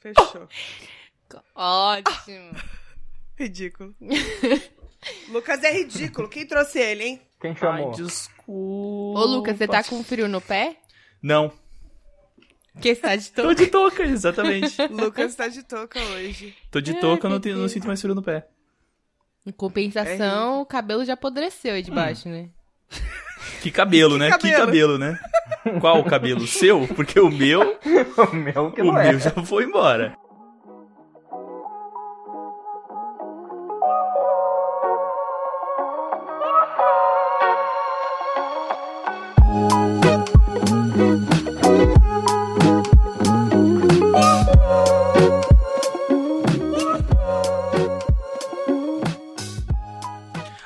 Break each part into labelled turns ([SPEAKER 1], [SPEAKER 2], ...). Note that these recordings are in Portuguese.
[SPEAKER 1] Fechou.
[SPEAKER 2] Ótimo.
[SPEAKER 1] Ridículo. Lucas é ridículo. Quem trouxe ele, hein?
[SPEAKER 3] Quem
[SPEAKER 4] Ai,
[SPEAKER 3] chamou?
[SPEAKER 4] desculpa.
[SPEAKER 2] Ô, Lucas, você tá com frio no pé?
[SPEAKER 4] Não.
[SPEAKER 2] Que está de
[SPEAKER 4] Tô
[SPEAKER 2] todo.
[SPEAKER 4] de touca, exatamente.
[SPEAKER 1] Lucas tá de touca hoje.
[SPEAKER 4] Tô de
[SPEAKER 2] Ai,
[SPEAKER 4] touca, eu
[SPEAKER 2] meu
[SPEAKER 4] não, tenho- não
[SPEAKER 2] Deus.
[SPEAKER 4] sinto mais frio no pé.
[SPEAKER 2] Em
[SPEAKER 1] É
[SPEAKER 2] compensação, o cabelo já apodreceu aí
[SPEAKER 1] Hum.
[SPEAKER 2] de baixo, né?
[SPEAKER 4] Que cabelo,
[SPEAKER 1] Que
[SPEAKER 4] né? Que
[SPEAKER 1] cabelo.
[SPEAKER 4] cabelo, né? Qual o cabelo? Seu? Porque o meu,
[SPEAKER 3] O meu que
[SPEAKER 4] o
[SPEAKER 3] não é.
[SPEAKER 4] meu já foi embora.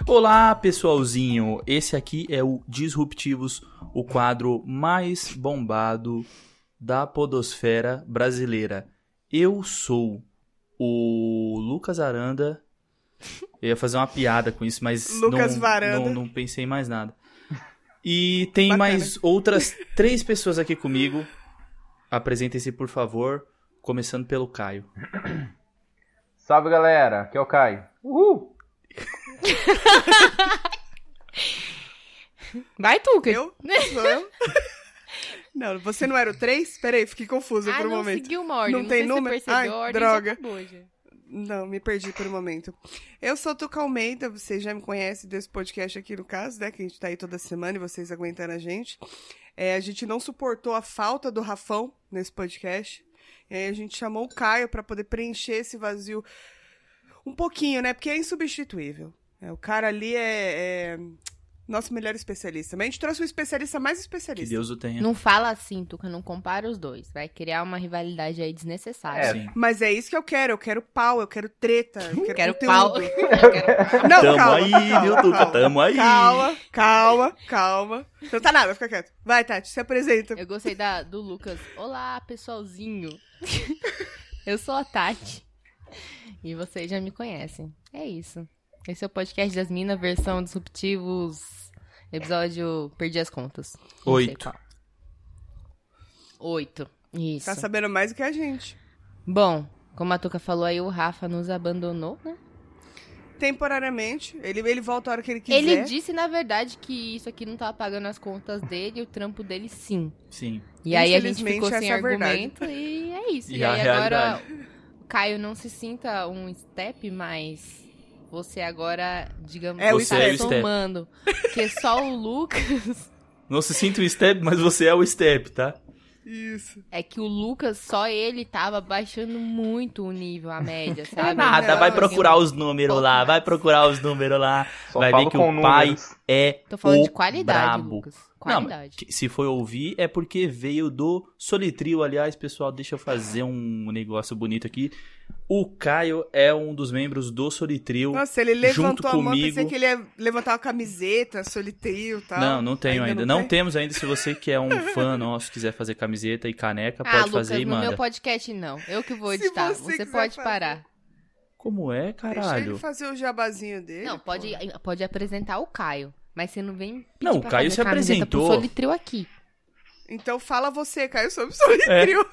[SPEAKER 4] Olá, pessoalzinho. Esse aqui é o Disruptivos, o quadro mais bombado da podosfera brasileira. Eu sou o Lucas Aranda. Eu ia fazer uma piada com isso, mas
[SPEAKER 1] Lucas
[SPEAKER 4] não,
[SPEAKER 1] Varanda.
[SPEAKER 4] não, não pensei em mais nada. E tem
[SPEAKER 1] Bacana.
[SPEAKER 4] mais outras três pessoas aqui comigo. Apresentem-se, por favor. Começando pelo Caio.
[SPEAKER 3] Salve, galera. Aqui é o Caio. Uhul.
[SPEAKER 2] Vai, Tuca.
[SPEAKER 1] Eu? Sou eu? Não, você não era o 3? Peraí, fiquei confusa
[SPEAKER 2] Ah,
[SPEAKER 1] por um
[SPEAKER 2] não
[SPEAKER 1] momento.
[SPEAKER 2] seguiu uma ordem.
[SPEAKER 1] Não
[SPEAKER 2] Não,
[SPEAKER 1] tem
[SPEAKER 2] sei se você
[SPEAKER 1] número?
[SPEAKER 2] percebeu,
[SPEAKER 1] Ai,
[SPEAKER 2] a é ordem
[SPEAKER 1] droga.
[SPEAKER 2] já acabou já.
[SPEAKER 1] Não, me perdi por um momento. Eu sou Tuca Almeida, vocês já me conhecem desse podcast aqui no caso, né? Que a gente tá aí toda semana e vocês aguentando a gente. É, a gente não suportou a falta do Rafão nesse podcast. E aí a gente chamou o Caio pra poder preencher esse vazio um pouquinho, né? Porque é insubstituível. né, o cara ali é, é nosso melhor especialista. Mas a gente trouxe um especialista mais
[SPEAKER 4] Que
[SPEAKER 1] especialista.
[SPEAKER 4] Deus o tenha.
[SPEAKER 2] Não fala assim, Tuca, não compara os dois. Vai criar uma rivalidade aí desnecessária.
[SPEAKER 3] É.
[SPEAKER 4] Sim.
[SPEAKER 1] Mas é isso que eu quero. Eu quero pau, eu quero treta. Eu quero,
[SPEAKER 2] Quero
[SPEAKER 1] conteúdo.
[SPEAKER 2] pau.
[SPEAKER 1] Não,
[SPEAKER 4] Tamo
[SPEAKER 1] calma,
[SPEAKER 4] aí,
[SPEAKER 1] calma,
[SPEAKER 4] viu, Tuca?
[SPEAKER 1] calma.
[SPEAKER 4] Tamo aí.
[SPEAKER 1] Calma, calma, calma. Não tá nada, fica quieto. Vai, Tati, se apresenta.
[SPEAKER 2] Eu gostei da, do Lucas. Olá, pessoalzinho. Eu sou a Tati. E vocês já me conhecem. É isso. Esse é o podcast das Minas, versão disruptivos. Episódio Perdi as Contas. Não sei
[SPEAKER 4] Oito.
[SPEAKER 2] qual. Oito. Isso.
[SPEAKER 1] Tá sabendo mais do que a gente.
[SPEAKER 2] Bom, como a Tuca falou aí, o Rafa nos abandonou, né?
[SPEAKER 1] Temporariamente, ele, ele volta a hora que ele quiser.
[SPEAKER 2] Ele disse, na verdade, que isso aqui não tava pagando as contas dele, o trampo dele sim.
[SPEAKER 4] Sim.
[SPEAKER 2] E aí a gente
[SPEAKER 1] Infelizmente,
[SPEAKER 2] ficou sem
[SPEAKER 1] essa é a verdade.
[SPEAKER 2] argumento e é isso.
[SPEAKER 4] E
[SPEAKER 2] E,
[SPEAKER 4] a
[SPEAKER 2] aí agora o Caio não se sinta um step, mas você agora, digamos,
[SPEAKER 1] É o
[SPEAKER 2] está
[SPEAKER 1] step.
[SPEAKER 2] somando. Porque só o Lucas.
[SPEAKER 4] Não se sinta o Step, mas você é o Step, tá?
[SPEAKER 1] Isso.
[SPEAKER 2] É que o Lucas, só ele tava baixando muito o nível, a média, sabe?
[SPEAKER 4] É
[SPEAKER 2] Então, assim,
[SPEAKER 4] Nada,
[SPEAKER 1] não,
[SPEAKER 4] vai
[SPEAKER 1] não.
[SPEAKER 4] procurar os números lá, vai procurar os números lá.
[SPEAKER 3] Só
[SPEAKER 4] Vai ver
[SPEAKER 3] falo
[SPEAKER 4] que
[SPEAKER 3] com
[SPEAKER 4] o pai-
[SPEAKER 3] números.
[SPEAKER 4] É
[SPEAKER 2] Tô falando
[SPEAKER 4] o
[SPEAKER 2] de qualidade,
[SPEAKER 4] brabo.
[SPEAKER 2] Lucas.
[SPEAKER 4] Não,
[SPEAKER 2] Qualidade.
[SPEAKER 4] que- se foi ouvir, é porque veio do Solitrio. Aliás, pessoal, deixa eu fazer um negócio bonito aqui. O Caio é um dos membros do Solitrio.
[SPEAKER 1] Nossa, ele levantou
[SPEAKER 4] Junto
[SPEAKER 1] a mão, pensei
[SPEAKER 4] comigo.
[SPEAKER 1] que ele ia levantar uma camiseta, soliteiro e tal.
[SPEAKER 4] Não, não tenho ainda.
[SPEAKER 1] Ainda
[SPEAKER 4] Não,
[SPEAKER 1] não
[SPEAKER 4] temos ainda. Se você que é um fã nosso, quiser fazer camiseta e caneca,
[SPEAKER 2] ah,
[SPEAKER 4] pode
[SPEAKER 2] Lucas,
[SPEAKER 4] fazer e
[SPEAKER 2] no meu
[SPEAKER 4] manda.
[SPEAKER 2] podcast não. Eu que vou
[SPEAKER 1] Se
[SPEAKER 2] editar.
[SPEAKER 1] você
[SPEAKER 2] Você,
[SPEAKER 1] quiser
[SPEAKER 2] pode
[SPEAKER 1] fazer.
[SPEAKER 2] parar.
[SPEAKER 4] Como é,
[SPEAKER 1] Deixa ele
[SPEAKER 4] caralho?
[SPEAKER 1] fazer o jabazinho dele.
[SPEAKER 2] Não, pode,
[SPEAKER 1] pô.
[SPEAKER 2] pode apresentar o Caio. Mas você não vem. pedir
[SPEAKER 4] Não, o
[SPEAKER 2] pra
[SPEAKER 4] Caio
[SPEAKER 2] fazer
[SPEAKER 4] se
[SPEAKER 2] camiseta
[SPEAKER 4] apresentou.
[SPEAKER 2] Pro Solitril aqui.
[SPEAKER 1] Então fala você, Caio, sobre o soliteiro.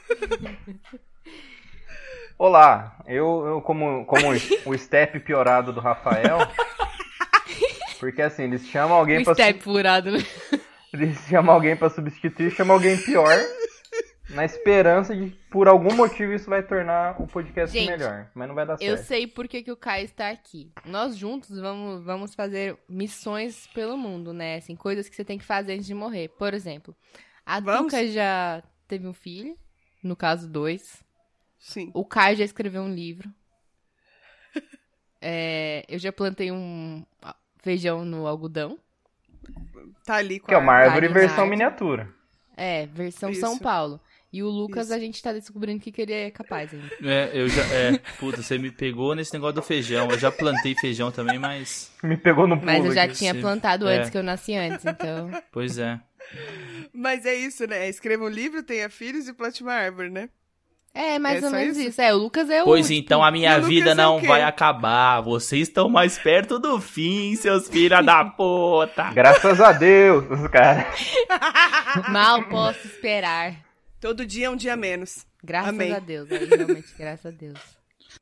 [SPEAKER 4] É.
[SPEAKER 3] Olá, eu, eu como, como o step piorado do Rafael. Porque assim, eles chamam alguém
[SPEAKER 2] O
[SPEAKER 3] pra.
[SPEAKER 2] step furado, né?
[SPEAKER 3] Eles chamam alguém pra substituir, chamam alguém pior. Na esperança de, por algum motivo, isso vai tornar o podcast
[SPEAKER 2] Gente,
[SPEAKER 3] melhor. Mas não vai dar
[SPEAKER 2] Eu
[SPEAKER 3] certo.
[SPEAKER 2] sei por que, que o Caio está aqui. Nós juntos vamos, vamos fazer missões pelo mundo, né? Assim, coisas que você tem que fazer antes de morrer. Por exemplo, a
[SPEAKER 1] Vamos?
[SPEAKER 2] Tuca já teve um filho, no caso dois.
[SPEAKER 1] Sim.
[SPEAKER 2] O Caio já escreveu um livro. É, eu já plantei um feijão no algodão.
[SPEAKER 1] Tá ali com
[SPEAKER 3] Que é uma
[SPEAKER 1] a...
[SPEAKER 3] árvore
[SPEAKER 2] Qualidade.
[SPEAKER 3] versão miniatura.
[SPEAKER 2] É, versão
[SPEAKER 1] Isso.
[SPEAKER 2] São Paulo. E o Lucas,
[SPEAKER 1] Isso.
[SPEAKER 2] a gente tá descobrindo que que ele é capaz ainda.
[SPEAKER 4] É, eu já. É, puta, você me pegou nesse negócio do feijão. Eu já plantei feijão também, mas.
[SPEAKER 3] Me pegou no pulo.
[SPEAKER 2] Mas eu já
[SPEAKER 3] aqui.
[SPEAKER 2] tinha
[SPEAKER 4] sim.
[SPEAKER 2] plantado
[SPEAKER 4] É.
[SPEAKER 2] antes que eu nasci antes, então.
[SPEAKER 4] Pois é.
[SPEAKER 1] Mas é isso, né? Escreva um livro, tenha filhos e plante uma árvore, né?
[SPEAKER 2] É, mais
[SPEAKER 1] É
[SPEAKER 2] ou
[SPEAKER 1] só
[SPEAKER 2] menos
[SPEAKER 1] isso?
[SPEAKER 2] isso? É, o Lucas é o.
[SPEAKER 4] Pois então a minha
[SPEAKER 1] e o Lucas é
[SPEAKER 4] vida
[SPEAKER 1] o
[SPEAKER 4] não
[SPEAKER 1] quê?
[SPEAKER 4] vai acabar. Vocês estão mais perto do fim, seus filha da puta.
[SPEAKER 3] Graças a Deus, os caras.
[SPEAKER 4] então.
[SPEAKER 2] Mal posso esperar.
[SPEAKER 1] Todo dia é um dia menos.
[SPEAKER 2] Graças
[SPEAKER 1] Amém.
[SPEAKER 2] a Deus. Aí, realmente, graças a Deus.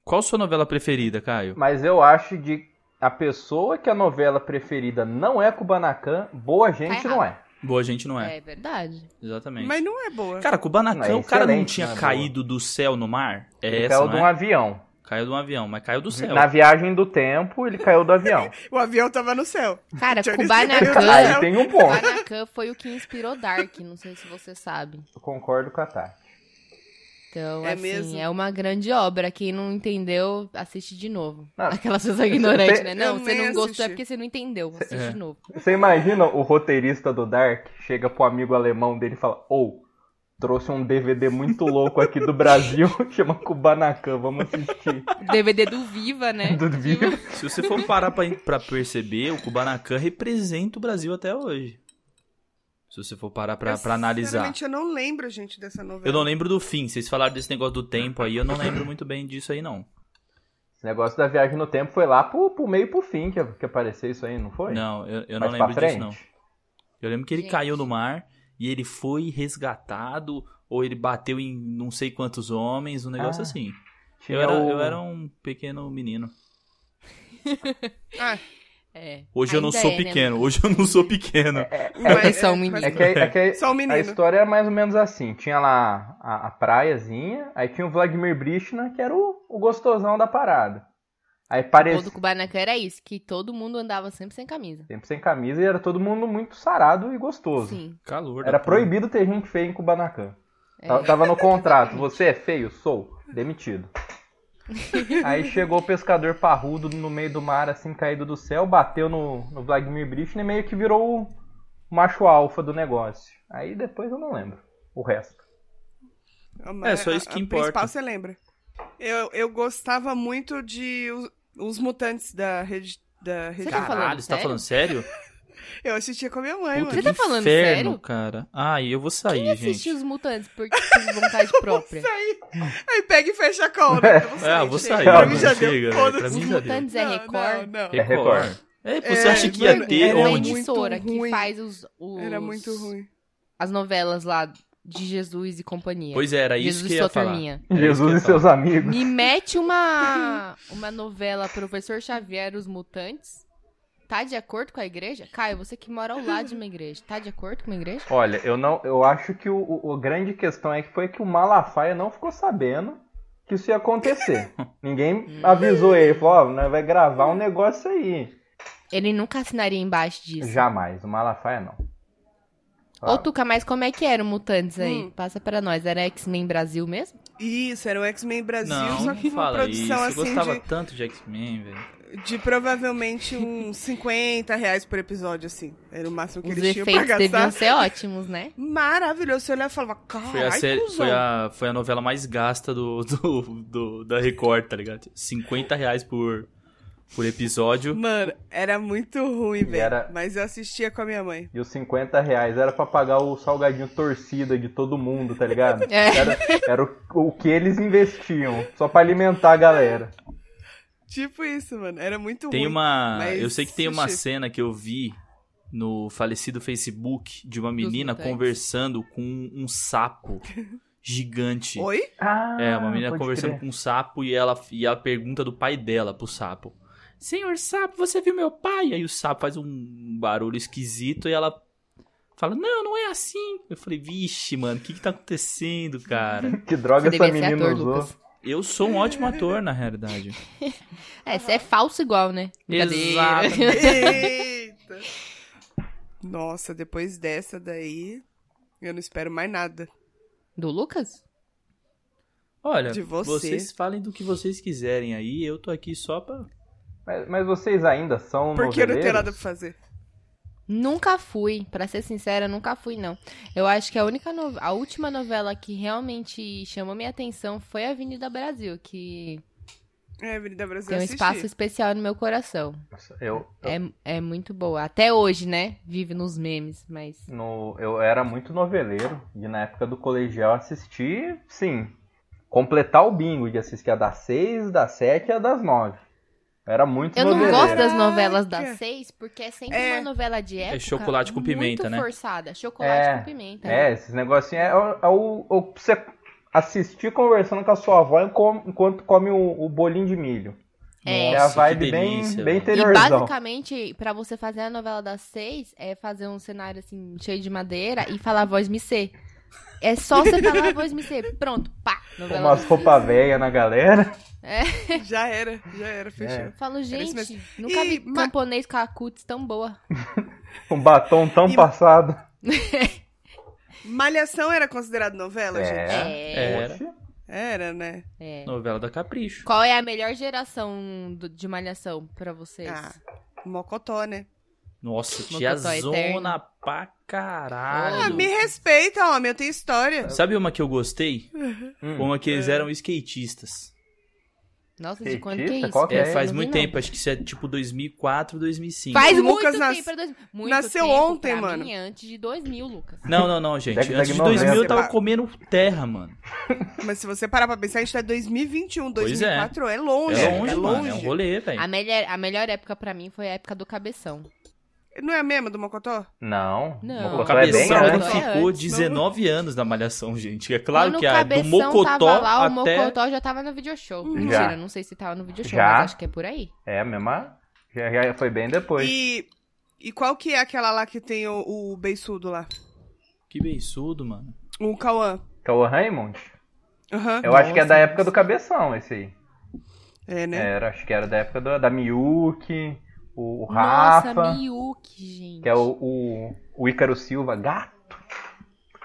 [SPEAKER 4] Qual sua novela preferida, Caio?
[SPEAKER 3] Mas eu acho de a pessoa que a novela preferida não é Kubanacan, boa gente não é.
[SPEAKER 4] Boa gente não é.
[SPEAKER 2] É verdade.
[SPEAKER 4] Exatamente.
[SPEAKER 1] Mas não é boa.
[SPEAKER 4] Cara, Kubanacan,
[SPEAKER 3] Não, é
[SPEAKER 4] o cara não
[SPEAKER 3] excelente,
[SPEAKER 4] tinha
[SPEAKER 3] não é
[SPEAKER 4] caído do céu no mar? É
[SPEAKER 3] Ele
[SPEAKER 4] essa,
[SPEAKER 3] caiu
[SPEAKER 4] não
[SPEAKER 3] de
[SPEAKER 4] é?
[SPEAKER 3] um avião.
[SPEAKER 4] Caiu de um avião, mas caiu do céu.
[SPEAKER 3] Na viagem do tempo, ele caiu do avião.
[SPEAKER 1] O avião tava no céu.
[SPEAKER 2] Cara,
[SPEAKER 1] Johnny
[SPEAKER 3] Aí
[SPEAKER 1] Cena.
[SPEAKER 2] Kubanacan...
[SPEAKER 3] tem um ponto.
[SPEAKER 2] Kubanacan foi o que inspirou Dark, não sei se você sabe.
[SPEAKER 3] Eu concordo com a Tati.
[SPEAKER 2] Então,
[SPEAKER 1] É
[SPEAKER 2] assim,
[SPEAKER 1] mesmo?
[SPEAKER 2] é uma grande obra. Quem não entendeu, assiste de novo.
[SPEAKER 3] Ah,
[SPEAKER 2] Aquela pessoa ignorante,
[SPEAKER 3] você-
[SPEAKER 2] né? Não,
[SPEAKER 1] Eu
[SPEAKER 2] você
[SPEAKER 1] nem
[SPEAKER 2] não gostou, é
[SPEAKER 1] assisti.
[SPEAKER 2] porque você não entendeu. Assiste
[SPEAKER 4] É.
[SPEAKER 2] de novo.
[SPEAKER 3] Você imagina o roteirista do Dark chega pro amigo alemão dele e fala: Ou, trouxe um DVD muito louco aqui do Brasil, chama Kubanacan, vamos assistir.
[SPEAKER 2] DVD do Viva, né?
[SPEAKER 3] Do Viva.
[SPEAKER 4] Se você for parar pra, pra perceber, o Kubanacan representa o Brasil até hoje. Se você for parar pra,
[SPEAKER 1] Eu,
[SPEAKER 4] pra analisar.
[SPEAKER 1] sinceramente, eu não lembro, gente, dessa novela.
[SPEAKER 4] Eu não lembro do fim. Vocês falaram desse negócio do tempo aí, eu não lembro muito bem disso aí, não.
[SPEAKER 3] Esse negócio da viagem no tempo foi lá pro, pro meio e pro fim que, que apareceu isso aí, não foi?
[SPEAKER 4] Não, eu, eu não
[SPEAKER 3] Mais
[SPEAKER 4] lembro
[SPEAKER 3] pra frente.
[SPEAKER 4] disso, não. Eu lembro que ele
[SPEAKER 2] Gente.
[SPEAKER 4] caiu no mar e ele foi resgatado, ou ele bateu em não sei quantos homens, um
[SPEAKER 3] Ah,
[SPEAKER 4] negócio assim.
[SPEAKER 3] Tinha
[SPEAKER 4] Eu era,
[SPEAKER 3] o-
[SPEAKER 4] eu era um pequeno menino.
[SPEAKER 1] Ah,
[SPEAKER 2] É.
[SPEAKER 4] Hoje eu não
[SPEAKER 2] Ainda
[SPEAKER 4] sou
[SPEAKER 2] é, né?
[SPEAKER 4] pequeno, hoje eu não sou pequeno.
[SPEAKER 1] mas-
[SPEAKER 2] é só um
[SPEAKER 1] mas-
[SPEAKER 2] menino.
[SPEAKER 3] É que, é que
[SPEAKER 1] Só um
[SPEAKER 3] a
[SPEAKER 1] menino.
[SPEAKER 3] história era mais ou menos assim. Tinha lá a, a praiazinha, aí tinha o Vladimir Brishna, que era o, o gostosão da parada. Aí
[SPEAKER 2] O
[SPEAKER 3] parecia
[SPEAKER 2] do Kubanacan era isso, que todo mundo andava sempre sem camisa.
[SPEAKER 3] sempre sem camisa e era todo mundo muito sarado e gostoso.
[SPEAKER 2] Sim.
[SPEAKER 4] Calor. da
[SPEAKER 3] Era
[SPEAKER 4] porra.
[SPEAKER 3] proibido ter gente feia em Kubanacan.
[SPEAKER 2] é.
[SPEAKER 3] Tá- Tava no contrato, você é feio? Sou. Demitido. Aí chegou o pescador parrudo no meio do mar, assim, caído do céu, bateu no, no Vladimir Brishna e meio que virou o macho alfa do negócio. Aí depois eu não lembro o resto.
[SPEAKER 4] É, só isso que
[SPEAKER 1] a,
[SPEAKER 4] importa.
[SPEAKER 1] A principal você lembra. Eu, eu gostava muito de Os, Os Mutantes da Rede... Da rede
[SPEAKER 2] Você tá falando
[SPEAKER 4] Caralho, você tá
[SPEAKER 2] sério?
[SPEAKER 4] falando sério?
[SPEAKER 1] Eu assistia com a minha mãe,
[SPEAKER 4] Puta,
[SPEAKER 1] mano.
[SPEAKER 2] Você tá
[SPEAKER 4] que
[SPEAKER 2] falando
[SPEAKER 4] inferno,
[SPEAKER 2] sério?
[SPEAKER 4] cara. Ai, eu vou
[SPEAKER 2] Quem
[SPEAKER 4] sair, gente.
[SPEAKER 2] assistiu os mutantes por, por vontade própria?
[SPEAKER 1] Aí, aí pega e fecha a cola. né? Eu vou sair,
[SPEAKER 4] É,
[SPEAKER 1] gente.
[SPEAKER 4] eu vou sair.
[SPEAKER 1] Pra
[SPEAKER 3] Pra
[SPEAKER 1] mim
[SPEAKER 3] mim
[SPEAKER 1] já
[SPEAKER 4] chega,
[SPEAKER 1] deu.
[SPEAKER 4] velho. Pra
[SPEAKER 1] Foda-se.
[SPEAKER 4] mim
[SPEAKER 2] Os
[SPEAKER 4] já deu.
[SPEAKER 2] mutantes é
[SPEAKER 1] Não,
[SPEAKER 2] Record?
[SPEAKER 1] não.
[SPEAKER 3] É Record.
[SPEAKER 4] É, pô,
[SPEAKER 1] É,
[SPEAKER 4] você acha que ia
[SPEAKER 1] mano,
[SPEAKER 4] ter
[SPEAKER 2] era uma
[SPEAKER 4] onde?
[SPEAKER 1] muito
[SPEAKER 2] emissora que
[SPEAKER 1] ruim.
[SPEAKER 2] faz os, os-
[SPEAKER 1] Era muito ruim.
[SPEAKER 2] as novelas lá de Jesus e companhia.
[SPEAKER 4] Pois é, era isso
[SPEAKER 2] Jesus
[SPEAKER 4] que
[SPEAKER 2] e
[SPEAKER 4] eu
[SPEAKER 2] sua
[SPEAKER 4] ia falar.
[SPEAKER 2] turminha.
[SPEAKER 4] É isso que eu
[SPEAKER 3] Jesus
[SPEAKER 4] ia
[SPEAKER 3] e seus amigos.
[SPEAKER 2] Me mete uma, uma novela Professor Xavier e os Mutantes. Tá de acordo com a igreja? Caio, você que mora ao lado de uma igreja, tá de acordo com uma igreja?
[SPEAKER 3] Olha, eu não, eu acho que o, o- a grande questão é que foi que o Malafaia não ficou sabendo que isso ia acontecer. Ninguém avisou ele, falou, ó, nós vai gravar um negócio aí.
[SPEAKER 2] Ele nunca assinaria embaixo disso.
[SPEAKER 3] Jamais, o Malafaia não.
[SPEAKER 2] Ô, Tuca, mas como é que era o Mutantes aí?
[SPEAKER 1] Hum.
[SPEAKER 2] Passa pra nós. Era X-Men Brasil mesmo?
[SPEAKER 1] Isso, era o X-Men Brasil, só
[SPEAKER 4] Não,
[SPEAKER 1] que
[SPEAKER 4] não
[SPEAKER 1] uma
[SPEAKER 4] fala isso.
[SPEAKER 1] produção
[SPEAKER 4] Eu
[SPEAKER 1] assim
[SPEAKER 4] gostava
[SPEAKER 1] de-
[SPEAKER 4] tanto de X-Men, velho.
[SPEAKER 1] de provavelmente uns 50 reais por episódio, assim. Era o máximo que
[SPEAKER 2] Os
[SPEAKER 1] eles tinham pra
[SPEAKER 2] efeitos
[SPEAKER 1] gastar.
[SPEAKER 2] deviam ser ótimos, né?
[SPEAKER 1] Maravilhoso. Você olhava e falava, caralho,
[SPEAKER 4] Foi a, série,
[SPEAKER 1] cuzão."
[SPEAKER 4] foi, a, foi a novela mais gasta do, do, do- da Record, tá ligado? 50 reais por, por episódio.
[SPEAKER 1] Mano, era muito ruim, velho.
[SPEAKER 3] era-
[SPEAKER 1] Mas eu assistia com a minha mãe.
[SPEAKER 3] E os 50 reais era pra pagar o salgadinho torcida de todo mundo, tá ligado?
[SPEAKER 2] É.
[SPEAKER 3] Era, era o, o que eles investiam, só pra alimentar a galera.
[SPEAKER 1] Tipo isso, mano. Era muito
[SPEAKER 4] Tem
[SPEAKER 1] ruim.
[SPEAKER 4] uma.
[SPEAKER 1] mas
[SPEAKER 4] eu sei que tem uma
[SPEAKER 1] assisti.
[SPEAKER 4] cena que eu vi no falecido Facebook de uma menina
[SPEAKER 2] mutantes.
[SPEAKER 4] conversando com um sapo gigante.
[SPEAKER 1] Oi?
[SPEAKER 3] Ah,
[SPEAKER 4] É, uma menina
[SPEAKER 3] pode
[SPEAKER 4] conversando
[SPEAKER 3] crer.
[SPEAKER 4] com um sapo e ela e a pergunta do pai dela pro sapo. Senhor sapo, você viu meu pai? Aí o sapo faz um barulho esquisito e ela fala: "Não, não é assim". Eu falei: "Vixe, mano, o que que tá acontecendo, cara?
[SPEAKER 3] Que droga
[SPEAKER 2] Você
[SPEAKER 3] essa
[SPEAKER 2] devia ser
[SPEAKER 3] menina
[SPEAKER 2] ator,
[SPEAKER 3] usou.
[SPEAKER 2] Lucas.
[SPEAKER 4] Eu sou um ótimo ator na realidade".
[SPEAKER 2] É, você é falso igual, né? Brincadeira.
[SPEAKER 4] Exato.
[SPEAKER 1] Eita! Nossa, depois dessa daí, eu não espero mais nada.
[SPEAKER 2] Do Lucas?
[SPEAKER 4] Olha,
[SPEAKER 1] De você.
[SPEAKER 4] vocês falem do que vocês quiserem aí, eu tô aqui só pra
[SPEAKER 3] Mas, mas vocês ainda são
[SPEAKER 1] Porque eu não tenho nada pra
[SPEAKER 3] noveleiros?
[SPEAKER 1] fazer.
[SPEAKER 2] Nunca fui, pra ser sincera, nunca fui não. Eu acho que a única no- a última novela que realmente chamou minha atenção foi Avenida Brasil, que
[SPEAKER 1] É, Avenida Brasil
[SPEAKER 2] tem um
[SPEAKER 1] assisti.
[SPEAKER 2] espaço especial no meu coração.
[SPEAKER 3] Nossa, Eu,
[SPEAKER 2] É, é muito boa. Até hoje, né? Vive nos memes, mas
[SPEAKER 3] no, eu era muito noveleiro e na época do colegial assisti, sim, completar o bingo de assistir a das 6, das 7 e a das 9. Era muito
[SPEAKER 2] eu não
[SPEAKER 3] noveleiro.
[SPEAKER 2] gosto das novelas
[SPEAKER 1] Caraca.
[SPEAKER 2] das seis porque é sempre
[SPEAKER 1] É.
[SPEAKER 2] uma novela de época.
[SPEAKER 4] chocolate com pimenta,
[SPEAKER 2] muito
[SPEAKER 4] né?
[SPEAKER 2] forçada, chocolate
[SPEAKER 3] É,
[SPEAKER 2] com pimenta.
[SPEAKER 3] É, esses negocinhos é, o- é o, é o- você assistir conversando com a sua avó enco- enquanto come o, o bolinho de milho.
[SPEAKER 2] É.
[SPEAKER 3] é a
[SPEAKER 4] Nossa, que
[SPEAKER 3] vibe
[SPEAKER 4] delícia,
[SPEAKER 3] bem, bem
[SPEAKER 4] velho.
[SPEAKER 2] E
[SPEAKER 3] interiorzão.
[SPEAKER 2] basicamente, pra você fazer a novela das seis, é fazer um cenário assim, cheio de madeira e falar voz me ser. É só você falar voz me ser. Pronto, pá.
[SPEAKER 3] Com
[SPEAKER 2] Novela
[SPEAKER 3] umas
[SPEAKER 2] das seis.
[SPEAKER 3] roupas velhas na galera.
[SPEAKER 1] Já era, já era, fechou.
[SPEAKER 2] Eu Falo, gente,
[SPEAKER 1] mesmo.
[SPEAKER 2] nunca
[SPEAKER 1] E
[SPEAKER 2] vi
[SPEAKER 1] ma-
[SPEAKER 2] camponês com a cutis tão boa.
[SPEAKER 3] Um batom tão
[SPEAKER 1] E-
[SPEAKER 3] passado.
[SPEAKER 1] Malhação era considerado novela, gente?
[SPEAKER 2] É.
[SPEAKER 4] Era.
[SPEAKER 3] Poxa.
[SPEAKER 1] Era, né?
[SPEAKER 2] é.
[SPEAKER 4] Novela da Capricho.
[SPEAKER 2] Qual é a melhor geração do- de malhação pra vocês?
[SPEAKER 1] Ah, mocotó, né?
[SPEAKER 4] Nossa,
[SPEAKER 2] Mocotó
[SPEAKER 4] tia
[SPEAKER 2] eterno.
[SPEAKER 4] zona pra
[SPEAKER 1] Ah,
[SPEAKER 4] caralho.
[SPEAKER 1] me respeita, homem, eu tenho história.
[SPEAKER 4] Sabe uma que eu gostei?
[SPEAKER 3] Hum.
[SPEAKER 4] Uma que eles eram skatistas.
[SPEAKER 2] Nossa, de
[SPEAKER 3] Que
[SPEAKER 2] quando que é
[SPEAKER 3] isso?
[SPEAKER 2] isso?
[SPEAKER 3] Qual que
[SPEAKER 4] É,
[SPEAKER 3] Ok,
[SPEAKER 2] Não
[SPEAKER 4] faz
[SPEAKER 2] vi,
[SPEAKER 4] muito
[SPEAKER 2] não.
[SPEAKER 4] tempo, acho que isso é tipo 2004, 2005.
[SPEAKER 2] Faz
[SPEAKER 1] O
[SPEAKER 2] muito
[SPEAKER 1] Lucas
[SPEAKER 2] tempo
[SPEAKER 1] nas-
[SPEAKER 2] pra dois... muito
[SPEAKER 1] nasceu
[SPEAKER 2] tempo
[SPEAKER 1] ontem,
[SPEAKER 2] pra
[SPEAKER 1] mano.
[SPEAKER 2] Mim, é antes de 2000, Lucas.
[SPEAKER 4] Não, não, não, gente.
[SPEAKER 3] Década
[SPEAKER 4] Antes de
[SPEAKER 3] de
[SPEAKER 4] 2000 eu tava
[SPEAKER 1] 90.
[SPEAKER 4] comendo terra, mano.
[SPEAKER 1] Mas se você parar pra pensar, a gente tá em 2021,
[SPEAKER 4] Pois é.
[SPEAKER 1] 2004 é. longe.
[SPEAKER 4] É longe,
[SPEAKER 1] é
[SPEAKER 4] mano. É um rolê,
[SPEAKER 2] A
[SPEAKER 4] velho.
[SPEAKER 2] melhor, a melhor época pra mim foi a época do cabeção.
[SPEAKER 1] Não é a mesma do mocotó?
[SPEAKER 3] Não.
[SPEAKER 2] Não.
[SPEAKER 4] O
[SPEAKER 3] Mocotó é bem
[SPEAKER 4] cabeção
[SPEAKER 2] antes.
[SPEAKER 4] né? ele
[SPEAKER 3] grande.
[SPEAKER 2] É
[SPEAKER 4] ficou
[SPEAKER 2] antes,
[SPEAKER 4] 19 anos na malhação, gente. É claro
[SPEAKER 2] Quando
[SPEAKER 4] que
[SPEAKER 2] o
[SPEAKER 4] a, do
[SPEAKER 2] cabeção
[SPEAKER 4] Mocotó
[SPEAKER 2] tava lá, o
[SPEAKER 4] até.
[SPEAKER 2] Mocotó já tava no video show. Mentira, não sei se tava no video show,
[SPEAKER 3] Uhum. Já.
[SPEAKER 2] mas acho que é por aí.
[SPEAKER 3] É, a mesma. Já, já foi bem depois.
[SPEAKER 1] E, e qual que é aquela lá que tem o, o beiçudo lá?
[SPEAKER 4] Que beiçudo, mano.
[SPEAKER 1] O Cauã.
[SPEAKER 3] Que é o Raymond.
[SPEAKER 1] Aham.
[SPEAKER 3] Eu acho que é da época do cabeção, esse aí.
[SPEAKER 1] É, né?
[SPEAKER 3] Era, acho que era da época do- da Miyuki, o, o Rafa,
[SPEAKER 2] Nossa, Miyuki, gente.
[SPEAKER 3] que é o, o, o Ícaro Silva. Gato!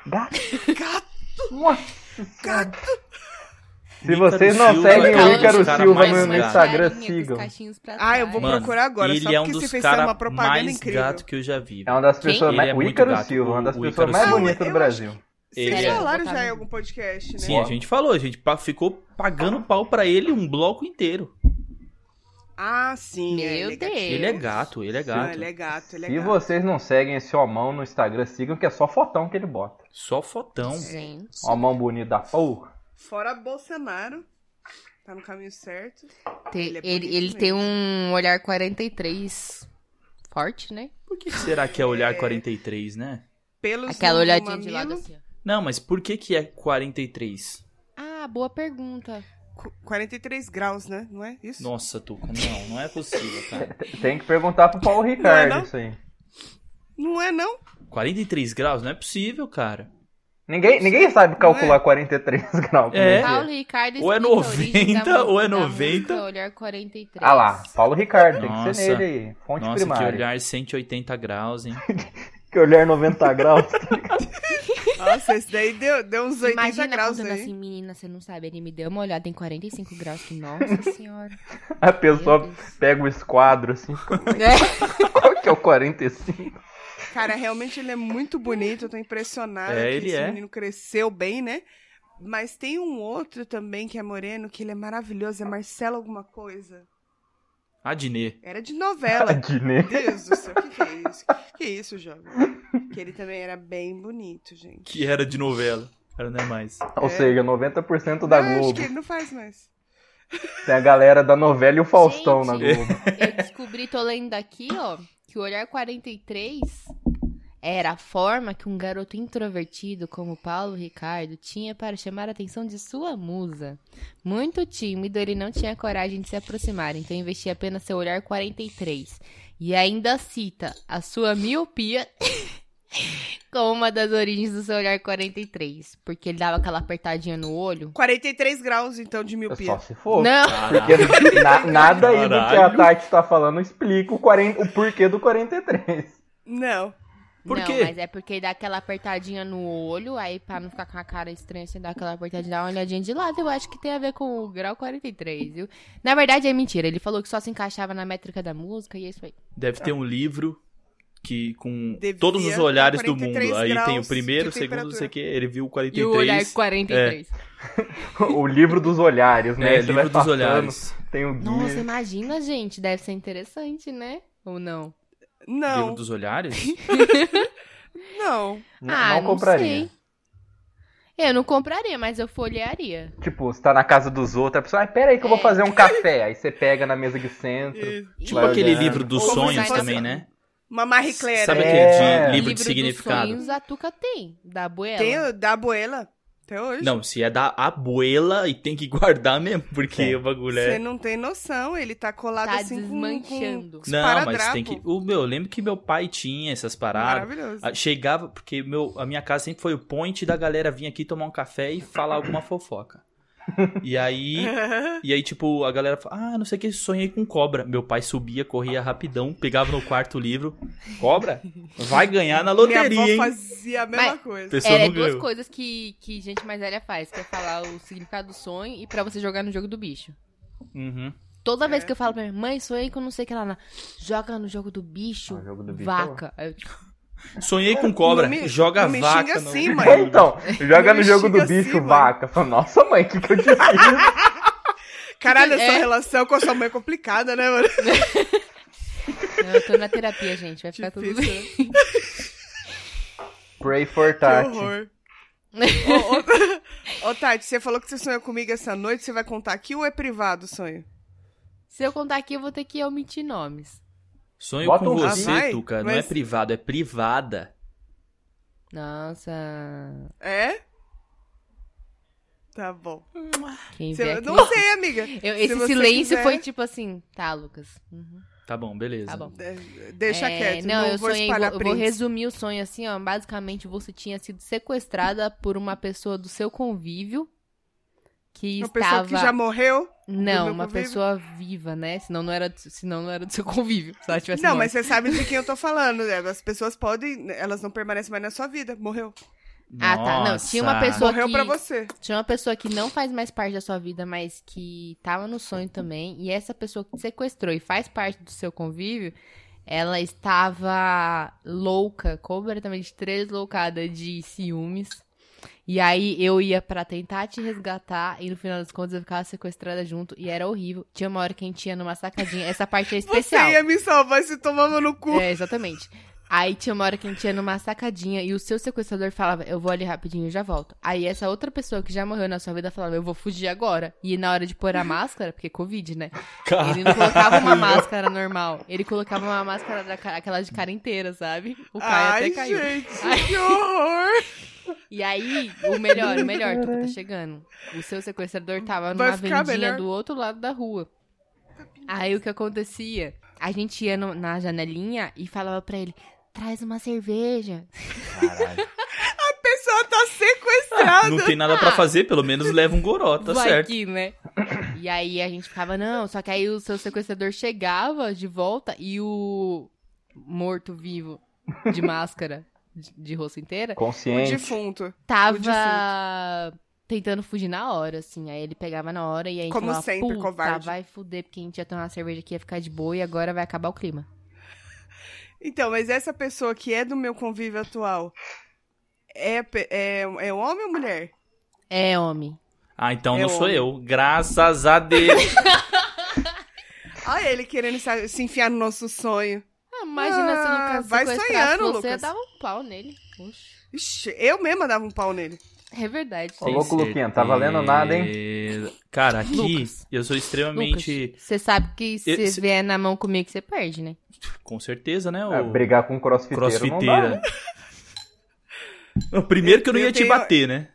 [SPEAKER 3] Gato!
[SPEAKER 1] Gato!
[SPEAKER 3] Nossa Senhora. Se
[SPEAKER 4] Ícaro
[SPEAKER 3] vocês não
[SPEAKER 4] Silva
[SPEAKER 3] seguem
[SPEAKER 4] é um
[SPEAKER 3] o
[SPEAKER 4] dos
[SPEAKER 3] Ícaro
[SPEAKER 4] cara
[SPEAKER 3] Silva
[SPEAKER 4] mais
[SPEAKER 3] no, no
[SPEAKER 4] gato.
[SPEAKER 2] Carinha
[SPEAKER 3] Instagram,
[SPEAKER 2] com os
[SPEAKER 3] sigam.
[SPEAKER 2] cachinhos pra
[SPEAKER 1] Ah, eu
[SPEAKER 2] trás.
[SPEAKER 1] vou
[SPEAKER 4] Mano,
[SPEAKER 1] procurar agora,
[SPEAKER 4] ele
[SPEAKER 1] só
[SPEAKER 4] é um
[SPEAKER 1] porque
[SPEAKER 4] dos
[SPEAKER 1] você fez
[SPEAKER 4] cara
[SPEAKER 1] uma propaganda
[SPEAKER 4] mais
[SPEAKER 1] incrível.
[SPEAKER 4] gato que eu já vi.
[SPEAKER 3] É uma das
[SPEAKER 2] Quem?
[SPEAKER 3] pessoas
[SPEAKER 4] Ele
[SPEAKER 3] mais.
[SPEAKER 4] é
[SPEAKER 3] o
[SPEAKER 4] muito
[SPEAKER 3] Ícaro
[SPEAKER 4] gato,
[SPEAKER 3] Silva, uma das
[SPEAKER 4] o
[SPEAKER 3] pessoas
[SPEAKER 4] Ícaro
[SPEAKER 3] mais
[SPEAKER 1] Silva.
[SPEAKER 3] bonitas
[SPEAKER 1] Eu
[SPEAKER 3] do
[SPEAKER 1] acho
[SPEAKER 3] Brasil.
[SPEAKER 1] Vocês
[SPEAKER 4] Ele é.
[SPEAKER 1] falaram já em
[SPEAKER 2] Botaram.
[SPEAKER 1] algum podcast, né?
[SPEAKER 4] Sim, a gente falou, a gente pa- ficou pagando pau pra ele um bloco inteiro.
[SPEAKER 1] Ah, sim. é,
[SPEAKER 2] Meu
[SPEAKER 1] ele é gatinho.
[SPEAKER 2] Deus.
[SPEAKER 4] Ele é gato, ele é
[SPEAKER 1] Ah,
[SPEAKER 4] gato.
[SPEAKER 1] ele é gato, ele é
[SPEAKER 3] Se
[SPEAKER 1] gato.
[SPEAKER 3] vocês não seguem esse homão no Instagram, sigam, que é só fotão que ele bota.
[SPEAKER 4] Só fotão.
[SPEAKER 2] Gente.
[SPEAKER 3] Ó, mão bonita da porra.
[SPEAKER 1] Fora Bolsonaro. Tá no caminho certo.
[SPEAKER 2] Tem-
[SPEAKER 1] Ele
[SPEAKER 2] ele
[SPEAKER 1] é bonito
[SPEAKER 2] ele
[SPEAKER 1] mesmo.
[SPEAKER 2] tem um olhar 43 forte, né?
[SPEAKER 4] Por que será que é olhar 43, né?
[SPEAKER 1] Pelos
[SPEAKER 2] Aquela
[SPEAKER 1] no
[SPEAKER 2] olhadinha de
[SPEAKER 1] mamilo,
[SPEAKER 2] lado assim, ó.
[SPEAKER 4] Não, mas por que que é 43?
[SPEAKER 2] Ah, boa pergunta.
[SPEAKER 1] qu- 43 graus, né? Não é isso?
[SPEAKER 4] Nossa, Tuca, não, não é possível, cara.
[SPEAKER 3] Tem que perguntar pro Paulo Ricardo
[SPEAKER 1] não?
[SPEAKER 3] isso aí.
[SPEAKER 1] Não é, não?
[SPEAKER 4] 43 graus? Não é possível, cara.
[SPEAKER 3] Ninguém,
[SPEAKER 2] é
[SPEAKER 3] ninguém sabe calcular 43 graus. né,
[SPEAKER 4] É.
[SPEAKER 2] Paulo Ricardo
[SPEAKER 4] Ou é
[SPEAKER 2] explica a origem da
[SPEAKER 4] 90,
[SPEAKER 2] mu-
[SPEAKER 4] ou é
[SPEAKER 2] da
[SPEAKER 4] 90.
[SPEAKER 2] música olhar 43.
[SPEAKER 3] Ah lá, Paulo Ricardo, tem que
[SPEAKER 4] Nossa.
[SPEAKER 3] ser nele aí. Fonte
[SPEAKER 4] Nossa,
[SPEAKER 3] primária.
[SPEAKER 4] que olhar 180 graus, hein?
[SPEAKER 3] Que olhar 90 graus.
[SPEAKER 1] Nossa, esse daí deu, deu uns 80
[SPEAKER 2] Imagina
[SPEAKER 1] graus
[SPEAKER 2] contando
[SPEAKER 1] aí.
[SPEAKER 2] assim, menina, você não sabe. Ele me deu uma olhada em 45 graus. Que, nossa senhora.
[SPEAKER 3] A
[SPEAKER 2] meu
[SPEAKER 3] pessoa
[SPEAKER 2] Deus.
[SPEAKER 3] pega o esquadro assim.
[SPEAKER 2] É.
[SPEAKER 3] Qual que é o 45?
[SPEAKER 1] Cara, realmente ele é muito bonito, eu tô impressionada
[SPEAKER 4] É,
[SPEAKER 1] que
[SPEAKER 4] ele
[SPEAKER 1] esse
[SPEAKER 4] é.
[SPEAKER 1] menino cresceu bem, né? Mas tem um outro também que é moreno, que ele é maravilhoso, é Marcelo alguma coisa.
[SPEAKER 4] Ah, Adnê.
[SPEAKER 1] Era de novela.
[SPEAKER 3] Adnê.
[SPEAKER 1] Deus do céu, o que, que é isso? Que, que é isso, jovem? Que ele também era bem bonito, gente.
[SPEAKER 4] Que é era de novela. Cara, não é mais.
[SPEAKER 3] Ou
[SPEAKER 1] É.
[SPEAKER 3] seja, 90% da
[SPEAKER 1] Não, acho
[SPEAKER 3] Globo.
[SPEAKER 1] que ele não faz mais.
[SPEAKER 3] Tem a galera da novela e o Faustão na
[SPEAKER 2] Gente.
[SPEAKER 3] Globo.
[SPEAKER 2] Eu descobri, tô lendo aqui, ó, que o olhar 43 era a forma que um garoto introvertido como Paulo Ricardo tinha para chamar a atenção de sua musa. Muito tímido, ele não tinha coragem de se aproximar, então investia apenas seu olhar 43. E ainda cita a sua miopia como uma das origens do seu olhar 43, porque ele dava aquela apertadinha no olho.
[SPEAKER 1] 43 graus, então, de
[SPEAKER 3] É Só
[SPEAKER 1] miopia.
[SPEAKER 3] se for.
[SPEAKER 2] Não!
[SPEAKER 4] Caraca.
[SPEAKER 3] Porque na- nada aí do que a
[SPEAKER 4] Caralho.
[SPEAKER 3] Tati tá falando explica o, 40, o porquê do 43.
[SPEAKER 1] Não.
[SPEAKER 4] Por
[SPEAKER 2] não,
[SPEAKER 4] quê?
[SPEAKER 2] mas é porque dá aquela apertadinha no olho, aí pra não ficar com a cara estranha, você dá aquela apertadinha, dá uma olhadinha de lado. Eu acho que tem a ver com o grau 43, viu? Na verdade é mentira, ele falou que só se encaixava na métrica da música e é isso aí.
[SPEAKER 4] Deve ter um livro que com
[SPEAKER 1] Devia
[SPEAKER 4] todos os
[SPEAKER 1] ter
[SPEAKER 4] olhares do mundo.
[SPEAKER 1] 43
[SPEAKER 4] Aí tem o
[SPEAKER 1] graus
[SPEAKER 4] primeiro, o
[SPEAKER 1] de
[SPEAKER 4] segundo, não sei
[SPEAKER 1] temperatura.
[SPEAKER 4] o que. Ele viu o
[SPEAKER 2] E o olhar é
[SPEAKER 4] 43.
[SPEAKER 2] 43.
[SPEAKER 3] O livro dos olhares, né?
[SPEAKER 4] É,
[SPEAKER 3] Você vai
[SPEAKER 4] livro dos
[SPEAKER 3] passando,
[SPEAKER 4] olhares.
[SPEAKER 3] Tem o guia.
[SPEAKER 2] Nossa, imagina, gente, deve ser interessante, né? Ou não?
[SPEAKER 1] Não.
[SPEAKER 4] Livro dos olhares?
[SPEAKER 1] Não.
[SPEAKER 3] N-
[SPEAKER 2] ah,
[SPEAKER 3] não compraria.
[SPEAKER 2] sei. Eu não compraria, mas eu folhearia.
[SPEAKER 3] Tipo, você tá na casa dos outros, a pessoa, ah, pera aí que eu vou
[SPEAKER 2] É.
[SPEAKER 3] fazer um café. Aí você pega na mesa de centro.
[SPEAKER 4] tipo
[SPEAKER 3] Vai
[SPEAKER 4] aquele
[SPEAKER 3] olhando.
[SPEAKER 4] livro dos
[SPEAKER 1] Ou
[SPEAKER 4] sonhos
[SPEAKER 1] vai na-
[SPEAKER 4] também, né?
[SPEAKER 1] Uma Marie Claire.
[SPEAKER 4] Sabe
[SPEAKER 1] aí.
[SPEAKER 4] aquele de
[SPEAKER 3] É.
[SPEAKER 4] livro de
[SPEAKER 2] dos
[SPEAKER 4] significado?
[SPEAKER 2] sonhos, a Tuca tem, da Abuela.
[SPEAKER 1] Tem o da Abuela. Até hoje.
[SPEAKER 4] Não, se é da abuela e tem que guardar mesmo, porque
[SPEAKER 3] Tem.
[SPEAKER 4] o bagulho
[SPEAKER 1] Você
[SPEAKER 4] é.
[SPEAKER 1] não tem noção, ele tá colado
[SPEAKER 2] Tá
[SPEAKER 1] assim com,
[SPEAKER 2] desmanchando.
[SPEAKER 1] com
[SPEAKER 4] Não, mas
[SPEAKER 1] esparadrapo.
[SPEAKER 4] tem que. O meu, eu lembro que meu pai tinha essas paradas.
[SPEAKER 1] Maravilhoso.
[SPEAKER 4] Ah, Chegava, porque meu, a minha casa sempre foi o point da galera vir aqui tomar um café e falar alguma fofoca. E aí, E aí, tipo, a galera fala, ah, não sei o que, sonhei com cobra. Meu pai subia, corria rapidão, pegava no quarto o livro. Cobra? Vai ganhar na
[SPEAKER 1] Minha
[SPEAKER 4] loteria,
[SPEAKER 1] avó
[SPEAKER 4] hein?
[SPEAKER 1] fazia a mesma
[SPEAKER 2] Mas-
[SPEAKER 1] coisa.
[SPEAKER 4] Pessoa
[SPEAKER 2] É,
[SPEAKER 4] não
[SPEAKER 2] duas
[SPEAKER 4] ganhou.
[SPEAKER 2] coisas que, que gente mais velha faz, que é falar o significado do sonho e pra você jogar no jogo do bicho.
[SPEAKER 4] Uhum.
[SPEAKER 2] Toda vez
[SPEAKER 1] É.
[SPEAKER 2] que eu falo pra minha mãe, sonhei com não sei o que lá, na- joga no jogo do bicho,
[SPEAKER 3] Ah, jogo do bicho,
[SPEAKER 1] é
[SPEAKER 2] vaca. Aí eu, tipo,
[SPEAKER 4] Sonhei com cobra,
[SPEAKER 1] Não me-
[SPEAKER 4] joga
[SPEAKER 1] não me
[SPEAKER 4] vaca.
[SPEAKER 1] xinga
[SPEAKER 4] no-
[SPEAKER 1] assim, mãe.
[SPEAKER 3] É, então, joga no
[SPEAKER 1] Me
[SPEAKER 3] jogo do
[SPEAKER 1] xinga
[SPEAKER 3] bicho,
[SPEAKER 1] assim, mãe.
[SPEAKER 3] vaca. Fala, Nossa, mãe, o que, que eu te fiz?
[SPEAKER 1] Caralho, essa
[SPEAKER 2] É.
[SPEAKER 1] relação com a sua mãe é complicada, né, mano?
[SPEAKER 2] não, eu tô na terapia, gente, vai ficar Tá tudo bem.
[SPEAKER 1] Difícil. né?
[SPEAKER 3] Pray for
[SPEAKER 1] Que
[SPEAKER 3] Tati.
[SPEAKER 1] horror. ô, ô- ô, Tati, você falou que você sonhou comigo essa noite, você vai contar aqui ou é privado o sonho?
[SPEAKER 2] Se eu contar aqui, eu vou ter que omitir nomes.
[SPEAKER 4] Sonho
[SPEAKER 3] Bota
[SPEAKER 4] com
[SPEAKER 3] um- Ah,
[SPEAKER 4] você,
[SPEAKER 1] vai?
[SPEAKER 4] Tuca, não
[SPEAKER 1] Mas-
[SPEAKER 4] é privado, é privada.
[SPEAKER 2] Nossa,
[SPEAKER 1] É? Tá bom.
[SPEAKER 2] quem
[SPEAKER 1] Você-
[SPEAKER 2] vê
[SPEAKER 1] eu
[SPEAKER 2] aqui...
[SPEAKER 1] não sei, amiga.
[SPEAKER 2] Eu-
[SPEAKER 1] Se
[SPEAKER 2] esse
[SPEAKER 1] você
[SPEAKER 2] silêncio
[SPEAKER 1] quiser-
[SPEAKER 2] foi tipo assim, tá, Lucas, uhum,
[SPEAKER 4] Tá bom, beleza.
[SPEAKER 2] tá bom.
[SPEAKER 1] De- Deixa
[SPEAKER 2] É,
[SPEAKER 1] quieto.
[SPEAKER 2] Não,
[SPEAKER 1] Não,
[SPEAKER 2] eu
[SPEAKER 1] vou
[SPEAKER 2] sonhei.
[SPEAKER 1] espalhar
[SPEAKER 2] vou, vou
[SPEAKER 1] prints.
[SPEAKER 2] resumir o sonho assim, ó. Basicamente, você tinha sido sequestrada por uma pessoa do seu convívio que
[SPEAKER 1] Uma
[SPEAKER 2] estava.
[SPEAKER 1] pessoa que já morreu.
[SPEAKER 2] Não,
[SPEAKER 1] meu
[SPEAKER 2] uma
[SPEAKER 1] convívio?
[SPEAKER 2] pessoa viva, né? Senão não era, senão não era do seu convívio. Se ela tivesse
[SPEAKER 1] Não, mas
[SPEAKER 2] morto.
[SPEAKER 1] você sabe de quem eu tô falando. né? As pessoas podem. Elas não permanecem mais na sua vida. Morreu.
[SPEAKER 2] Ah, tá, não, tinha uma pessoa- Só
[SPEAKER 1] morreu
[SPEAKER 2] que-
[SPEAKER 1] pra você.
[SPEAKER 2] Tinha uma pessoa que não faz mais parte da sua vida, mas que tava no sonho também. E essa pessoa que te sequestrou e faz parte do seu convívio, ela estava louca, completamente tresloucada de ciúmes. E aí eu ia pra tentar te resgatar e no final das contas eu ficava sequestrada junto e era horrível. Tinha uma hora que a gente ia numa sacadinha. Essa parte é
[SPEAKER 1] Você
[SPEAKER 2] especial.
[SPEAKER 1] ia me salvar se tomava no cu.
[SPEAKER 2] É, exatamente. Aí tinha uma hora que a gente ia numa sacadinha e o seu sequestrador falava, eu vou ali rapidinho e já volto. Aí essa outra pessoa que já morreu na sua vida falava, eu vou fugir agora. E na hora de pôr a máscara, porque é Covid, né? Ele não colocava uma máscara normal. Ele colocava uma máscara da cara, aquela de cara inteira, sabe? O Caio
[SPEAKER 1] Ai,
[SPEAKER 2] até caiu.
[SPEAKER 1] gente,
[SPEAKER 2] Ai.
[SPEAKER 1] que horror!
[SPEAKER 2] E aí, o melhor, o melhor, Tuca, tá chegando. O seu sequestrador tava
[SPEAKER 1] Vai
[SPEAKER 2] numa
[SPEAKER 1] ficar
[SPEAKER 2] vendinha
[SPEAKER 1] melhor.
[SPEAKER 2] do outro lado da rua. Aí o que acontecia? A gente ia no- na janelinha e falava pra ele, traz uma cerveja.
[SPEAKER 3] Caralho.
[SPEAKER 1] A pessoa tá sequestrada.
[SPEAKER 4] Não tem nada pra fazer, pelo menos leva um goró, tá
[SPEAKER 2] Vai
[SPEAKER 4] certo.
[SPEAKER 2] que, né? E aí a gente ficava, não, só que aí o seu sequestrador chegava de volta e o morto-vivo de máscara, de, de rosto inteira,
[SPEAKER 1] O
[SPEAKER 3] Consciente.
[SPEAKER 1] Tipo, defunto. O
[SPEAKER 2] tava tentando fugir na hora, assim. Aí ele pegava na hora e aí a gente
[SPEAKER 1] Como
[SPEAKER 2] falava,
[SPEAKER 1] sempre,
[SPEAKER 2] "Puta,
[SPEAKER 1] covarde."
[SPEAKER 2] vai fuder, porque a gente ia tomar uma cerveja que ia ficar de boa e agora vai acabar o clima.
[SPEAKER 1] Então, mas essa pessoa que é do meu convívio atual é, pe- é, é homem ou mulher?
[SPEAKER 2] É, homem.
[SPEAKER 4] Ah, então
[SPEAKER 1] É
[SPEAKER 4] não sou
[SPEAKER 1] homem.
[SPEAKER 4] eu. Graças a Deus.
[SPEAKER 1] Olha ele querendo sa- se enfiar no nosso sonho.
[SPEAKER 2] Ah, imagina se
[SPEAKER 1] Ah,
[SPEAKER 2] no caso
[SPEAKER 1] vai
[SPEAKER 2] sequestrasse
[SPEAKER 1] sonhando,
[SPEAKER 2] você,
[SPEAKER 1] Lucas.
[SPEAKER 2] dava um pau nele. Oxe.
[SPEAKER 1] Ixi, eu mesma dava um pau nele.
[SPEAKER 2] É verdade.
[SPEAKER 3] Ô, louco, Luquinha, tá valendo nada, hein?
[SPEAKER 4] Certeza. Cara, aqui
[SPEAKER 2] Lucas.
[SPEAKER 4] eu sou extremamente.
[SPEAKER 2] Lucas, você sabe que se
[SPEAKER 4] Eu-
[SPEAKER 2] você vier na mão comigo, você perde, né?
[SPEAKER 4] Com certeza, né?
[SPEAKER 3] É,
[SPEAKER 4] ô-
[SPEAKER 3] brigar com um crossfiteiro, não dá, né?
[SPEAKER 4] Crossfiteira. Não, primeiro que eu não
[SPEAKER 1] Eu
[SPEAKER 4] ia te
[SPEAKER 1] tenho-
[SPEAKER 4] bater, né?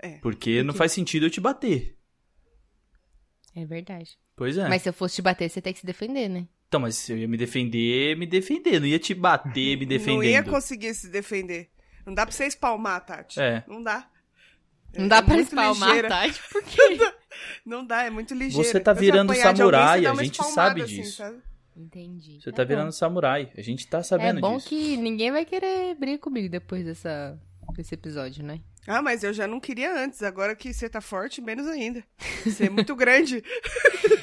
[SPEAKER 1] É.
[SPEAKER 4] Porque não faz sentido eu te bater.
[SPEAKER 2] É verdade.
[SPEAKER 4] Pois é.
[SPEAKER 2] Mas se eu fosse te bater, você tem que se defender, né?
[SPEAKER 4] Então, mas se eu ia me defender, me defender. Não ia te bater, me
[SPEAKER 1] Não ia
[SPEAKER 4] defendendo.
[SPEAKER 1] conseguir se defender. Não dá pra você espalmar, Tati.
[SPEAKER 4] É.
[SPEAKER 1] Não dá.
[SPEAKER 2] Não dá
[SPEAKER 1] é
[SPEAKER 2] pra
[SPEAKER 1] muito
[SPEAKER 2] espalmar,
[SPEAKER 1] ligeira.
[SPEAKER 2] tá? Tipo, Porque...
[SPEAKER 1] Não dá, é muito ligeiro.
[SPEAKER 4] Você tá
[SPEAKER 1] Eu, se
[SPEAKER 4] virando
[SPEAKER 1] apanhar de alguém,
[SPEAKER 4] samurai,
[SPEAKER 1] você dá
[SPEAKER 4] a
[SPEAKER 1] uma
[SPEAKER 4] gente
[SPEAKER 1] espalmada,
[SPEAKER 4] sabe
[SPEAKER 1] assim,
[SPEAKER 4] disso.
[SPEAKER 1] sabe?
[SPEAKER 2] Entendi.
[SPEAKER 4] Você
[SPEAKER 2] Tá
[SPEAKER 1] então.
[SPEAKER 4] tá
[SPEAKER 2] bom.
[SPEAKER 4] virando samurai. A gente tá sabendo
[SPEAKER 2] É bom
[SPEAKER 4] disso.
[SPEAKER 2] que ninguém vai querer briga comigo depois dessa, desse episódio, né?
[SPEAKER 1] Ah, mas eu já não queria antes. Agora que você tá forte, menos ainda. Você é muito grande.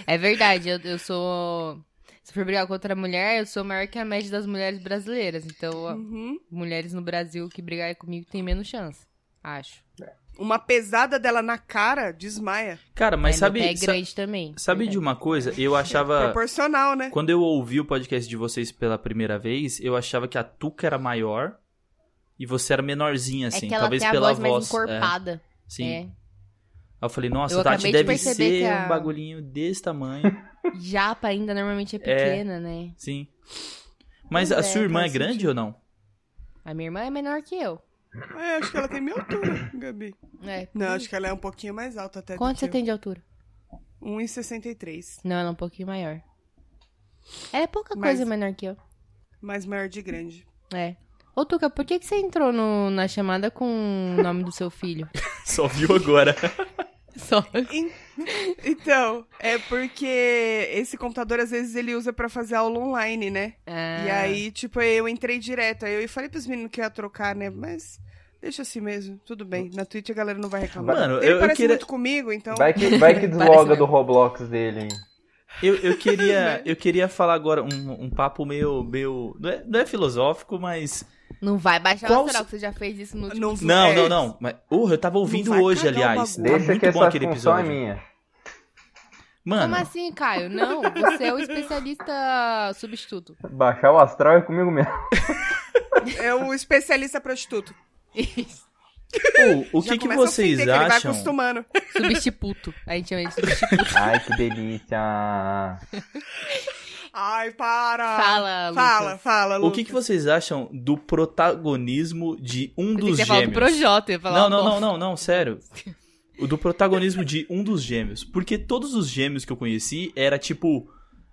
[SPEAKER 2] É verdade, eu, eu sou... Se for brigar com outra mulher, eu sou maior que a média das mulheres brasileiras. Então, ó,
[SPEAKER 1] Uhum.
[SPEAKER 2] mulheres no Brasil que brigarem comigo tem menos chance, acho.
[SPEAKER 1] Uma pesada dela na cara desmaia.
[SPEAKER 4] Cara, mas
[SPEAKER 2] é,
[SPEAKER 4] sabe.
[SPEAKER 2] Meu pé é
[SPEAKER 4] sa-
[SPEAKER 2] grande também.
[SPEAKER 4] Sabe de um,
[SPEAKER 2] verdade.
[SPEAKER 4] uma coisa? Eu achava.
[SPEAKER 1] Proporcional, né?
[SPEAKER 4] Quando eu ouvi o podcast de vocês pela primeira vez, eu achava que a Tuca era maior e você era menorzinha, assim.
[SPEAKER 2] É que ela
[SPEAKER 4] Talvez
[SPEAKER 2] tem a
[SPEAKER 4] pela
[SPEAKER 2] voz mais
[SPEAKER 4] é.
[SPEAKER 2] encorpada.
[SPEAKER 4] sim.
[SPEAKER 2] É.
[SPEAKER 4] Aí eu falei, nossa,
[SPEAKER 2] Eu
[SPEAKER 4] Tati
[SPEAKER 2] acabei de
[SPEAKER 4] deve
[SPEAKER 2] perceber
[SPEAKER 4] ser
[SPEAKER 2] que a-
[SPEAKER 4] um bagulhinho desse tamanho.
[SPEAKER 2] Japa ainda normalmente é pequena, né?
[SPEAKER 4] Sim. Mas
[SPEAKER 2] Pois
[SPEAKER 4] a
[SPEAKER 2] é,
[SPEAKER 4] sua irmã é
[SPEAKER 2] faz
[SPEAKER 4] grande
[SPEAKER 2] sentido.
[SPEAKER 4] ou não?
[SPEAKER 2] A minha irmã é menor que eu.
[SPEAKER 1] É, acho que ela tem minha altura, Gabi.
[SPEAKER 2] É.
[SPEAKER 1] Não, acho que ela é um pouquinho mais alta até. do
[SPEAKER 2] Quanto
[SPEAKER 1] que
[SPEAKER 2] você
[SPEAKER 1] eu.
[SPEAKER 2] tem de altura?
[SPEAKER 1] 1,63.
[SPEAKER 2] Não, ela é um pouquinho maior. Ela é pouca
[SPEAKER 1] Mas-
[SPEAKER 2] coisa menor que eu.
[SPEAKER 1] Mas maior de grande.
[SPEAKER 2] É. Ô, Tuca, por que, que você entrou no- na chamada com o nome do seu filho?
[SPEAKER 4] Só viu agora.
[SPEAKER 2] Só.
[SPEAKER 1] En- Então, é porque esse computador às vezes ele usa pra fazer aula online, né?
[SPEAKER 4] É.
[SPEAKER 2] Ah,
[SPEAKER 1] E aí, tipo, eu entrei direto. Aí eu falei pros meninos que ia trocar, né? Mas deixa assim mesmo, tudo bem. Na Twitch a galera não vai reclamar.
[SPEAKER 4] Mano,
[SPEAKER 1] Ele
[SPEAKER 4] eu- eu
[SPEAKER 1] parece
[SPEAKER 4] queria-
[SPEAKER 1] muito comigo, então.
[SPEAKER 3] Vai que, vai que desloga
[SPEAKER 2] mesmo.
[SPEAKER 3] do Roblox dele, hein?
[SPEAKER 4] Tá Eu, eu
[SPEAKER 1] Né?
[SPEAKER 4] queria, eu queria falar agora um, um papo meio. meio não, é, não é filosófico, mas.
[SPEAKER 2] Não vai baixar
[SPEAKER 4] Qual
[SPEAKER 2] o astral,
[SPEAKER 4] se-
[SPEAKER 2] que você já fez isso no último.
[SPEAKER 1] Não,
[SPEAKER 4] Não,
[SPEAKER 1] é,
[SPEAKER 4] não, não. Mas, Urra, eu tava ouvindo
[SPEAKER 1] vai
[SPEAKER 4] hoje,
[SPEAKER 1] cagar o
[SPEAKER 4] aliás. Tá
[SPEAKER 1] bagulho.
[SPEAKER 3] Deixa
[SPEAKER 4] muito
[SPEAKER 3] que
[SPEAKER 4] bom
[SPEAKER 3] essa
[SPEAKER 4] aquele
[SPEAKER 3] função é
[SPEAKER 4] episódio.
[SPEAKER 3] minha.
[SPEAKER 4] Mano,
[SPEAKER 2] Como
[SPEAKER 4] uh,
[SPEAKER 2] assim, Caio? Não, você é o especialista substituto.
[SPEAKER 3] Baixar o astral é comigo mesmo.
[SPEAKER 1] É um especialista prostituto.
[SPEAKER 4] pô, o
[SPEAKER 1] assim? Já
[SPEAKER 4] que, que
[SPEAKER 1] começa a
[SPEAKER 4] vocês
[SPEAKER 1] ofender, que Ele vai
[SPEAKER 4] acham?
[SPEAKER 1] acostumando.
[SPEAKER 2] Substituto. A gente chama de substituto.
[SPEAKER 3] Ai, que delícia.
[SPEAKER 1] Ai, para.
[SPEAKER 2] Fala, Lucas.
[SPEAKER 1] Fala, fala,
[SPEAKER 4] O
[SPEAKER 1] Lucas.
[SPEAKER 4] que, que vocês acham do protagonismo de um
[SPEAKER 2] Pensei que
[SPEAKER 4] dos
[SPEAKER 2] Você fala do
[SPEAKER 4] gêmeos?
[SPEAKER 2] Projota, eu ia falar
[SPEAKER 4] Não,
[SPEAKER 2] uma
[SPEAKER 4] não, não,
[SPEAKER 2] bosta.
[SPEAKER 4] não, não, sério. O do protagonismo de um dos gêmeos. Porque todos os gêmeos que eu conheci era tipo.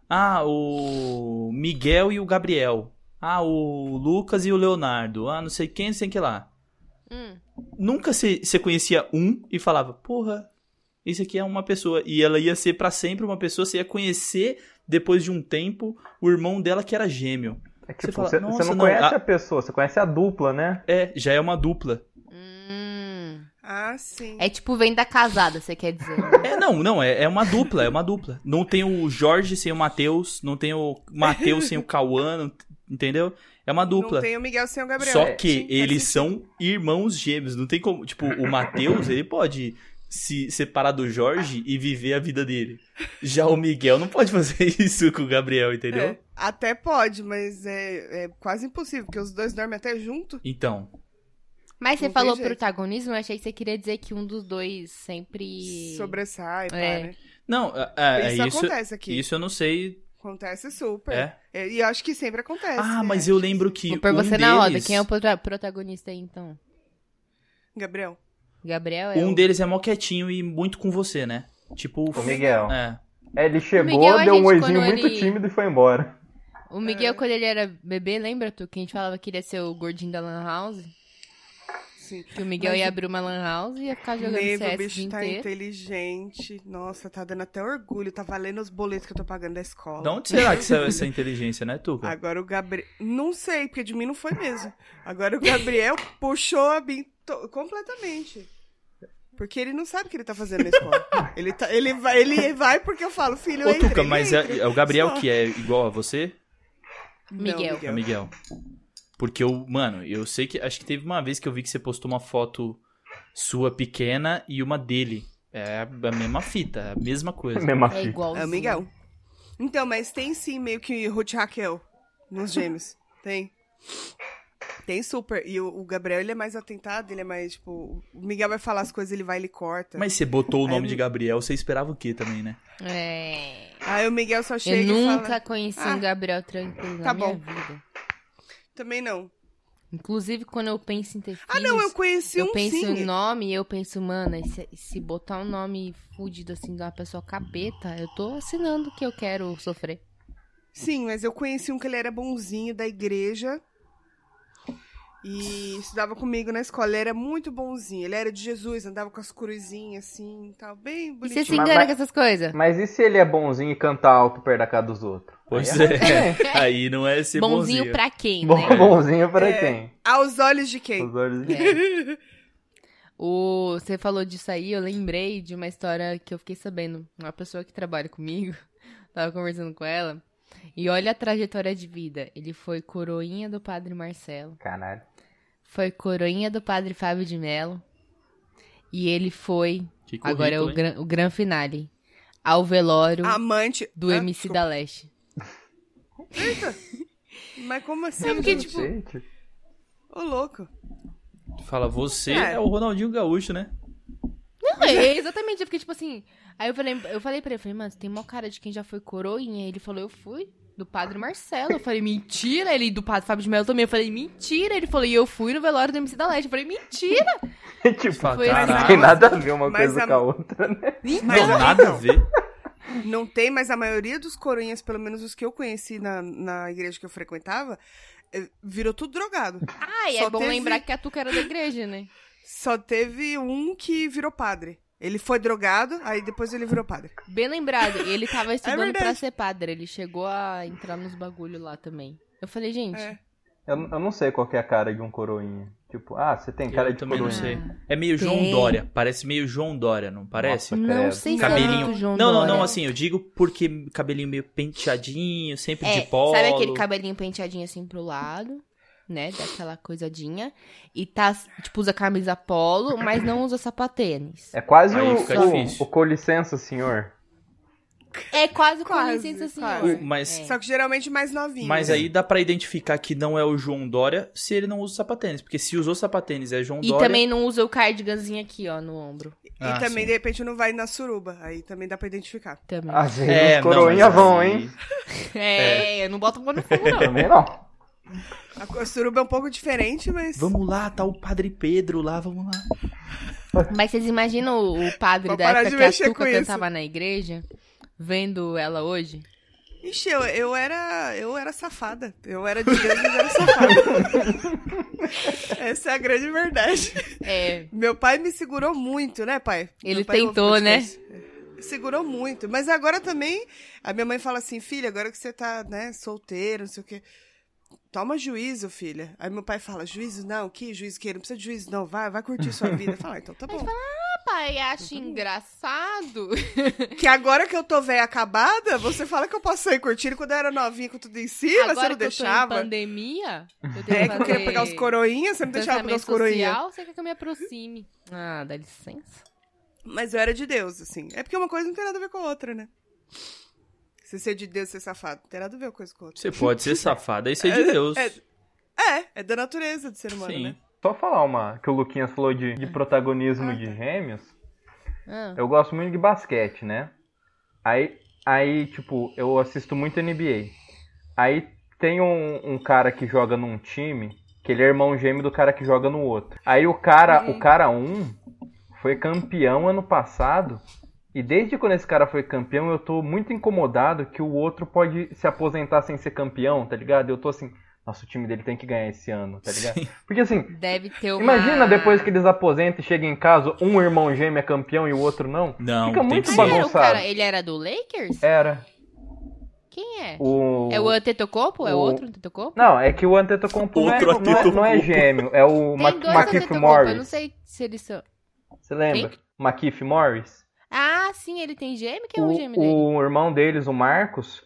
[SPEAKER 4] Ah, o Miguel e o Gabriel. Ah, o Lucas e o Leonardo. Ah, não sei quem, não sei que lá.
[SPEAKER 2] Hum.
[SPEAKER 4] Nunca se- você conhecia um e falava, porra, isso aqui é uma pessoa. E ela ia ser pra sempre uma pessoa, você ia conhecer depois de um tempo o irmão dela que era gêmeo.
[SPEAKER 3] É tipo,
[SPEAKER 4] fala,
[SPEAKER 3] você,
[SPEAKER 4] "Nossa,
[SPEAKER 3] você não
[SPEAKER 4] não,
[SPEAKER 3] conhece
[SPEAKER 4] a-
[SPEAKER 3] a pessoa, você conhece a dupla, né?
[SPEAKER 4] É, já é uma dupla.
[SPEAKER 2] Hum.
[SPEAKER 1] Ah, sim.
[SPEAKER 2] É tipo vem da casada, você quer dizer.
[SPEAKER 4] É, não, não, é, é uma dupla, é uma dupla. Não tem o Jorge sem o Matheus, não tem o Matheus sem o Cauã, não- entendeu? É uma
[SPEAKER 1] Não
[SPEAKER 4] dupla.
[SPEAKER 1] tem o Miguel sem o Gabriel.
[SPEAKER 4] Só
[SPEAKER 1] É,
[SPEAKER 4] que
[SPEAKER 1] sim,
[SPEAKER 4] eles
[SPEAKER 1] faz
[SPEAKER 4] são irmãos gêmeos, não tem como, tipo, o Matheus, ele pode se separar do Jorge e viver a vida dele. Já o Miguel não pode fazer isso com o Gabriel, entendeu?
[SPEAKER 1] É, até pode, mas é, é quase impossível, porque os dois dormem até junto.
[SPEAKER 4] Então,
[SPEAKER 2] Mas você
[SPEAKER 1] Não tem
[SPEAKER 2] falou
[SPEAKER 1] jeito.
[SPEAKER 2] protagonismo, eu achei que você queria dizer que um dos dois sempre.
[SPEAKER 1] Sobressai, pá,
[SPEAKER 2] É.
[SPEAKER 1] né?
[SPEAKER 4] não, é- é,
[SPEAKER 1] isso,
[SPEAKER 4] isso, isso,
[SPEAKER 1] acontece aqui.
[SPEAKER 4] eu não sei,
[SPEAKER 1] Acontece super.
[SPEAKER 4] é.
[SPEAKER 1] É, E eu acho que sempre acontece. né?
[SPEAKER 4] Ah, mas
[SPEAKER 1] Acho
[SPEAKER 4] eu
[SPEAKER 1] que
[SPEAKER 4] lembro
[SPEAKER 1] sim.
[SPEAKER 4] que
[SPEAKER 2] Vou pôr
[SPEAKER 4] um
[SPEAKER 2] você
[SPEAKER 4] deles,
[SPEAKER 2] na roda. Quem é o prota- protagonista aí, então?
[SPEAKER 1] Gabriel.
[SPEAKER 2] Gabriel é.
[SPEAKER 4] um
[SPEAKER 2] o-
[SPEAKER 4] deles é mó quietinho e muito com você, né? Tipo,
[SPEAKER 3] O Miguel.
[SPEAKER 4] é.
[SPEAKER 3] É, ele chegou,
[SPEAKER 2] Miguel, a
[SPEAKER 3] deu um
[SPEAKER 2] gente,
[SPEAKER 3] oizinho
[SPEAKER 2] quando
[SPEAKER 3] muito
[SPEAKER 2] ele-
[SPEAKER 3] tímido e foi embora.
[SPEAKER 2] O Miguel, quando ele era bebê, lembra tu que a gente falava que ele ia ser o gordinho da Lan House?
[SPEAKER 1] Sim.
[SPEAKER 2] Que o Miguel
[SPEAKER 1] Mas
[SPEAKER 2] ia
[SPEAKER 1] o-
[SPEAKER 2] abrir uma Lan House e ia ficar jogando
[SPEAKER 1] Nego,
[SPEAKER 2] CS
[SPEAKER 1] o
[SPEAKER 2] o dia
[SPEAKER 1] bicho tá
[SPEAKER 2] inteiro.
[SPEAKER 1] inteligente. Nossa, tá dando até orgulho. Tá valendo os boletos que eu tô pagando da escola.
[SPEAKER 4] Da onde será que saiu essa inteligência, né, Tuca?
[SPEAKER 1] Agora o Gabriel. Não sei, porque de mim não foi mesmo. Agora o Gabriel puxou a Bim to- completamente. Porque ele não sabe o que ele tá fazendo na escola. ele, tá... ele, vai... ele vai porque eu falo, filho,
[SPEAKER 4] Ô,
[SPEAKER 1] entra,
[SPEAKER 4] Tuca,
[SPEAKER 1] ele
[SPEAKER 4] mas
[SPEAKER 1] entra.
[SPEAKER 4] é, é o Gabriel
[SPEAKER 1] Só.
[SPEAKER 4] que é igual a você?
[SPEAKER 1] Não,
[SPEAKER 2] Miguel.
[SPEAKER 4] É o Miguel. Porque eu, mano, eu sei que. Acho que teve uma vez que eu vi que você postou uma foto sua pequena e uma dele. É a mesma fita, é a mesma coisa.
[SPEAKER 3] Mesma
[SPEAKER 2] É
[SPEAKER 3] fita.
[SPEAKER 2] igual.
[SPEAKER 1] É o Miguel. Então, mas tem sim meio que Ruth e Raquel nos gêmeos. Tem. Tem super. E o, o Gabriel, ele é mais atentado, ele é mais, tipo... O Miguel vai falar as coisas, ele vai, ele corta.
[SPEAKER 4] Mas você botou o
[SPEAKER 1] Aí
[SPEAKER 4] nome
[SPEAKER 1] eu-
[SPEAKER 4] de Gabriel, você esperava o quê também, né?
[SPEAKER 2] É.
[SPEAKER 1] Aí o Miguel só um chega
[SPEAKER 2] Eu
[SPEAKER 1] e
[SPEAKER 2] nunca
[SPEAKER 1] fala...
[SPEAKER 2] conheci
[SPEAKER 1] Ah,
[SPEAKER 2] um Gabriel tranquilo
[SPEAKER 1] tá
[SPEAKER 2] na minha
[SPEAKER 1] bom.
[SPEAKER 2] vida.
[SPEAKER 1] Também não.
[SPEAKER 2] Inclusive, quando eu penso em ter filhos,
[SPEAKER 1] Ah, não, eu conheci
[SPEAKER 2] eu
[SPEAKER 1] um
[SPEAKER 2] penso
[SPEAKER 1] sim.
[SPEAKER 2] em nome e eu penso, mano, se, se botar um nome fudido assim de uma pessoa capeta, eu tô assinando que eu quero sofrer.
[SPEAKER 1] Sim, mas eu conheci um que ele era bonzinho da igreja. E estudava comigo na escola. Ele era muito bonzinho. Ele era de Jesus, andava com as cruzinhas assim e tal. Bem
[SPEAKER 2] E
[SPEAKER 1] bonitinho.
[SPEAKER 2] você se
[SPEAKER 3] Mas
[SPEAKER 2] engana
[SPEAKER 3] vai-
[SPEAKER 2] com essas coisas?
[SPEAKER 3] Mas e se ele é bonzinho e canta alto perto da casa dos outros?
[SPEAKER 4] Pois
[SPEAKER 3] Aí
[SPEAKER 4] é. Aí não é ser bonzinho.
[SPEAKER 2] Bonzinho pra quem,
[SPEAKER 3] Bom,
[SPEAKER 2] né? É.
[SPEAKER 3] bonzinho pra
[SPEAKER 1] É.
[SPEAKER 3] quem?
[SPEAKER 1] Aos olhos de quem?
[SPEAKER 3] Os olhos de
[SPEAKER 1] É.
[SPEAKER 2] O, você falou disso aí, eu lembrei de uma história que eu fiquei sabendo. Uma pessoa que trabalha comigo, tava conversando com ela. E olha a trajetória de vida. Ele foi coroinha do padre Marcelo.
[SPEAKER 3] Caralho.
[SPEAKER 2] Foi coroinha do padre Fábio de Mello. E ele foi,
[SPEAKER 4] Que currículo,
[SPEAKER 2] agora é o
[SPEAKER 4] hein?
[SPEAKER 2] gran, o gran finale, ao velório
[SPEAKER 1] Amante
[SPEAKER 2] do
[SPEAKER 1] Ah,
[SPEAKER 2] MC da Leste.
[SPEAKER 1] desculpa. Mas como assim?
[SPEAKER 2] É porque, tipo,
[SPEAKER 3] Gente,
[SPEAKER 1] Ô, louco.
[SPEAKER 4] Fala, você
[SPEAKER 1] É.
[SPEAKER 4] é. o Ronaldinho Gaúcho, né?
[SPEAKER 2] é exatamente. Eu fiquei tipo assim. Aí eu falei, eu falei pra ele, eu falei, mano, você tem mó cara de quem já foi coroinha. Ele falou, eu fui. Do padre Marcelo. Eu falei, mentira. Ele, do padre Fábio de Melo também. Eu falei, mentira. Ele falou, e eu fui no velório do MC da Leste. Eu falei, mentira.
[SPEAKER 3] tipo,
[SPEAKER 4] Fala,
[SPEAKER 2] Foi
[SPEAKER 3] não
[SPEAKER 4] "Caralho,
[SPEAKER 3] tem nada a ver uma
[SPEAKER 1] Mas
[SPEAKER 3] coisa
[SPEAKER 1] a-
[SPEAKER 3] com a outra, né?
[SPEAKER 2] Então-
[SPEAKER 4] não
[SPEAKER 1] Mas- então."
[SPEAKER 4] nada a ver.
[SPEAKER 1] Não tem, mas a maioria dos coroinhas, pelo menos os que eu conheci na, na igreja que eu frequentava, eh, virou tudo drogado.
[SPEAKER 2] Ah, e
[SPEAKER 1] Só
[SPEAKER 2] é bom
[SPEAKER 1] teve-
[SPEAKER 2] lembrar que a Tuca era da igreja, né?
[SPEAKER 1] Só teve um que virou padre. Ele foi drogado, aí depois ele virou padre.
[SPEAKER 2] Bem lembrado. Ele tava estudando
[SPEAKER 1] É verdade.
[SPEAKER 2] pra ser padre. Ele chegou a entrar nos bagulho lá também. Eu falei, gente,
[SPEAKER 1] É.
[SPEAKER 3] Eu, eu não sei qual que é a cara de um coroinha. Tipo, ah, você tem cara
[SPEAKER 4] Eu
[SPEAKER 3] de
[SPEAKER 4] também
[SPEAKER 3] coroinha.
[SPEAKER 4] não sei. É meio
[SPEAKER 2] Tem.
[SPEAKER 4] João Dória. Parece meio João Dória, não parece?
[SPEAKER 3] Nossa,
[SPEAKER 2] não
[SPEAKER 3] credo.
[SPEAKER 2] sei se é
[SPEAKER 4] Cabelinho.
[SPEAKER 2] muito João
[SPEAKER 4] Não, não,
[SPEAKER 2] Dória.
[SPEAKER 4] não, assim, eu digo porque cabelinho meio penteadinho, sempre
[SPEAKER 2] É,
[SPEAKER 4] Tipo de polo.
[SPEAKER 2] Sabe aquele cabelinho penteadinho assim pro lado, né? Daquela coisadinha. E tá, tipo, usa camisa polo, mas não usa sapatênis.
[SPEAKER 3] É quase
[SPEAKER 4] Aí
[SPEAKER 3] o,
[SPEAKER 4] fica
[SPEAKER 3] o,
[SPEAKER 4] difícil.
[SPEAKER 3] o com licença, senhor.
[SPEAKER 2] É quase com
[SPEAKER 1] Quase,
[SPEAKER 2] licença,
[SPEAKER 1] quase.
[SPEAKER 2] senhora.
[SPEAKER 4] O- mas-
[SPEAKER 2] É.
[SPEAKER 1] Só que geralmente mais novinho.
[SPEAKER 4] Mas
[SPEAKER 1] né?
[SPEAKER 4] aí dá pra identificar que não é o João Dória se ele não usa sapatênis. Porque se usou sapatênis é João
[SPEAKER 2] E
[SPEAKER 4] Dória.
[SPEAKER 2] também não usa o cardiganzinho aqui, ó, no ombro.
[SPEAKER 1] E
[SPEAKER 4] Ah,
[SPEAKER 1] também,
[SPEAKER 4] sim.
[SPEAKER 1] de repente, não vai na suruba. Aí também dá pra identificar.
[SPEAKER 2] Também.
[SPEAKER 3] Às vezes
[SPEAKER 4] É,
[SPEAKER 3] os
[SPEAKER 4] não,
[SPEAKER 3] coroinha
[SPEAKER 4] mas
[SPEAKER 3] vão,
[SPEAKER 4] aí-
[SPEAKER 3] hein?
[SPEAKER 2] É, eu não boto pôr no fogo, não.
[SPEAKER 3] Também não.
[SPEAKER 1] A, co- a suruba é um pouco diferente, mas.
[SPEAKER 4] Vamos lá, tá o Padre Pedro lá, vamos lá.
[SPEAKER 2] Mas vocês imaginam o o padre
[SPEAKER 1] Vou
[SPEAKER 2] da
[SPEAKER 1] parar
[SPEAKER 2] época
[SPEAKER 1] de
[SPEAKER 2] que a
[SPEAKER 1] mexer com
[SPEAKER 2] Tuca
[SPEAKER 1] isso.
[SPEAKER 2] cantava na igreja, vendo ela hoje?
[SPEAKER 1] Ixi, eu, eu era. Eu era safada. Eu era de Deus, mas era safada. Essa é a grande verdade.
[SPEAKER 2] É,
[SPEAKER 1] Meu pai me segurou muito, né, pai?
[SPEAKER 2] Ele
[SPEAKER 1] Meu pai ouve
[SPEAKER 2] tentou, né?
[SPEAKER 1] podcast. Segurou muito. Mas agora também, a minha mãe fala assim, filha, agora que você tá, né, solteira, não sei o quê, toma juízo, filha. Aí meu pai fala, juízo não, que juízo que? Não precisa de juízo não, vai, vai curtir sua vida. Fala, "Ah, então tá bom.
[SPEAKER 2] papai, acho engraçado.
[SPEAKER 1] Que agora que eu tô velha acabada, você fala que eu posso sair curtindo quando eu era novinha com tudo em cima, você
[SPEAKER 2] Agora
[SPEAKER 1] não
[SPEAKER 2] que eu tô em
[SPEAKER 1] deixava.
[SPEAKER 2] pandemia, eu tenho
[SPEAKER 1] É, que eu queria pegar os
[SPEAKER 2] fazer-
[SPEAKER 1] coroinhas, você não deixava pegar os
[SPEAKER 2] Distanciamento
[SPEAKER 1] coroinhas.
[SPEAKER 2] social, você quer que eu me aproxime. Ah, dá licença.
[SPEAKER 1] Mas eu era de Deus, assim. É porque uma coisa não tem nada a ver com a outra, né? Você ser de Deus, ser safado, não tem nada a ver uma coisa com a outra.
[SPEAKER 4] Você pode ser safado, aí você é de Deus.
[SPEAKER 1] é- É, é da natureza do ser humano,
[SPEAKER 4] Sim.
[SPEAKER 1] né?
[SPEAKER 3] Só falar uma que o Luquinhas falou de, de protagonismo de gêmeos.
[SPEAKER 2] Ah,
[SPEAKER 3] Eu gosto muito de basquete, né? Aí, aí tipo, eu assisto muito NBA. Aí tem um, um cara que joga num time, que ele é irmão gêmeo do cara que joga no outro. Aí o cara, o cara um foi campeão ano passado. E desde quando esse cara foi campeão, eu tô muito incomodado que o outro pode se aposentar sem ser campeão, tá ligado? Eu tô assim, nossa, o time dele tem que ganhar esse ano, tá ligado? Porque assim,
[SPEAKER 2] deve ter uma...
[SPEAKER 3] Imagina depois que eles aposentam e chegam em casa, um irmão gêmeo é campeão e o outro não.
[SPEAKER 4] Não,
[SPEAKER 3] Fica
[SPEAKER 4] tem
[SPEAKER 3] muito
[SPEAKER 4] que ser.
[SPEAKER 2] Mas era o
[SPEAKER 3] bagunçado.
[SPEAKER 2] cara, ele era do Lakers?
[SPEAKER 3] Era.
[SPEAKER 2] Quem é?
[SPEAKER 3] É. O.
[SPEAKER 2] É o Antetokounmpo? É
[SPEAKER 3] o-
[SPEAKER 2] outro Antetokounmpo?
[SPEAKER 3] Não, é que o Antetokounmpo não é,
[SPEAKER 4] Outro
[SPEAKER 3] não, é, não é
[SPEAKER 4] Antetokounmpo.
[SPEAKER 3] gêmeo, é o
[SPEAKER 2] Tem
[SPEAKER 3] Ma
[SPEAKER 2] dois
[SPEAKER 3] Makif
[SPEAKER 2] Antetokounmpo, eu não
[SPEAKER 3] Morris.
[SPEAKER 2] sei se eles são...
[SPEAKER 3] Você lembra? Makif Morris?
[SPEAKER 2] Ah, sim, ele tem gêmeo? Quem é o, gêmeo dele?
[SPEAKER 3] o, o irmão deles, o Marcos,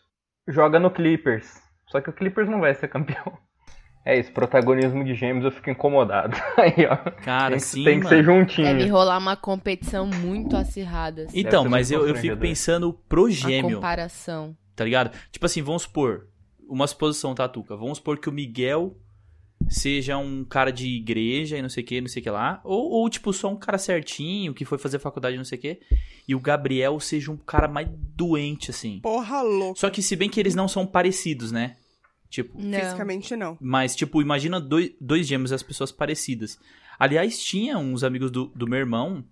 [SPEAKER 3] joga no Clippers. Só que o Clippers não vai ser campeão. É isso, protagonismo de gêmeos eu fico incomodado. Aí, ó.
[SPEAKER 4] Cara,
[SPEAKER 3] tem que,
[SPEAKER 4] sim,
[SPEAKER 3] tem que
[SPEAKER 4] mano.
[SPEAKER 3] ser
[SPEAKER 2] Deve
[SPEAKER 3] juntinho.
[SPEAKER 2] rolar uma competição muito acirrada, assim.
[SPEAKER 3] Deve
[SPEAKER 4] Então,
[SPEAKER 3] ser né,
[SPEAKER 4] mas
[SPEAKER 3] muito
[SPEAKER 4] eu, eu fico
[SPEAKER 3] constrangedor.
[SPEAKER 4] pensando pro
[SPEAKER 2] A
[SPEAKER 4] gêmeo,
[SPEAKER 2] comparação.
[SPEAKER 4] tá ligado? Tipo assim, vamos supor, uma suposição, tá, Tuca? Vamos supor que o Miguel seja um cara de igreja e não sei o que, não sei o que lá. Ou, ou, tipo, só um cara certinho, que foi fazer faculdade e não sei o que. E o Gabriel seja um cara mais doente, assim.
[SPEAKER 1] Porra louca.
[SPEAKER 4] Só que se bem que eles não são parecidos, né? Tipo,
[SPEAKER 2] Não.
[SPEAKER 1] Fisicamente, não.
[SPEAKER 4] Mas, tipo, imagina dois, dois gêmeos, as pessoas parecidas. Aliás, tinha uns amigos do, do meu irmão,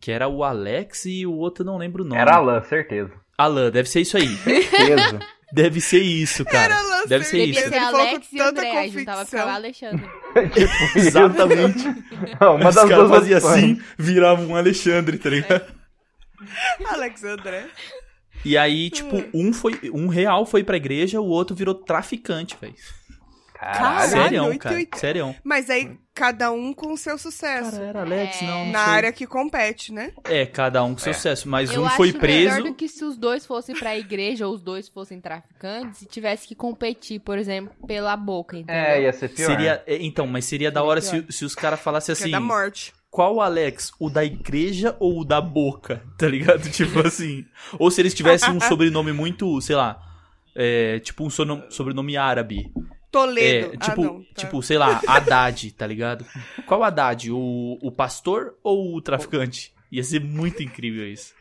[SPEAKER 4] que era o Alex e o outro eu não lembro o nome.
[SPEAKER 3] Era Alan, certeza.
[SPEAKER 4] Alan, deve ser isso aí.
[SPEAKER 3] Certeza.
[SPEAKER 4] deve ser isso, cara.
[SPEAKER 1] Era lance
[SPEAKER 4] deve ser
[SPEAKER 1] certeza.
[SPEAKER 4] isso.
[SPEAKER 2] Devia ser
[SPEAKER 1] Ele falou
[SPEAKER 2] Alex
[SPEAKER 1] com
[SPEAKER 2] e
[SPEAKER 1] tanta
[SPEAKER 2] André, juntava pra
[SPEAKER 1] convicção.
[SPEAKER 2] lá Alexandre.
[SPEAKER 3] tipo, isso.
[SPEAKER 4] Exatamente.
[SPEAKER 3] Não, uma
[SPEAKER 4] Os
[SPEAKER 3] das
[SPEAKER 4] caras
[SPEAKER 3] duas
[SPEAKER 4] faziam
[SPEAKER 3] opções.
[SPEAKER 4] assim, virava um Alexandre, tá ligado?
[SPEAKER 1] Alex André.
[SPEAKER 4] E aí, tipo, um foi um real foi pra igreja, o outro virou traficante, velho.
[SPEAKER 1] Caralho,
[SPEAKER 4] Sério,
[SPEAKER 1] oito e
[SPEAKER 4] cara.
[SPEAKER 1] oito.
[SPEAKER 4] Sério.
[SPEAKER 1] Mas aí, cada um com o seu sucesso.
[SPEAKER 4] era Alex, não.
[SPEAKER 1] É, na área que compete, né?
[SPEAKER 4] É, cada um com seu
[SPEAKER 3] É.
[SPEAKER 4] sucesso. Mas
[SPEAKER 2] Eu
[SPEAKER 4] um
[SPEAKER 2] acho
[SPEAKER 4] foi
[SPEAKER 2] melhor do
[SPEAKER 4] preso.
[SPEAKER 2] que se os dois fossem pra igreja ou os dois fossem traficantes e tivesse que competir, por exemplo, pela boca, entendeu?
[SPEAKER 3] É, ia ser pior.
[SPEAKER 4] Seria, é, então, mas seria da hora se, se os caras falassem
[SPEAKER 1] Que é
[SPEAKER 4] assim.
[SPEAKER 1] da morte.
[SPEAKER 4] qual Alex? O da igreja ou o da boca? Tá ligado? Tipo assim. Ou se eles tivessem um sobrenome muito, sei lá. é, tipo um sono- sobrenome árabe.
[SPEAKER 1] Toledo. ah,
[SPEAKER 4] É, tipo,
[SPEAKER 1] não, tá.
[SPEAKER 4] tipo, sei lá, Haddad, tá ligado? Qual Haddad? O, o pastor ou o traficante? Ia ser muito incrível isso.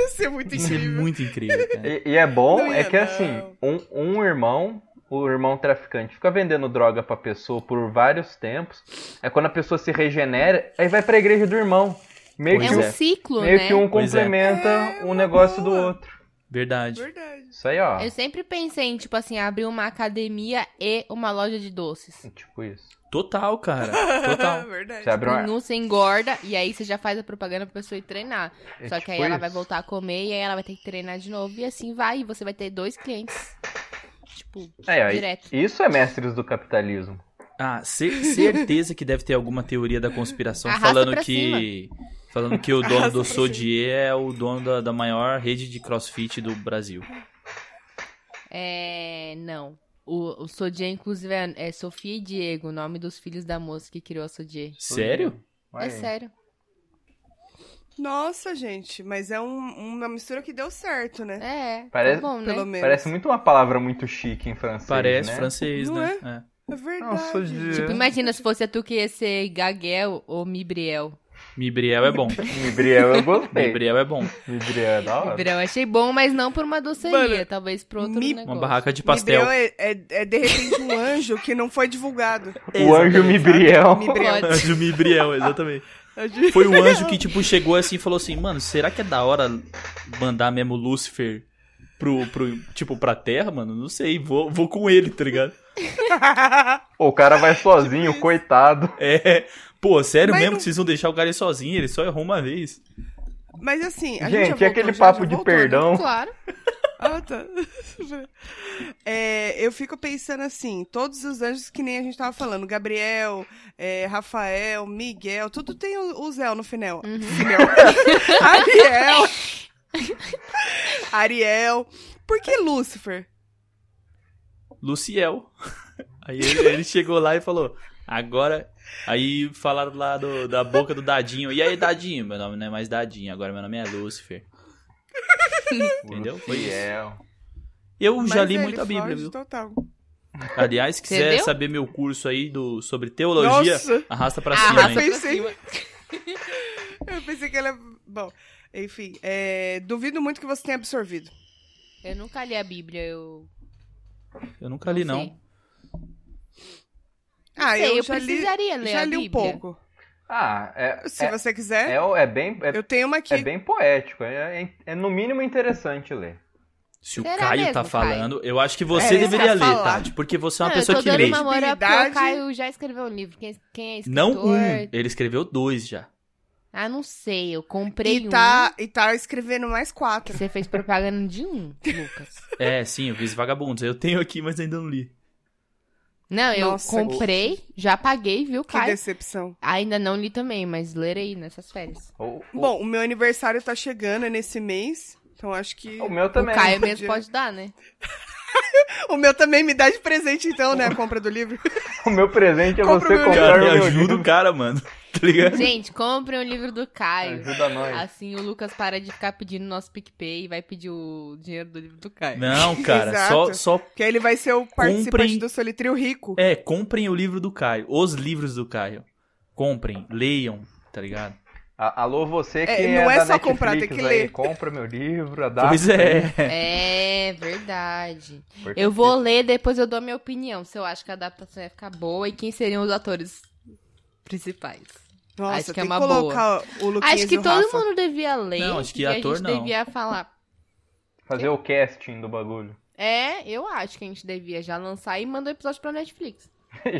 [SPEAKER 1] Ia ser é muito
[SPEAKER 4] Ia ser
[SPEAKER 1] incrível.
[SPEAKER 4] é muito incrível, cara.
[SPEAKER 3] E, e é bom,
[SPEAKER 1] Não ia,
[SPEAKER 3] é que
[SPEAKER 1] não.
[SPEAKER 3] assim, um, um irmão, o irmão traficante, fica vendendo droga pra pessoa por vários tempos. É quando a pessoa se regenera, aí vai pra igreja do irmão. Meio,
[SPEAKER 2] É
[SPEAKER 4] Pois
[SPEAKER 3] que,
[SPEAKER 2] um
[SPEAKER 4] é.
[SPEAKER 2] ciclo,
[SPEAKER 3] meio
[SPEAKER 2] né?
[SPEAKER 3] que um
[SPEAKER 4] Pois é.
[SPEAKER 3] complementa
[SPEAKER 1] É,
[SPEAKER 3] um
[SPEAKER 1] uma
[SPEAKER 3] negócio do
[SPEAKER 1] boa.
[SPEAKER 3] outro.
[SPEAKER 4] Verdade.
[SPEAKER 1] Verdade.
[SPEAKER 3] Isso aí, ó.
[SPEAKER 2] Eu sempre pensei em, tipo assim, abrir uma academia e uma loja de doces.
[SPEAKER 3] Tipo isso.
[SPEAKER 4] Total, cara. Total.
[SPEAKER 1] Verdade.
[SPEAKER 3] Você abre uma...
[SPEAKER 2] Não se engorda, e aí você já faz a propaganda pra pessoa ir treinar.
[SPEAKER 3] é
[SPEAKER 2] Só que
[SPEAKER 3] tipo
[SPEAKER 2] aí ela
[SPEAKER 3] isso.
[SPEAKER 2] vai voltar a comer, e aí ela vai ter que treinar de novo, e assim vai, e você vai ter dois clientes. Tipo,
[SPEAKER 3] Aí, ó,
[SPEAKER 2] direto.
[SPEAKER 3] Isso é mestres do capitalismo.
[SPEAKER 4] Ah, ce- certeza que deve ter alguma teoria da conspiração
[SPEAKER 2] Arrasta
[SPEAKER 4] falando
[SPEAKER 2] pra
[SPEAKER 4] que. Falando que o dono
[SPEAKER 1] Arrasta
[SPEAKER 4] do
[SPEAKER 1] pra
[SPEAKER 4] Sodier é o dono da, da maior rede de crossfit do Brasil.
[SPEAKER 2] É. Não. O, o Sodier, inclusive, é, é Sofia e Diego, o nome dos filhos da moça que criou a Sodier.
[SPEAKER 4] Sério?
[SPEAKER 3] Olha
[SPEAKER 2] É
[SPEAKER 3] aí.
[SPEAKER 2] sério.
[SPEAKER 1] Nossa, gente, mas é um- uma mistura que deu certo, né?
[SPEAKER 2] É,
[SPEAKER 3] Parece-
[SPEAKER 2] tá bom, né?
[SPEAKER 1] Pelo menos.
[SPEAKER 3] Parece muito uma palavra muito chique em francês.
[SPEAKER 4] Parece
[SPEAKER 3] né?
[SPEAKER 4] francês,
[SPEAKER 1] Não
[SPEAKER 4] né? É.
[SPEAKER 1] É verdade.
[SPEAKER 3] Nossa,
[SPEAKER 1] gente.
[SPEAKER 3] Diego.
[SPEAKER 2] Tipo, imagina se fosse tu que ia ser Gaguel ou Mibriel.
[SPEAKER 4] Mibriel é bom.
[SPEAKER 3] Mibriel, eu gostei.
[SPEAKER 4] Mibriel é bom.
[SPEAKER 3] Mibriel é da hora.
[SPEAKER 2] Mibriel eu achei bom, mas não por uma doceria,
[SPEAKER 1] Mano,
[SPEAKER 2] talvez por outro
[SPEAKER 1] Mi-
[SPEAKER 2] negócio.
[SPEAKER 4] Uma barraca de
[SPEAKER 1] Mibel
[SPEAKER 4] pastel.
[SPEAKER 1] é, é- é, de repente um anjo que não foi divulgado.
[SPEAKER 3] O anjo Mibriel.
[SPEAKER 1] Mibriel.
[SPEAKER 2] Pode.
[SPEAKER 4] Anjo É Mibriel, exatamente. Foi
[SPEAKER 1] um-
[SPEAKER 4] o anjo que, tipo, chegou assim e falou assim, mano, será que é da hora mandar mesmo Lúcifer pro, pro, tipo, pra Terra, mano? Não sei, vou, vou com ele, tá ligado?
[SPEAKER 3] O cara vai sozinho, coitado.
[SPEAKER 4] É, pô, sério
[SPEAKER 1] Mas
[SPEAKER 4] mesmo
[SPEAKER 1] não-
[SPEAKER 4] que vocês vão deixar o cara ir sozinho, ele só errou uma vez.
[SPEAKER 1] Mas assim, a gente, já
[SPEAKER 3] Gente,
[SPEAKER 1] voltou,
[SPEAKER 3] é aquele
[SPEAKER 1] já-
[SPEAKER 3] papo
[SPEAKER 1] já
[SPEAKER 3] de
[SPEAKER 1] voltou, né?
[SPEAKER 3] perdão.
[SPEAKER 2] Claro.
[SPEAKER 1] Ah, tá. É, eu fico pensando assim, todos os anjos que nem a gente tava falando, Gabriel, é, Rafael, Miguel, tudo tem o, o Zé no final.
[SPEAKER 2] Uhum.
[SPEAKER 1] Final. Ariel. Ariel. Por que Lúcifer?
[SPEAKER 4] Luciel. Aí ele, ele chegou lá e falou, agora... Aí falaram lá do- da boca do Dadinho, e aí Dadinho, meu nome não é mais Dadinho, agora meu nome é Lúcifer. Entendeu? Foi isso.
[SPEAKER 3] Mibriel.
[SPEAKER 4] Eu já
[SPEAKER 1] Mas
[SPEAKER 4] li
[SPEAKER 1] ele
[SPEAKER 4] muito a Bíblia,
[SPEAKER 1] foge
[SPEAKER 4] viu?
[SPEAKER 1] Total.
[SPEAKER 4] Aliás, se quiser
[SPEAKER 2] Entendeu?
[SPEAKER 4] saber meu curso aí do, sobre teologia,
[SPEAKER 1] Nossa.
[SPEAKER 4] arrasta pra cima,
[SPEAKER 2] Arrasta
[SPEAKER 1] Arrasta
[SPEAKER 4] hein?
[SPEAKER 1] pra
[SPEAKER 2] pra
[SPEAKER 1] cima.
[SPEAKER 2] cima.
[SPEAKER 1] Eu pensei que ela. é Bom, enfim. é, duvido muito que você tenha absorvido.
[SPEAKER 2] Eu nunca li a Bíblia, eu.
[SPEAKER 4] Eu nunca li, não.
[SPEAKER 2] sei.
[SPEAKER 1] Ah,
[SPEAKER 2] Sei, eu,
[SPEAKER 1] já li.
[SPEAKER 2] precisaria ler
[SPEAKER 1] Já
[SPEAKER 2] a
[SPEAKER 1] li um
[SPEAKER 2] Bíblia.
[SPEAKER 1] pouco.
[SPEAKER 3] Ah, é,
[SPEAKER 1] Se
[SPEAKER 3] é,
[SPEAKER 1] você quiser,
[SPEAKER 3] é, o- é bem, é,
[SPEAKER 1] eu tenho uma aqui.
[SPEAKER 3] é bem poético. É, é- é no mínimo interessante ler.
[SPEAKER 4] Se o
[SPEAKER 2] Será
[SPEAKER 4] Caio tá
[SPEAKER 2] mesmo, Caio?
[SPEAKER 4] falando, eu acho que você
[SPEAKER 1] É,
[SPEAKER 4] deveria
[SPEAKER 1] isso que eu ia
[SPEAKER 4] ler,
[SPEAKER 1] falar.
[SPEAKER 4] Tati, porque você é uma
[SPEAKER 2] Não, Ah,
[SPEAKER 4] pessoa
[SPEAKER 2] eu
[SPEAKER 4] que
[SPEAKER 2] tô dando
[SPEAKER 4] lê.
[SPEAKER 2] uma moral porque o
[SPEAKER 1] Possibilidade-
[SPEAKER 2] Caio já escreveu um livro. Quem, quem é escritor?
[SPEAKER 4] Não um, ele escreveu dois já.
[SPEAKER 2] Ah, não sei. Eu comprei
[SPEAKER 1] E
[SPEAKER 2] um.
[SPEAKER 1] tá, e tá escrevendo mais quatro.
[SPEAKER 2] Você fez propaganda de um, Lucas.
[SPEAKER 4] É, sim, eu fiz Vagabundos. Eu tenho aqui, mas ainda não li.
[SPEAKER 2] Não, eu
[SPEAKER 1] Nossa,
[SPEAKER 2] comprei, já paguei, viu,
[SPEAKER 1] Que
[SPEAKER 2] Caio?
[SPEAKER 1] decepção.
[SPEAKER 2] Ainda não li também, mas lerei nessas férias.
[SPEAKER 3] O, o-
[SPEAKER 1] Bom, o meu aniversário tá chegando é nesse mês. Então acho que.
[SPEAKER 3] o meu também.
[SPEAKER 2] o Caio
[SPEAKER 1] podia.
[SPEAKER 2] mesmo pode dar, né?
[SPEAKER 1] O meu também me dá de presente, então, né? A compra do livro.
[SPEAKER 3] O meu presente é
[SPEAKER 1] Compra o
[SPEAKER 3] você
[SPEAKER 1] meu
[SPEAKER 3] comprar
[SPEAKER 4] Cara,
[SPEAKER 3] o
[SPEAKER 4] me
[SPEAKER 3] meu
[SPEAKER 4] ajuda o
[SPEAKER 3] livro.
[SPEAKER 4] cara, mano. Tá ligado?
[SPEAKER 2] Gente, comprem o livro do Caio.
[SPEAKER 3] Ajuda nós.
[SPEAKER 2] Assim o Lucas para de ficar pedindo nosso PicPay e vai pedir o dinheiro do livro do Caio.
[SPEAKER 4] Não, cara, só,
[SPEAKER 1] Exato.
[SPEAKER 4] só.
[SPEAKER 1] Porque aí ele vai ser o participante
[SPEAKER 4] Comprem-
[SPEAKER 1] do Solitrio Rico.
[SPEAKER 4] É, comprem o livro do Caio. Os livros do Caio. Comprem, leiam, tá ligado?
[SPEAKER 3] A- Alô, você que
[SPEAKER 1] É,
[SPEAKER 3] é,
[SPEAKER 1] não é
[SPEAKER 3] da
[SPEAKER 1] só comprar,
[SPEAKER 3] Netflix
[SPEAKER 1] tem que
[SPEAKER 3] aí,
[SPEAKER 1] ler.
[SPEAKER 3] compra meu livro, dá.
[SPEAKER 4] Pois é.
[SPEAKER 2] É verdade.
[SPEAKER 3] Porque-
[SPEAKER 1] é
[SPEAKER 2] Eu vou ler, depois eu dou a minha opinião. Se eu acho que a adaptação ia ficar boa e quem seriam os atores principais.
[SPEAKER 1] Nossa,
[SPEAKER 2] Acho que
[SPEAKER 1] tem
[SPEAKER 2] é uma
[SPEAKER 1] que
[SPEAKER 2] boa.
[SPEAKER 1] colocar o Luquinhas
[SPEAKER 2] acho que
[SPEAKER 1] e o
[SPEAKER 2] todo
[SPEAKER 1] Rafa.
[SPEAKER 2] mundo devia ler.
[SPEAKER 4] Não, acho que
[SPEAKER 2] e
[SPEAKER 4] ator
[SPEAKER 2] a gente
[SPEAKER 4] não.
[SPEAKER 2] devia falar.
[SPEAKER 3] Fazer o casting do bagulho.
[SPEAKER 2] É, eu acho que a gente devia já lançar e mandar o episódio pra Netflix.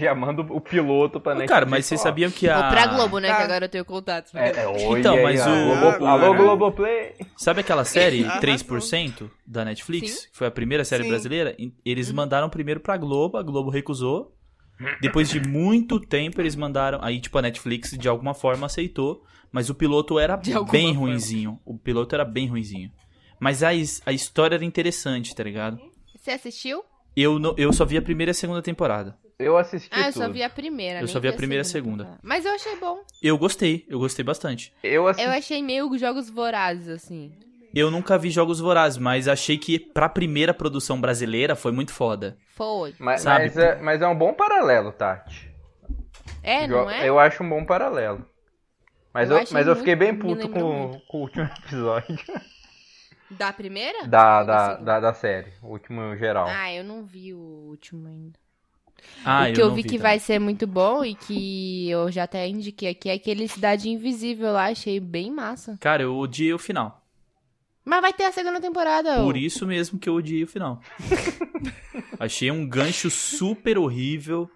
[SPEAKER 3] Já manda o piloto pra Netflix.
[SPEAKER 4] Cara, mas
[SPEAKER 3] ó.
[SPEAKER 4] vocês sabiam que a.
[SPEAKER 2] Ou pra Globo, né?
[SPEAKER 1] Tá.
[SPEAKER 2] Que agora eu tenho contato.
[SPEAKER 3] É, é, olha
[SPEAKER 4] Então,
[SPEAKER 3] aí,
[SPEAKER 4] mas
[SPEAKER 3] ó,
[SPEAKER 4] o-
[SPEAKER 3] Globo-
[SPEAKER 4] o-
[SPEAKER 1] Ah,
[SPEAKER 3] Alô, Globoplay.
[SPEAKER 4] Sabe aquela série
[SPEAKER 1] Arrasou.
[SPEAKER 4] 3% da Netflix? Que foi a primeira série
[SPEAKER 1] Sim.
[SPEAKER 4] brasileira? E- Eles
[SPEAKER 2] Uhum.
[SPEAKER 4] mandaram primeiro pra Globo, a Globo recusou. Depois de muito tempo, eles mandaram. Aí, tipo, a Netflix de alguma forma aceitou. Mas o piloto era
[SPEAKER 2] De alguma
[SPEAKER 4] bem
[SPEAKER 2] forma.
[SPEAKER 4] ruinzinho. O piloto era bem ruinzinho. Mas a, his- a história era interessante, tá ligado?
[SPEAKER 2] Você assistiu?
[SPEAKER 4] Eu, não- eu só vi a primeira e a segunda temporada.
[SPEAKER 3] Eu assisti
[SPEAKER 2] Ah, eu só
[SPEAKER 3] tudo.
[SPEAKER 2] vi a primeira.
[SPEAKER 4] Eu
[SPEAKER 2] nem
[SPEAKER 4] só vi a primeira e a segunda.
[SPEAKER 2] Mas eu achei bom.
[SPEAKER 4] Eu gostei, eu gostei bastante.
[SPEAKER 3] Eu assisti
[SPEAKER 2] Eu achei meio jogos vorazes, assim.
[SPEAKER 4] Eu nunca vi Jogos Vorazes, mas achei que pra primeira produção brasileira foi muito foda.
[SPEAKER 2] Foi.
[SPEAKER 3] Ma- Mas,
[SPEAKER 4] Sabe?
[SPEAKER 3] é, mas é um bom paralelo, Tati.
[SPEAKER 2] É,
[SPEAKER 3] eu,
[SPEAKER 2] não é?
[SPEAKER 3] eu acho um bom paralelo. Mas
[SPEAKER 2] Eu
[SPEAKER 3] eu,
[SPEAKER 2] achei
[SPEAKER 3] mas eu
[SPEAKER 2] muito-
[SPEAKER 3] fiquei bem
[SPEAKER 2] me
[SPEAKER 3] puto
[SPEAKER 2] lembrou
[SPEAKER 3] com, com o último episódio
[SPEAKER 2] Da primeira?
[SPEAKER 3] da,
[SPEAKER 2] Ou
[SPEAKER 3] da,
[SPEAKER 2] segunda?
[SPEAKER 3] da, da série, o último geral.
[SPEAKER 2] assim? Ah, eu não vi o último ainda.
[SPEAKER 4] Ah,
[SPEAKER 2] o que eu,
[SPEAKER 4] não
[SPEAKER 2] vi, que
[SPEAKER 4] também.
[SPEAKER 2] vai ser muito bom e que eu já até indiquei aqui é aquele Cidade Invisível lá, achei bem massa.
[SPEAKER 4] Cara, eu odiei o final.
[SPEAKER 2] Mas vai ter a segunda temporada. ô.
[SPEAKER 4] Por isso mesmo que eu odiei o final. Achei um gancho super horrível.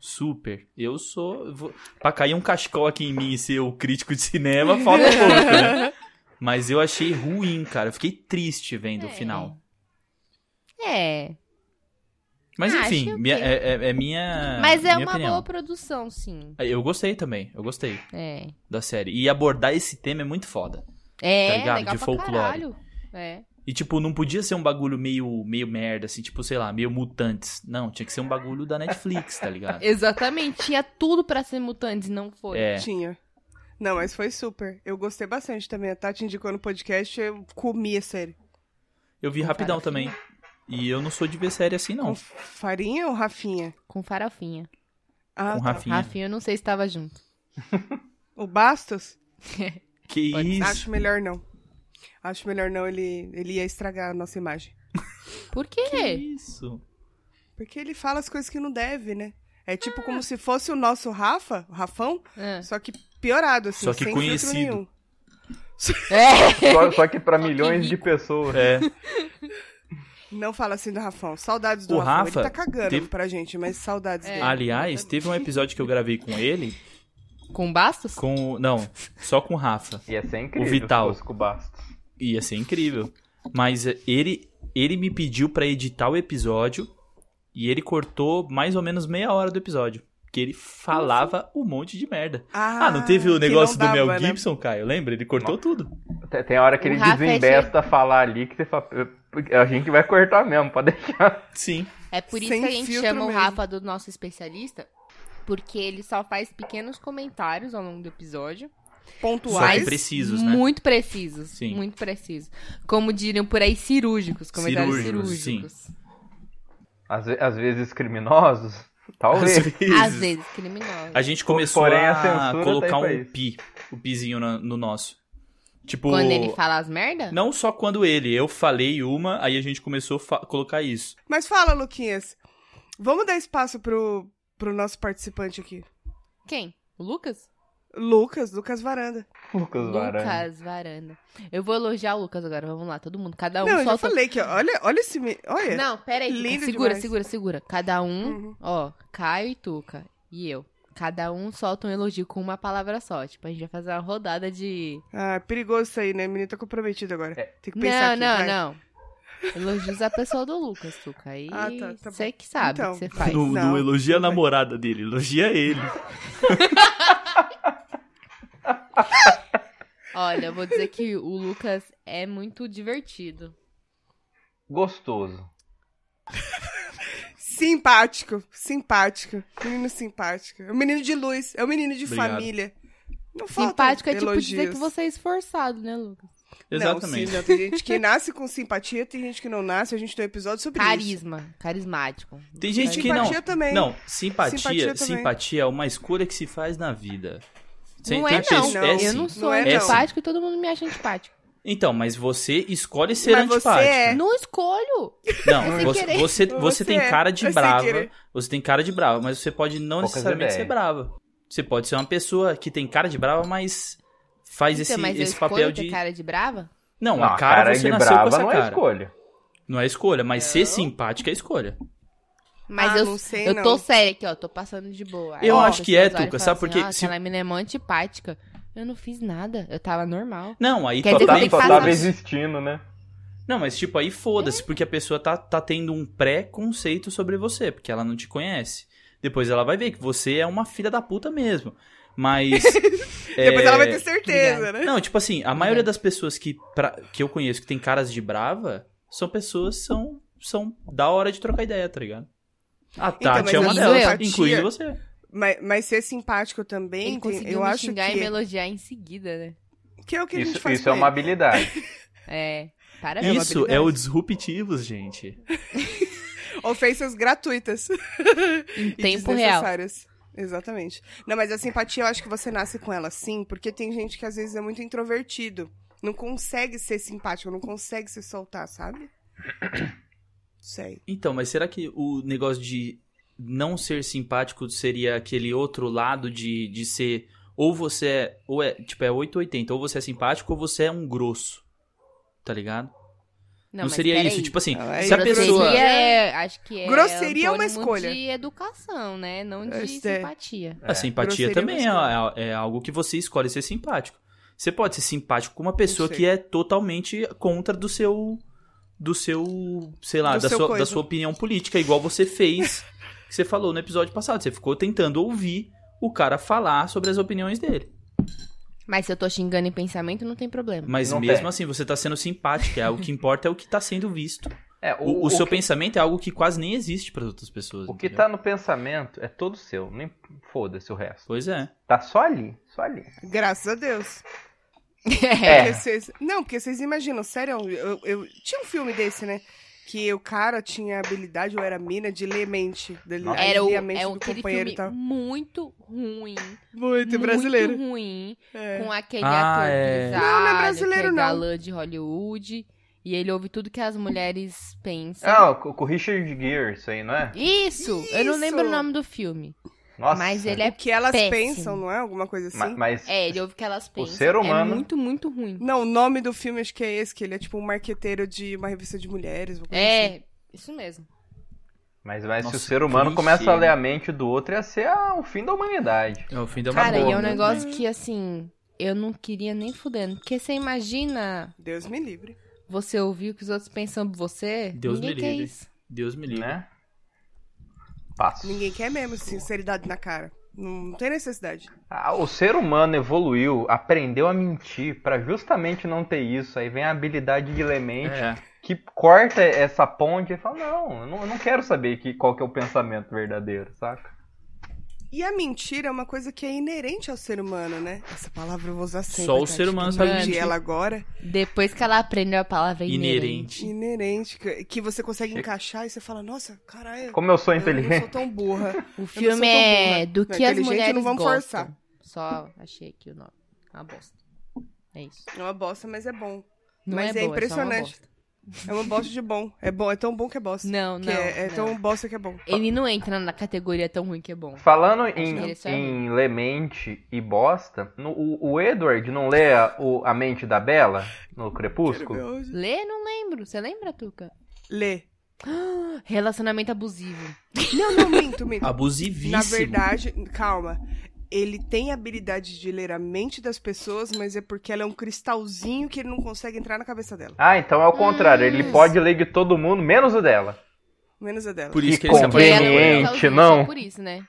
[SPEAKER 4] Super. Eu sou. Vou... Pra cair um cachecol aqui em mim e ser o crítico de cinema, falta pouco, né? Mas eu achei ruim, cara. Eu fiquei triste vendo o
[SPEAKER 2] É.
[SPEAKER 4] final.
[SPEAKER 2] É.
[SPEAKER 4] Mas
[SPEAKER 2] Ah,
[SPEAKER 4] enfim,
[SPEAKER 2] achei
[SPEAKER 4] minha-
[SPEAKER 2] ok.
[SPEAKER 4] é, é- é minha.
[SPEAKER 2] Mas é
[SPEAKER 4] minha
[SPEAKER 2] uma
[SPEAKER 4] opinião.
[SPEAKER 2] boa produção, sim.
[SPEAKER 4] Eu gostei também. Eu gostei
[SPEAKER 2] É.
[SPEAKER 4] da série. E abordar esse tema é muito foda.
[SPEAKER 2] É,
[SPEAKER 4] Tá ligado?
[SPEAKER 2] legal
[SPEAKER 4] De
[SPEAKER 2] pra
[SPEAKER 4] folclore.
[SPEAKER 2] caralho. É.
[SPEAKER 4] E, tipo, não podia ser um bagulho meio, meio merda, assim, tipo, sei lá, meio mutantes. Não, tinha que ser um bagulho da Netflix, tá ligado?
[SPEAKER 2] Exatamente. Tinha tudo pra ser mutantes, não foi.
[SPEAKER 4] É.
[SPEAKER 1] Tinha. Não, mas foi super. Eu gostei bastante também. A Tati indicou no podcast, eu comi a série.
[SPEAKER 4] Eu vi
[SPEAKER 2] Com
[SPEAKER 4] rapidão também.
[SPEAKER 2] farofinha.
[SPEAKER 4] E eu não sou de ver série assim, não.
[SPEAKER 1] Com farinha ou Rafinha?
[SPEAKER 2] Com farofinha.
[SPEAKER 1] Ah,
[SPEAKER 4] Com
[SPEAKER 1] tá.
[SPEAKER 4] Rafinha.
[SPEAKER 2] Rafinha, eu não sei se tava junto.
[SPEAKER 1] O Bastos?
[SPEAKER 4] Que
[SPEAKER 2] Pode ser.
[SPEAKER 4] isso?
[SPEAKER 1] Acho melhor não. Acho melhor não, ele, ele ia estragar a nossa imagem.
[SPEAKER 2] Por quê?
[SPEAKER 4] Que é. isso?
[SPEAKER 1] Porque ele fala as coisas que não deve, né? É tipo
[SPEAKER 4] Ah.
[SPEAKER 1] como se fosse o nosso Rafa, o Rafão,
[SPEAKER 2] Ah.
[SPEAKER 1] só que piorado, assim,
[SPEAKER 4] É. Só que
[SPEAKER 1] sem
[SPEAKER 4] conhecido.
[SPEAKER 1] filtro nenhum.
[SPEAKER 2] É.
[SPEAKER 3] Só, só que pra milhões de pessoas.
[SPEAKER 4] É,
[SPEAKER 1] Não fala assim do Rafão. Saudades do
[SPEAKER 4] O
[SPEAKER 1] Rafão.
[SPEAKER 4] Rafa
[SPEAKER 1] ele tá cagando
[SPEAKER 4] teve- É.
[SPEAKER 1] pra gente, mas saudades dele.
[SPEAKER 4] aliás, teve um episódio que eu gravei com ele,
[SPEAKER 2] Com bastos?
[SPEAKER 4] com. o- Não, só com o Rafa.
[SPEAKER 3] Ia ser é incrível
[SPEAKER 4] O Vital.
[SPEAKER 3] se fosse com o Bastos.
[SPEAKER 4] Ia ser incrível. Mas eh, ele, ele me pediu pra editar o episódio e ele cortou mais ou menos meia hora do episódio. Que ele falava um monte de merda. Ah, não teve o
[SPEAKER 1] que
[SPEAKER 4] negócio
[SPEAKER 1] não
[SPEAKER 4] do
[SPEAKER 1] dava,
[SPEAKER 4] Mel
[SPEAKER 1] né?
[SPEAKER 4] Gibson, Caio? Lembra? Ele cortou tudo.
[SPEAKER 3] Tem- Tem hora que
[SPEAKER 2] O
[SPEAKER 3] ele
[SPEAKER 2] Rafa é
[SPEAKER 3] desembesta a falar ali que você fala. "Eu- A gente vai cortar mesmo, pode deixar.
[SPEAKER 4] Sim.
[SPEAKER 2] É por isso
[SPEAKER 1] Sem
[SPEAKER 2] que a gente
[SPEAKER 1] filtro
[SPEAKER 2] chama o
[SPEAKER 1] mesmo.
[SPEAKER 2] Rafa do nosso especialista, porque ele só faz pequenos comentários ao longo do episódio.
[SPEAKER 4] Só que
[SPEAKER 1] Pontuais.
[SPEAKER 4] precisos, né?
[SPEAKER 2] muito precisos.
[SPEAKER 4] Sim.
[SPEAKER 2] Muito precisos. Como diriam por aí, cirúrgicos. Comentários
[SPEAKER 4] Cirúrgicos,
[SPEAKER 2] cirúrgicos.
[SPEAKER 3] Às, ve- às vezes criminosos, talvez.
[SPEAKER 4] Às vezes.
[SPEAKER 2] Às vezes, criminosos.
[SPEAKER 4] A gente começou
[SPEAKER 3] Porém, a
[SPEAKER 4] a,
[SPEAKER 3] censura tá aí
[SPEAKER 4] colocar
[SPEAKER 3] pra
[SPEAKER 4] um
[SPEAKER 3] isso.
[SPEAKER 4] pi, o pizinho na- no, nosso. Tipo,
[SPEAKER 2] Quando ele fala as merda?
[SPEAKER 4] não só quando ele, eu falei uma, aí a gente começou a fa- colocar isso.
[SPEAKER 1] Mas fala, Luquinhas. Vamos dar espaço pro, pro nosso participante aqui.
[SPEAKER 2] Quem? O Lucas?
[SPEAKER 1] Lucas, Lucas Varanda.
[SPEAKER 3] Lucas Varane.
[SPEAKER 2] Lucas Varanda. Eu vou elogiar o Lucas agora, vamos lá, todo mundo. Cada um
[SPEAKER 1] não, eu já
[SPEAKER 2] solta.
[SPEAKER 1] falei que, ó, olha, olha esse. me- Olha.
[SPEAKER 2] Não, pera aí. Tuca,
[SPEAKER 1] Lindo
[SPEAKER 2] segura,
[SPEAKER 1] demais.
[SPEAKER 2] segura, segura. Cada um,
[SPEAKER 1] Uhum.
[SPEAKER 2] ó, Caio e Tuca e eu. Cada um solta um elogio com uma palavra só. Tipo, a gente vai fazer uma rodada de.
[SPEAKER 1] Ah, perigoso isso aí, né? Menina tá comprometida agora. Tem que
[SPEAKER 2] É. Não,
[SPEAKER 1] pensar aqui,
[SPEAKER 2] não,
[SPEAKER 1] vai.
[SPEAKER 2] não. Elogios a pessoa do Lucas, Tuca. Aí
[SPEAKER 1] Ah, tá, tá
[SPEAKER 2] você
[SPEAKER 1] bom.
[SPEAKER 2] que sabe o
[SPEAKER 1] Então.
[SPEAKER 2] que você faz.
[SPEAKER 4] Não,
[SPEAKER 1] Não.
[SPEAKER 4] não elogia a namorada dele, elogia ele.
[SPEAKER 2] Olha, eu vou dizer que o Lucas é muito divertido.
[SPEAKER 3] Gostoso.
[SPEAKER 1] Simpático, simpático. Menino simpático. É um menino de luz, é um menino de
[SPEAKER 4] Obrigado.
[SPEAKER 1] família. Não falta
[SPEAKER 2] Simpático é tipo
[SPEAKER 1] elogios.
[SPEAKER 2] dizer que você é esforçado, né, Lucas?
[SPEAKER 1] Não,
[SPEAKER 4] Exatamente.
[SPEAKER 1] sim, não. Tem gente que nasce com simpatia, tem gente que não nasce. A gente tem um episódio sobre isso.
[SPEAKER 2] Carisma, carismático.
[SPEAKER 4] Tem gente que não.
[SPEAKER 1] Simpatia também.
[SPEAKER 4] Não, simpatia, simpatia,
[SPEAKER 1] Simpatia também.
[SPEAKER 4] é uma escolha que se faz na vida. Você
[SPEAKER 2] Não é,
[SPEAKER 4] entende?
[SPEAKER 2] não.
[SPEAKER 1] Não.
[SPEAKER 4] É
[SPEAKER 2] Eu
[SPEAKER 4] sim.
[SPEAKER 2] não sou
[SPEAKER 1] Não é,
[SPEAKER 4] não.
[SPEAKER 2] antipático e todo mundo me acha antipático.
[SPEAKER 4] Então, mas você escolhe ser
[SPEAKER 1] Mas você
[SPEAKER 4] antipático.
[SPEAKER 1] é.
[SPEAKER 2] Não escolho!
[SPEAKER 4] Não,
[SPEAKER 2] sem
[SPEAKER 4] você,
[SPEAKER 2] querer.
[SPEAKER 4] você, você
[SPEAKER 1] Você
[SPEAKER 4] tem
[SPEAKER 1] é,
[SPEAKER 4] cara de
[SPEAKER 1] é sem
[SPEAKER 4] brava.
[SPEAKER 1] querer.
[SPEAKER 4] Você tem cara de brava, mas você pode não
[SPEAKER 3] Poucas
[SPEAKER 4] necessariamente ser
[SPEAKER 3] ideias.
[SPEAKER 4] brava. Você pode ser uma pessoa que tem cara de brava, mas faz
[SPEAKER 2] Então,
[SPEAKER 4] esse,
[SPEAKER 2] mas eu
[SPEAKER 4] esse
[SPEAKER 2] escolho
[SPEAKER 4] papel
[SPEAKER 2] ter
[SPEAKER 4] de.
[SPEAKER 2] cara de brava?
[SPEAKER 4] Não,
[SPEAKER 3] Não,
[SPEAKER 4] a cara, você
[SPEAKER 3] de
[SPEAKER 4] nasceu
[SPEAKER 3] brava
[SPEAKER 4] com essa
[SPEAKER 3] não é
[SPEAKER 4] cara.
[SPEAKER 3] escolha.
[SPEAKER 4] Não é escolha, mas ser
[SPEAKER 2] Não.
[SPEAKER 4] simpático é escolha.
[SPEAKER 2] Mas
[SPEAKER 1] Ah,
[SPEAKER 2] eu,
[SPEAKER 1] não sei,
[SPEAKER 2] eu
[SPEAKER 1] não.
[SPEAKER 2] tô séria aqui, ó. Tô passando de boa.
[SPEAKER 4] Eu
[SPEAKER 2] Ó,
[SPEAKER 4] acho que é,
[SPEAKER 2] pessoas olham e
[SPEAKER 4] Tuca,
[SPEAKER 2] falam
[SPEAKER 4] sabe por
[SPEAKER 2] assim,
[SPEAKER 4] quê?
[SPEAKER 2] "Ó,
[SPEAKER 4] Se-
[SPEAKER 2] Aquela menina é mó antipática. Eu não fiz nada. Eu tava normal.
[SPEAKER 4] Não, aí
[SPEAKER 2] Quer
[SPEAKER 4] tu
[SPEAKER 2] dizer,
[SPEAKER 3] Só, tá,
[SPEAKER 4] também
[SPEAKER 2] É, tem que
[SPEAKER 3] só
[SPEAKER 2] fazer
[SPEAKER 3] tava
[SPEAKER 2] isso. É.
[SPEAKER 3] existindo, né?
[SPEAKER 4] Não, mas tipo, aí foda-se, porque a pessoa tá, tá tendo um pré-conceito sobre você, porque ela não te conhece. Depois ela vai ver que você é uma filha da puta mesmo. Mas.
[SPEAKER 1] Depois
[SPEAKER 4] é,
[SPEAKER 1] ela vai ter certeza, né?
[SPEAKER 4] Não, tipo assim, a maioria das pessoas que, pra- que eu conheço que tem caras de brava são pessoas que são, são da hora de trocar ideia, tá ligado? A Tati
[SPEAKER 1] mas
[SPEAKER 4] é uma
[SPEAKER 2] eu-
[SPEAKER 4] delas,
[SPEAKER 1] eu-
[SPEAKER 4] incluindo você.
[SPEAKER 1] Mas, mas ser simpático também,
[SPEAKER 2] Ele
[SPEAKER 1] tem-
[SPEAKER 2] conseguiu
[SPEAKER 1] eu
[SPEAKER 2] me
[SPEAKER 1] acho que,
[SPEAKER 2] xingar e me elogiar em seguida, né?
[SPEAKER 1] que é o que a gente
[SPEAKER 3] Isso,
[SPEAKER 1] faz
[SPEAKER 3] isso
[SPEAKER 1] com
[SPEAKER 3] é uma
[SPEAKER 1] ele.
[SPEAKER 3] habilidade.
[SPEAKER 2] É. Parabéns.
[SPEAKER 4] Isso é o Disruptivos, gente.
[SPEAKER 1] Ofensas gratuitas.
[SPEAKER 2] Em
[SPEAKER 1] e
[SPEAKER 2] tempo real.
[SPEAKER 1] desnecessárias. Exatamente. Não, mas a simpatia eu acho que você nasce com ela sim, porque tem gente que às vezes é muito introvertido. Não consegue ser simpático, não consegue se soltar, sabe? Sei.
[SPEAKER 4] Então, mas será que o negócio de não ser simpático seria aquele outro lado de, de ser. Ou você é. Ou é tipo, é 880. Ou você é simpático ou você é um grosso. Tá ligado? Não,
[SPEAKER 2] mas
[SPEAKER 4] seria
[SPEAKER 2] peraí.
[SPEAKER 4] isso. Tipo assim,
[SPEAKER 1] Não, é
[SPEAKER 4] se a
[SPEAKER 1] grosseria.
[SPEAKER 4] pessoa.
[SPEAKER 2] Grosseria é, acho que é
[SPEAKER 1] Grosseria é uma
[SPEAKER 2] antônimo
[SPEAKER 1] escolha. é.
[SPEAKER 2] de educação, né? Não de
[SPEAKER 1] Este-
[SPEAKER 2] simpatia.
[SPEAKER 4] A simpatia
[SPEAKER 1] grosseria
[SPEAKER 4] também é,
[SPEAKER 1] mesmo.
[SPEAKER 4] é- é algo que você escolhe ser simpático. Você pode ser simpático com uma pessoa
[SPEAKER 1] sei.
[SPEAKER 4] que é totalmente contra do seu. Do seu. Sei lá,
[SPEAKER 1] Do
[SPEAKER 4] da,
[SPEAKER 1] seu
[SPEAKER 4] sua,
[SPEAKER 1] coisa.
[SPEAKER 4] da sua opinião política, igual você fez. que você falou no episódio passado. Você ficou tentando ouvir o cara falar sobre as opiniões dele.
[SPEAKER 2] Mas se eu tô xingando em pensamento, não tem problema.
[SPEAKER 4] Mas
[SPEAKER 3] Não
[SPEAKER 4] mesmo
[SPEAKER 3] tem.
[SPEAKER 4] assim, você tá sendo simpático. É, o que importa é o que tá sendo visto.
[SPEAKER 3] É,
[SPEAKER 4] O, o seu
[SPEAKER 3] que,
[SPEAKER 4] pensamento é algo que quase nem existe para outras pessoas.
[SPEAKER 3] o que
[SPEAKER 4] entendeu?
[SPEAKER 3] tá no pensamento é todo seu. Nem foda-se o resto.
[SPEAKER 4] Pois é.
[SPEAKER 3] Tá só ali, só ali.
[SPEAKER 1] Graças a Deus.
[SPEAKER 3] É.
[SPEAKER 1] Porque vocês- Não, porque vocês imaginam, sério, eu, eu- tinha um filme desse, né? Que o cara tinha habilidade, ou era mina, de ler mente. Dele,
[SPEAKER 3] Nossa.
[SPEAKER 1] aí
[SPEAKER 2] Era o,
[SPEAKER 1] lia a mente
[SPEAKER 2] é
[SPEAKER 1] do
[SPEAKER 2] aquele
[SPEAKER 1] companheiro
[SPEAKER 2] filme
[SPEAKER 1] e tal.
[SPEAKER 2] muito ruim.
[SPEAKER 1] Muito
[SPEAKER 2] muito
[SPEAKER 1] é brasileiro.
[SPEAKER 2] ruim.
[SPEAKER 1] É.
[SPEAKER 2] Com aquele
[SPEAKER 4] Ah,
[SPEAKER 2] ator
[SPEAKER 4] é.
[SPEAKER 2] bizarro,
[SPEAKER 1] Não, não é brasileiro,
[SPEAKER 2] que é
[SPEAKER 1] não.
[SPEAKER 2] galã de Hollywood. E ele ouve tudo que as mulheres pensam.
[SPEAKER 3] Ah, o- com o Richard Gere, isso aí, não é?
[SPEAKER 2] Isso! Eu não
[SPEAKER 1] Isso!
[SPEAKER 2] lembro o nome do filme.
[SPEAKER 3] Nossa.
[SPEAKER 2] Mas ele é...
[SPEAKER 1] O que elas
[SPEAKER 2] péssimo.
[SPEAKER 1] pensam, não é? Alguma coisa assim.
[SPEAKER 3] Ma- Mas,
[SPEAKER 2] É, ele ouve o que elas pensam.
[SPEAKER 3] ser humano-
[SPEAKER 2] É muito, muito ruim.
[SPEAKER 1] Não, o nome do filme acho que é esse, que ele é tipo um marqueteiro de uma revista de mulheres. uma coisa assim.
[SPEAKER 2] É, isso mesmo.
[SPEAKER 3] mas, mas
[SPEAKER 4] Nossa,
[SPEAKER 3] se o ser humano
[SPEAKER 4] clichê,
[SPEAKER 3] começa a ler
[SPEAKER 4] né?
[SPEAKER 3] a mente do outro, ia ser ah, o fim da humanidade.
[SPEAKER 4] É o fim da
[SPEAKER 2] Cara,
[SPEAKER 3] boa,
[SPEAKER 2] e é um
[SPEAKER 3] né?
[SPEAKER 2] negócio que, assim, eu não queria nem fudendo. Porque você imagina
[SPEAKER 1] Deus me livre.
[SPEAKER 2] você ouvir o que os outros pensam de você.
[SPEAKER 4] Deus
[SPEAKER 2] Ninguém
[SPEAKER 4] me
[SPEAKER 2] quer
[SPEAKER 4] livre.
[SPEAKER 2] isso.
[SPEAKER 4] Deus me livre.
[SPEAKER 3] Né? Passo.
[SPEAKER 1] Ninguém quer mesmo assim, sinceridade na cara. Não tem necessidade.
[SPEAKER 3] Ah, o ser humano evoluiu, aprendeu a mentir pra justamente não ter isso. Aí vem a habilidade de lemente
[SPEAKER 4] É.
[SPEAKER 3] que corta essa ponte e fala: não, eu não, eu não quero saber que, qual que é o pensamento verdadeiro, saca?
[SPEAKER 1] E a mentira é uma coisa que é inerente ao ser humano, né? Essa palavra eu vou usar sempre.
[SPEAKER 4] Só o
[SPEAKER 1] Tati,
[SPEAKER 4] ser
[SPEAKER 1] que
[SPEAKER 4] humano
[SPEAKER 1] eu
[SPEAKER 4] sabe
[SPEAKER 1] aprendi
[SPEAKER 4] mentir.
[SPEAKER 1] ela agora.
[SPEAKER 2] Depois que ela aprendeu a palavra inerente.
[SPEAKER 4] Inerente.
[SPEAKER 1] Inerente, que, que você consegue encaixar e você fala, nossa, caralho.
[SPEAKER 3] Como eu
[SPEAKER 4] é
[SPEAKER 3] sou
[SPEAKER 1] Eu não
[SPEAKER 3] inteligente.
[SPEAKER 1] sou tão burra.
[SPEAKER 2] O
[SPEAKER 1] Eu não sou
[SPEAKER 2] filme
[SPEAKER 1] tão
[SPEAKER 2] é
[SPEAKER 1] burra.
[SPEAKER 2] do
[SPEAKER 1] Não,
[SPEAKER 2] que as
[SPEAKER 1] inteligente,
[SPEAKER 2] mulheres
[SPEAKER 1] não vamos
[SPEAKER 2] gostam.
[SPEAKER 1] forçar.
[SPEAKER 2] Só achei aqui o nome. Uma bosta. É isso.
[SPEAKER 1] É uma bosta, mas é bom.
[SPEAKER 2] Não
[SPEAKER 1] Mas é
[SPEAKER 2] boa, só uma
[SPEAKER 1] impressionante.
[SPEAKER 2] bosta.
[SPEAKER 1] É uma bosta de bom. É bom, é tão bom que é bosta.
[SPEAKER 2] Não,
[SPEAKER 1] Que
[SPEAKER 2] não.
[SPEAKER 1] é, é
[SPEAKER 2] não.
[SPEAKER 1] tão bosta que é bom.
[SPEAKER 2] Ele não entra na categoria tão ruim que é bom.
[SPEAKER 3] Falando
[SPEAKER 2] que
[SPEAKER 3] em,
[SPEAKER 2] isso é
[SPEAKER 3] em lemente e bosta, no- o, o Edward não lê a, o- a mente da Bela no
[SPEAKER 1] Quero ver
[SPEAKER 3] Crepúsculo?
[SPEAKER 1] hoje.
[SPEAKER 2] Lê? Não lembro. Você lembra, Tuca?
[SPEAKER 1] Lê.
[SPEAKER 2] Relacionamento abusivo.
[SPEAKER 1] Não, não, minto, minto.
[SPEAKER 4] Abusivíssimo.
[SPEAKER 1] Na verdade, calma. Ele tem a habilidade de ler a mente das pessoas, mas é porque ela é um cristalzinho que ele não consegue entrar na cabeça dela.
[SPEAKER 3] Ah, então é o contrário. Ele
[SPEAKER 2] Hum.
[SPEAKER 3] pode ler de todo mundo, menos o dela.
[SPEAKER 1] Menos a dela.
[SPEAKER 4] Por
[SPEAKER 3] Que
[SPEAKER 4] isso que ele se
[SPEAKER 2] Porque ela é um
[SPEAKER 4] apaixonou por ela.
[SPEAKER 3] Conveniente,
[SPEAKER 2] cristalzinho,
[SPEAKER 3] não.
[SPEAKER 2] Só por isso, né?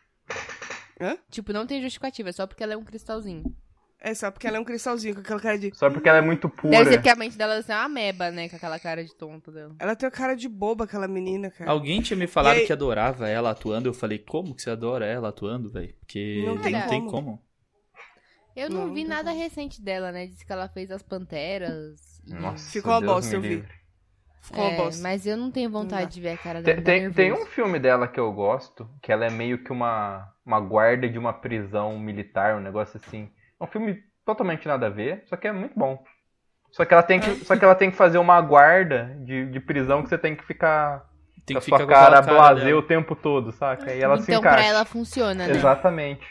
[SPEAKER 1] Hã?
[SPEAKER 2] Tipo, não tem justificativa. É só porque ela é um cristalzinho.
[SPEAKER 1] É só porque ela é um cristalzinho, com aquela cara de.
[SPEAKER 3] Só porque ela é muito pura.
[SPEAKER 2] Deve ser porque a mente dela é uma ameba, né? Com aquela cara de tonta dela.
[SPEAKER 1] Ela tem a cara de boba, aquela menina, cara.
[SPEAKER 4] Alguém tinha me falado
[SPEAKER 1] E aí-
[SPEAKER 4] que adorava ela atuando. Eu falei, como que você adora ela atuando, velho? Porque
[SPEAKER 1] Não
[SPEAKER 4] não
[SPEAKER 1] tem
[SPEAKER 4] tem,
[SPEAKER 1] como.
[SPEAKER 4] como.
[SPEAKER 2] Eu não,
[SPEAKER 1] Não,
[SPEAKER 2] vi
[SPEAKER 1] não tem
[SPEAKER 2] nada recente dela, né? Diz que ela fez as panteras. e-
[SPEAKER 3] Nossa,
[SPEAKER 1] Ficou uma
[SPEAKER 3] Deus
[SPEAKER 1] bosta,
[SPEAKER 3] me
[SPEAKER 1] eu vi.
[SPEAKER 3] livre.
[SPEAKER 1] Ficou uma
[SPEAKER 2] É,
[SPEAKER 1] bosta.
[SPEAKER 2] Mas eu não tenho
[SPEAKER 1] Não
[SPEAKER 2] vontade
[SPEAKER 1] dá.
[SPEAKER 2] de ver a cara dela.
[SPEAKER 3] Tem,
[SPEAKER 2] dá
[SPEAKER 3] tem, tem um
[SPEAKER 2] nervoso.
[SPEAKER 3] filme dela que eu gosto, que ela é meio que uma, uma guarda de uma prisão militar, um negócio assim. É um filme totalmente nada a ver, só que é muito bom. Só que ela tem que, só que, ela tem que fazer uma guarda de, de prisão que você tem que ficar
[SPEAKER 4] Tem
[SPEAKER 3] com a
[SPEAKER 4] que ficar
[SPEAKER 3] sua
[SPEAKER 4] com aquela
[SPEAKER 3] cara,
[SPEAKER 4] cara
[SPEAKER 3] blazer
[SPEAKER 4] dela.
[SPEAKER 3] o tempo todo, saca? E ela se
[SPEAKER 2] Então
[SPEAKER 3] encaixa.
[SPEAKER 2] pra ela funciona, né?
[SPEAKER 3] Exatamente.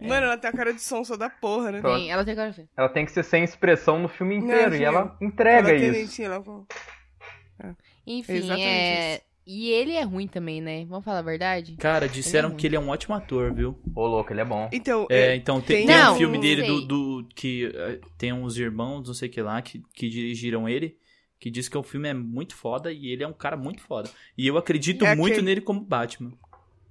[SPEAKER 1] Mano, ela tem a cara de sonsa da porra, né?
[SPEAKER 2] Tem- ela tem cara de-
[SPEAKER 3] Ela tem que ser sem expressão no filme
[SPEAKER 1] Não,
[SPEAKER 3] inteiro.
[SPEAKER 1] sim.
[SPEAKER 3] e ela entrega
[SPEAKER 1] ela tem
[SPEAKER 3] isso.
[SPEAKER 1] lentinha, ela fala,
[SPEAKER 2] Enfim,
[SPEAKER 1] Exatamente
[SPEAKER 2] é...
[SPEAKER 1] isso.
[SPEAKER 2] E ele é ruim também, né? Vamos falar a verdade?
[SPEAKER 4] Cara, disseram
[SPEAKER 2] Ele é
[SPEAKER 4] que ele é um ótimo ator, viu?
[SPEAKER 3] Ô, louco, ele é bom.
[SPEAKER 1] Então,
[SPEAKER 4] É,
[SPEAKER 1] é,
[SPEAKER 4] então tem,
[SPEAKER 1] tem
[SPEAKER 4] tem
[SPEAKER 2] Não,
[SPEAKER 4] um filme dele
[SPEAKER 2] sei.
[SPEAKER 4] do, do- que eh, tem uns irmãos, não sei o que lá, que, que dirigiram ele, que diz que o filme é muito foda e ele é um cara muito foda. E eu acredito
[SPEAKER 1] É
[SPEAKER 4] muito
[SPEAKER 1] aquele-
[SPEAKER 4] nele como Batman.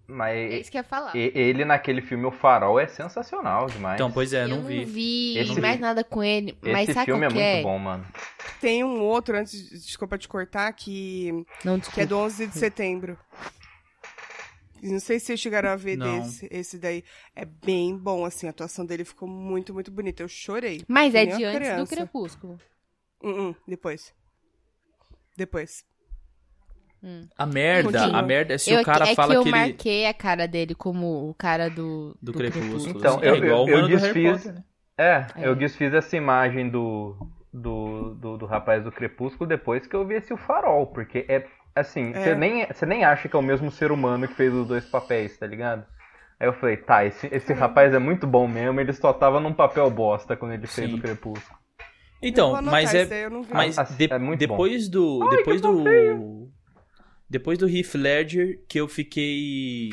[SPEAKER 2] É
[SPEAKER 3] Mas
[SPEAKER 2] isso que eu ia falar.
[SPEAKER 3] e- ele naquele filme O Farol é sensacional demais.
[SPEAKER 4] Então, pois é,
[SPEAKER 2] eu
[SPEAKER 4] não
[SPEAKER 2] não
[SPEAKER 4] vi.
[SPEAKER 2] vi
[SPEAKER 3] Esse-
[SPEAKER 2] mais nada com ele. Mas
[SPEAKER 3] Esse
[SPEAKER 2] sabe
[SPEAKER 3] filme é
[SPEAKER 2] qual que
[SPEAKER 3] muito
[SPEAKER 2] é?
[SPEAKER 3] bom, mano.
[SPEAKER 1] tem um outro, antes, desculpa te cortar, que
[SPEAKER 2] Não,
[SPEAKER 1] Que é
[SPEAKER 2] desculpa.
[SPEAKER 1] do 11 de setembro. Não sei se vocês chegaram a ver
[SPEAKER 4] Não.
[SPEAKER 1] desse, esse daí. É bem bom, assim, a atuação dele ficou muito, muito bonita. Eu chorei. Hum,
[SPEAKER 2] Mas é
[SPEAKER 1] Nem a
[SPEAKER 2] de antes do
[SPEAKER 1] criança.
[SPEAKER 2] Crepúsculo.
[SPEAKER 1] Uh-uh, depois. Depois.
[SPEAKER 4] A merda,
[SPEAKER 2] Continua.
[SPEAKER 4] a merda é se
[SPEAKER 2] eu,
[SPEAKER 4] o cara
[SPEAKER 2] é
[SPEAKER 4] fala
[SPEAKER 2] que eu
[SPEAKER 4] que, ele.
[SPEAKER 2] marquei a cara dele como o cara do,
[SPEAKER 4] Do Crepúsculo.
[SPEAKER 3] Então,
[SPEAKER 4] assim,
[SPEAKER 3] eu-
[SPEAKER 4] é igual o
[SPEAKER 3] eu- eu
[SPEAKER 4] mano do Harry
[SPEAKER 3] desfiz-
[SPEAKER 4] Potter, né?
[SPEAKER 3] É,
[SPEAKER 2] É.
[SPEAKER 3] eu desfiz essa imagem do, do, do, do rapaz do Crepúsculo depois que eu vi esse O Farol, porque é assim,
[SPEAKER 1] É.
[SPEAKER 3] você nem, você nem acha que é o mesmo ser humano que fez os dois papéis, tá ligado? Aí eu falei, tá, esse, esse rapaz é muito bom mesmo, ele só tava num papel bosta quando ele fez
[SPEAKER 4] Sim.
[SPEAKER 3] o Crepúsculo.
[SPEAKER 1] Vou
[SPEAKER 4] Então,
[SPEAKER 1] anotar
[SPEAKER 4] mas
[SPEAKER 1] isso
[SPEAKER 4] é,
[SPEAKER 1] daí, eu não vi.
[SPEAKER 4] Mas
[SPEAKER 3] Assim,
[SPEAKER 4] de-
[SPEAKER 3] é muito
[SPEAKER 4] depois do. depois do. Depois do Heath Ledger, que eu fiquei.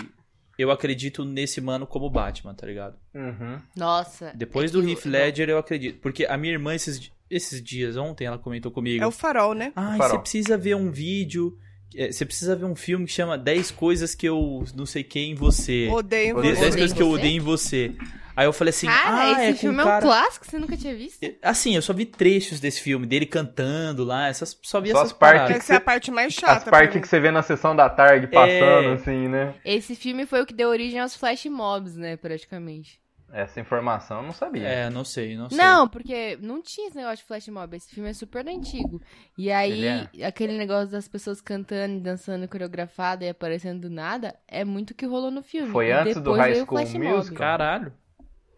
[SPEAKER 4] Eu acredito nesse mano como Batman, tá ligado?
[SPEAKER 3] Uhum.
[SPEAKER 2] Nossa.
[SPEAKER 4] Depois
[SPEAKER 2] é
[SPEAKER 4] do
[SPEAKER 2] que
[SPEAKER 4] Heath
[SPEAKER 2] eu-
[SPEAKER 4] Ledger, eu acredito. Porque a minha irmã, esses, di- esses dias, ontem, ela comentou comigo.
[SPEAKER 1] É o farol, né?
[SPEAKER 4] Ah,
[SPEAKER 3] Farol.
[SPEAKER 4] você precisa ver um vídeo. é, Você precisa ver um filme que chama 10 coisas que eu não sei quem em você.
[SPEAKER 1] Odeio
[SPEAKER 3] Odeio-
[SPEAKER 4] 10
[SPEAKER 1] você.
[SPEAKER 2] Odeio
[SPEAKER 4] coisas que eu
[SPEAKER 2] você?
[SPEAKER 4] odeio em você. Aí eu falei assim,
[SPEAKER 2] Cara,
[SPEAKER 4] ah,
[SPEAKER 2] esse
[SPEAKER 4] é com
[SPEAKER 2] filme
[SPEAKER 4] um
[SPEAKER 2] é um
[SPEAKER 4] cara...
[SPEAKER 2] clássico, você nunca tinha visto?
[SPEAKER 4] Assim, eu só vi trechos desse filme, dele cantando lá, essas, só vi
[SPEAKER 3] Só
[SPEAKER 4] essas
[SPEAKER 3] as partes
[SPEAKER 4] paradas.
[SPEAKER 1] Essa é a parte mais
[SPEAKER 3] As
[SPEAKER 1] chata. pra
[SPEAKER 3] partes
[SPEAKER 1] mim.
[SPEAKER 3] que você vê na sessão da
[SPEAKER 4] É.
[SPEAKER 3] tarde passando, assim, né?
[SPEAKER 2] Esse filme foi o que deu origem aos flash mobs, né, praticamente.
[SPEAKER 3] Essa informação eu não sabia.
[SPEAKER 4] É, não sei, não sei.
[SPEAKER 2] Não, porque não tinha esse negócio de flash mob, esse filme é super antigo. E aí,
[SPEAKER 3] Ele é.
[SPEAKER 2] aquele negócio das pessoas cantando, e dançando, coreografada e aparecendo do nada, é muito o que rolou no filme.
[SPEAKER 3] Foi
[SPEAKER 2] E
[SPEAKER 3] antes do
[SPEAKER 2] depois
[SPEAKER 3] High
[SPEAKER 2] veio o
[SPEAKER 3] School
[SPEAKER 2] flash mob.
[SPEAKER 3] Musical?
[SPEAKER 4] Caralho.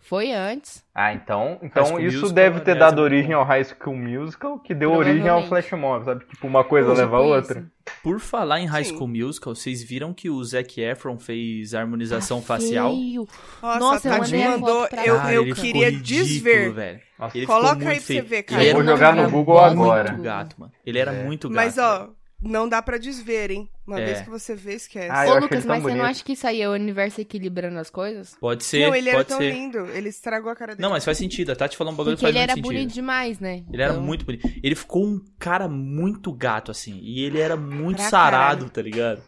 [SPEAKER 2] Foi antes.
[SPEAKER 3] Ah, então,
[SPEAKER 4] High
[SPEAKER 3] então
[SPEAKER 4] School
[SPEAKER 3] isso
[SPEAKER 4] Musical,
[SPEAKER 3] deve ter
[SPEAKER 4] aliás, é
[SPEAKER 3] dado
[SPEAKER 4] muito
[SPEAKER 3] origem
[SPEAKER 4] bom.
[SPEAKER 3] ao High School Musical, que deu origem ao
[SPEAKER 2] Provavelmente.
[SPEAKER 3] Flash Mob, sabe? Tipo, uma coisa
[SPEAKER 2] Tipo
[SPEAKER 3] leva a outra.
[SPEAKER 2] isso.
[SPEAKER 4] Por falar em High
[SPEAKER 1] Sim.
[SPEAKER 4] School Musical, vocês viram que o Zac Efron fez
[SPEAKER 2] Ah,
[SPEAKER 4] harmonização facial?
[SPEAKER 2] Feio.
[SPEAKER 1] Nossa,
[SPEAKER 2] Nossa,
[SPEAKER 1] a
[SPEAKER 2] eu
[SPEAKER 1] Tati
[SPEAKER 4] mandei a
[SPEAKER 1] mandou.
[SPEAKER 2] foto pra
[SPEAKER 1] Eu,
[SPEAKER 4] Cara,
[SPEAKER 1] eu
[SPEAKER 4] ele ficou
[SPEAKER 1] queria
[SPEAKER 4] ridículo,
[SPEAKER 1] desver.
[SPEAKER 4] velho.
[SPEAKER 3] Nossa,
[SPEAKER 4] Ele
[SPEAKER 1] Coloca
[SPEAKER 4] ficou
[SPEAKER 1] aí pra
[SPEAKER 4] muito
[SPEAKER 1] você
[SPEAKER 4] feio.
[SPEAKER 1] ver,
[SPEAKER 4] Ele
[SPEAKER 1] cara.
[SPEAKER 2] é
[SPEAKER 4] era
[SPEAKER 3] Eu vou
[SPEAKER 4] muito
[SPEAKER 3] jogar no
[SPEAKER 4] gato,
[SPEAKER 3] Google agora.
[SPEAKER 4] Muito gato, mano. Ele era
[SPEAKER 3] É.
[SPEAKER 4] muito gato.
[SPEAKER 1] Mas, ó, não dá pra desver, hein? Uma
[SPEAKER 4] É.
[SPEAKER 1] vez que você vê, esquece.
[SPEAKER 3] Ah, eu
[SPEAKER 2] Ô,
[SPEAKER 3] achei
[SPEAKER 2] Lucas,
[SPEAKER 3] ele tão
[SPEAKER 2] mas você não
[SPEAKER 3] bonito.
[SPEAKER 2] acha que isso aí é o universo equilibrando as coisas?
[SPEAKER 4] Pode ser,
[SPEAKER 1] não, ele era
[SPEAKER 4] pode
[SPEAKER 1] tão
[SPEAKER 4] ser.
[SPEAKER 1] lindo. Ele estragou a cara dele.
[SPEAKER 4] Não, mas faz sentido. A Tati falou um bagulho que
[SPEAKER 2] Porque
[SPEAKER 4] faz
[SPEAKER 2] ele
[SPEAKER 4] muito
[SPEAKER 2] era
[SPEAKER 4] sentido.
[SPEAKER 2] bonito demais, né?
[SPEAKER 4] Ele era
[SPEAKER 2] Então,
[SPEAKER 4] muito bonito. Ele ficou um cara muito gato, assim. E ele era muito
[SPEAKER 1] Pra
[SPEAKER 4] sarado, tá ligado?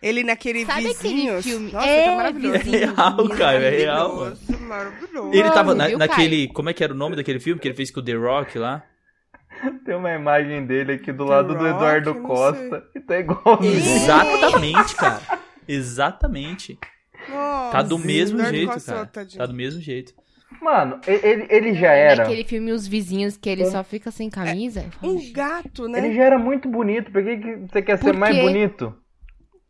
[SPEAKER 1] Ele naquele
[SPEAKER 2] Sabe aquele
[SPEAKER 1] vizinhos.
[SPEAKER 2] filme?
[SPEAKER 1] Nossa,
[SPEAKER 2] É,
[SPEAKER 1] tá maravilhoso.
[SPEAKER 2] Vizinhos,
[SPEAKER 4] É real, cara, é real, mano.
[SPEAKER 1] Maravilhoso, maravilhoso.
[SPEAKER 4] Ele tava
[SPEAKER 2] Mano,
[SPEAKER 4] na-
[SPEAKER 2] viu,
[SPEAKER 4] naquele. Como é que era o nome daquele filme que ele fez com o The Rock lá?
[SPEAKER 3] Tem uma imagem dele aqui do
[SPEAKER 1] The
[SPEAKER 3] lado do
[SPEAKER 1] Rock,
[SPEAKER 3] Eduardo
[SPEAKER 1] não
[SPEAKER 3] Costa, e tá igualzinho.
[SPEAKER 4] Exatamente, cara. Exatamente.
[SPEAKER 1] Nossa,
[SPEAKER 4] Tá do mesmo
[SPEAKER 1] Eduardo
[SPEAKER 4] jeito,
[SPEAKER 1] Costa,
[SPEAKER 4] cara.
[SPEAKER 1] tadinho.
[SPEAKER 4] Tá do mesmo jeito.
[SPEAKER 3] Mano, e- ele, ele já era.
[SPEAKER 2] Naquele filme Os Vizinhos, que ele só fica sem camisa.
[SPEAKER 1] Um gato, né?
[SPEAKER 3] Ele já era muito bonito. Por que, que você quer ser
[SPEAKER 2] Por
[SPEAKER 3] mais
[SPEAKER 2] quê?
[SPEAKER 3] bonito?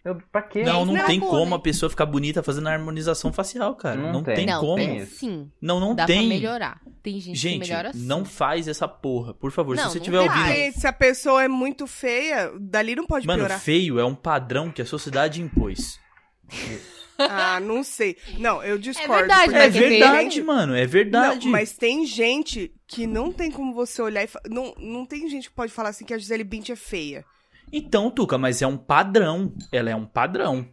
[SPEAKER 3] Eu, pra quê?
[SPEAKER 4] Não, não
[SPEAKER 2] Não,
[SPEAKER 4] tem
[SPEAKER 2] pô,
[SPEAKER 4] como
[SPEAKER 2] né?
[SPEAKER 4] a pessoa ficar bonita fazendo harmonização facial, cara.
[SPEAKER 3] Não
[SPEAKER 4] Não,
[SPEAKER 3] tem.
[SPEAKER 4] tem,
[SPEAKER 2] não,
[SPEAKER 4] como.
[SPEAKER 2] tem
[SPEAKER 3] isso.
[SPEAKER 2] sim.
[SPEAKER 4] Não, não
[SPEAKER 2] Dá pra
[SPEAKER 4] tem.
[SPEAKER 2] melhorar. Tem gente, que
[SPEAKER 4] Gente,
[SPEAKER 2] melhora assim.
[SPEAKER 4] não faz essa porra. Por favor,
[SPEAKER 2] Não,
[SPEAKER 4] se você
[SPEAKER 2] não
[SPEAKER 4] estiver
[SPEAKER 2] faz.
[SPEAKER 4] ouvindo.
[SPEAKER 1] Gente, se a pessoa é muito feia, dali não pode
[SPEAKER 4] né? Mano,
[SPEAKER 1] piorar.
[SPEAKER 4] feio é um padrão que a sociedade impôs.
[SPEAKER 1] Ah, não sei. Não, eu discordo.
[SPEAKER 2] verdade,
[SPEAKER 1] porque
[SPEAKER 2] Mas
[SPEAKER 4] É
[SPEAKER 2] é feio.
[SPEAKER 4] verdade, mano. É
[SPEAKER 1] Não,
[SPEAKER 4] verdade.
[SPEAKER 1] mas tem gente que não tem como você olhar e fa... não, não tem gente que pode falar assim que a Gisele Bint é feia.
[SPEAKER 4] Então, Tuca, mas é um padrão. Ela é um padrão.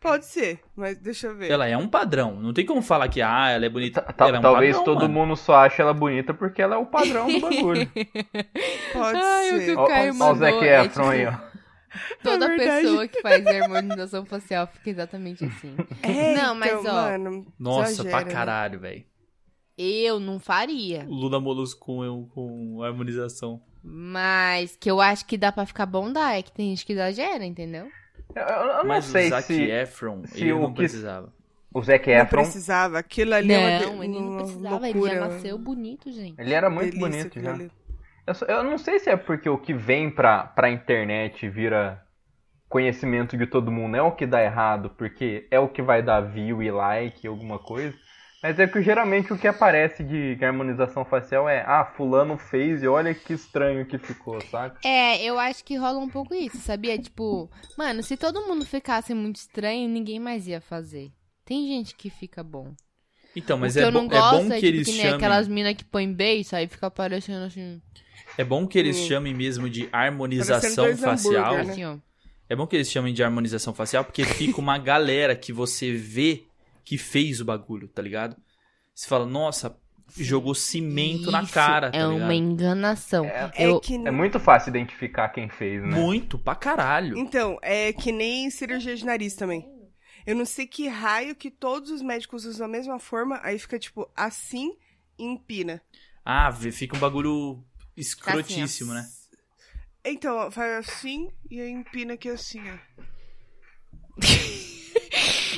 [SPEAKER 1] Pode ser, mas deixa eu ver.
[SPEAKER 4] Ela é um padrão. Não tem como falar que, ah, ela é bonita.
[SPEAKER 3] Ta- ta-
[SPEAKER 4] ela é um
[SPEAKER 3] talvez
[SPEAKER 4] padrão,
[SPEAKER 3] todo
[SPEAKER 4] mano.
[SPEAKER 3] mundo só ache ela bonita porque ela é o padrão do bagulho.
[SPEAKER 1] Pode
[SPEAKER 2] Ai, eu
[SPEAKER 1] ser.
[SPEAKER 2] tô-
[SPEAKER 3] Ó,
[SPEAKER 2] Caio
[SPEAKER 3] ó o Zac
[SPEAKER 2] mandou, é
[SPEAKER 3] Efron aí, ó.
[SPEAKER 2] Toda
[SPEAKER 1] É verdade.
[SPEAKER 2] pessoa que faz harmonização facial fica exatamente assim.
[SPEAKER 1] É,
[SPEAKER 2] Não, mas,
[SPEAKER 1] então,
[SPEAKER 2] ó,
[SPEAKER 1] mano,
[SPEAKER 4] Nossa,
[SPEAKER 1] exagera,
[SPEAKER 4] pra caralho, velho.
[SPEAKER 2] Eu não faria.
[SPEAKER 4] Lula Molusco com, eu- com harmonização.
[SPEAKER 2] Mas que eu acho que dá pra ficar bom, dá. É que tem gente que exagera, entendeu?
[SPEAKER 3] Eu, eu- eu não
[SPEAKER 4] mas o
[SPEAKER 3] sei
[SPEAKER 4] Zac
[SPEAKER 3] se
[SPEAKER 4] Efron,
[SPEAKER 3] se
[SPEAKER 4] ele
[SPEAKER 3] o
[SPEAKER 4] não
[SPEAKER 3] que-
[SPEAKER 4] precisava.
[SPEAKER 3] o Zac
[SPEAKER 1] Né? Não
[SPEAKER 3] Efron,
[SPEAKER 1] precisava. Aquilo ali é uma,
[SPEAKER 2] Não,
[SPEAKER 1] de-
[SPEAKER 2] ele não
[SPEAKER 1] uma
[SPEAKER 2] precisava. Ele
[SPEAKER 1] loucura,
[SPEAKER 2] já é nasceu bonito, gente.
[SPEAKER 3] ele é era É muito
[SPEAKER 1] delícia
[SPEAKER 3] bonito
[SPEAKER 1] aquilo
[SPEAKER 3] já.
[SPEAKER 1] ali.
[SPEAKER 3] Eu, só- eu não sei se é porque o que vem pra, pra internet vira conhecimento de todo mundo é o que dá errado, porque é o que vai dar view e like, alguma coisa. Mas é que geralmente o que aparece de harmonização facial é, ah, fulano fez e olha que estranho que ficou, saca?
[SPEAKER 2] É, eu acho que rola um pouco isso, sabia? Tipo, mano, se todo mundo ficasse muito estranho, ninguém mais ia fazer. Tem gente que fica bom.
[SPEAKER 4] Então, mas
[SPEAKER 2] o que
[SPEAKER 4] é,
[SPEAKER 2] eu não
[SPEAKER 4] bo- é
[SPEAKER 2] gosto
[SPEAKER 4] bom que
[SPEAKER 2] é, tipo,
[SPEAKER 4] eles
[SPEAKER 2] que nem
[SPEAKER 4] chamem.
[SPEAKER 2] aquelas minas que põem beijo, aí fica aparecendo assim,
[SPEAKER 4] É bom que eles
[SPEAKER 1] Hum.
[SPEAKER 4] chamem mesmo de harmonização
[SPEAKER 1] Parecendo dois
[SPEAKER 4] facial.
[SPEAKER 1] hambúrguer, né?
[SPEAKER 2] assim, ó.
[SPEAKER 4] É bom que eles chamem de harmonização facial, porque fica uma galera que você vê que fez o bagulho, tá ligado? Você fala, nossa, jogou cimento na
[SPEAKER 2] Isso
[SPEAKER 4] cara, tá
[SPEAKER 2] é
[SPEAKER 4] ligado?
[SPEAKER 2] uma enganação.
[SPEAKER 3] É,
[SPEAKER 1] É
[SPEAKER 2] Eu-
[SPEAKER 1] que
[SPEAKER 3] é muito fácil identificar quem fez, né?
[SPEAKER 4] Muito, pra caralho.
[SPEAKER 1] Então, é que nem cirurgia de nariz também. Eu não sei que raio que todos os médicos usam a mesma forma, aí fica tipo assim e empina.
[SPEAKER 4] Ah, vê- fica um bagulho escrotíssimo, né?
[SPEAKER 1] Então, ó, faz assim e aí empina aqui assim, ó.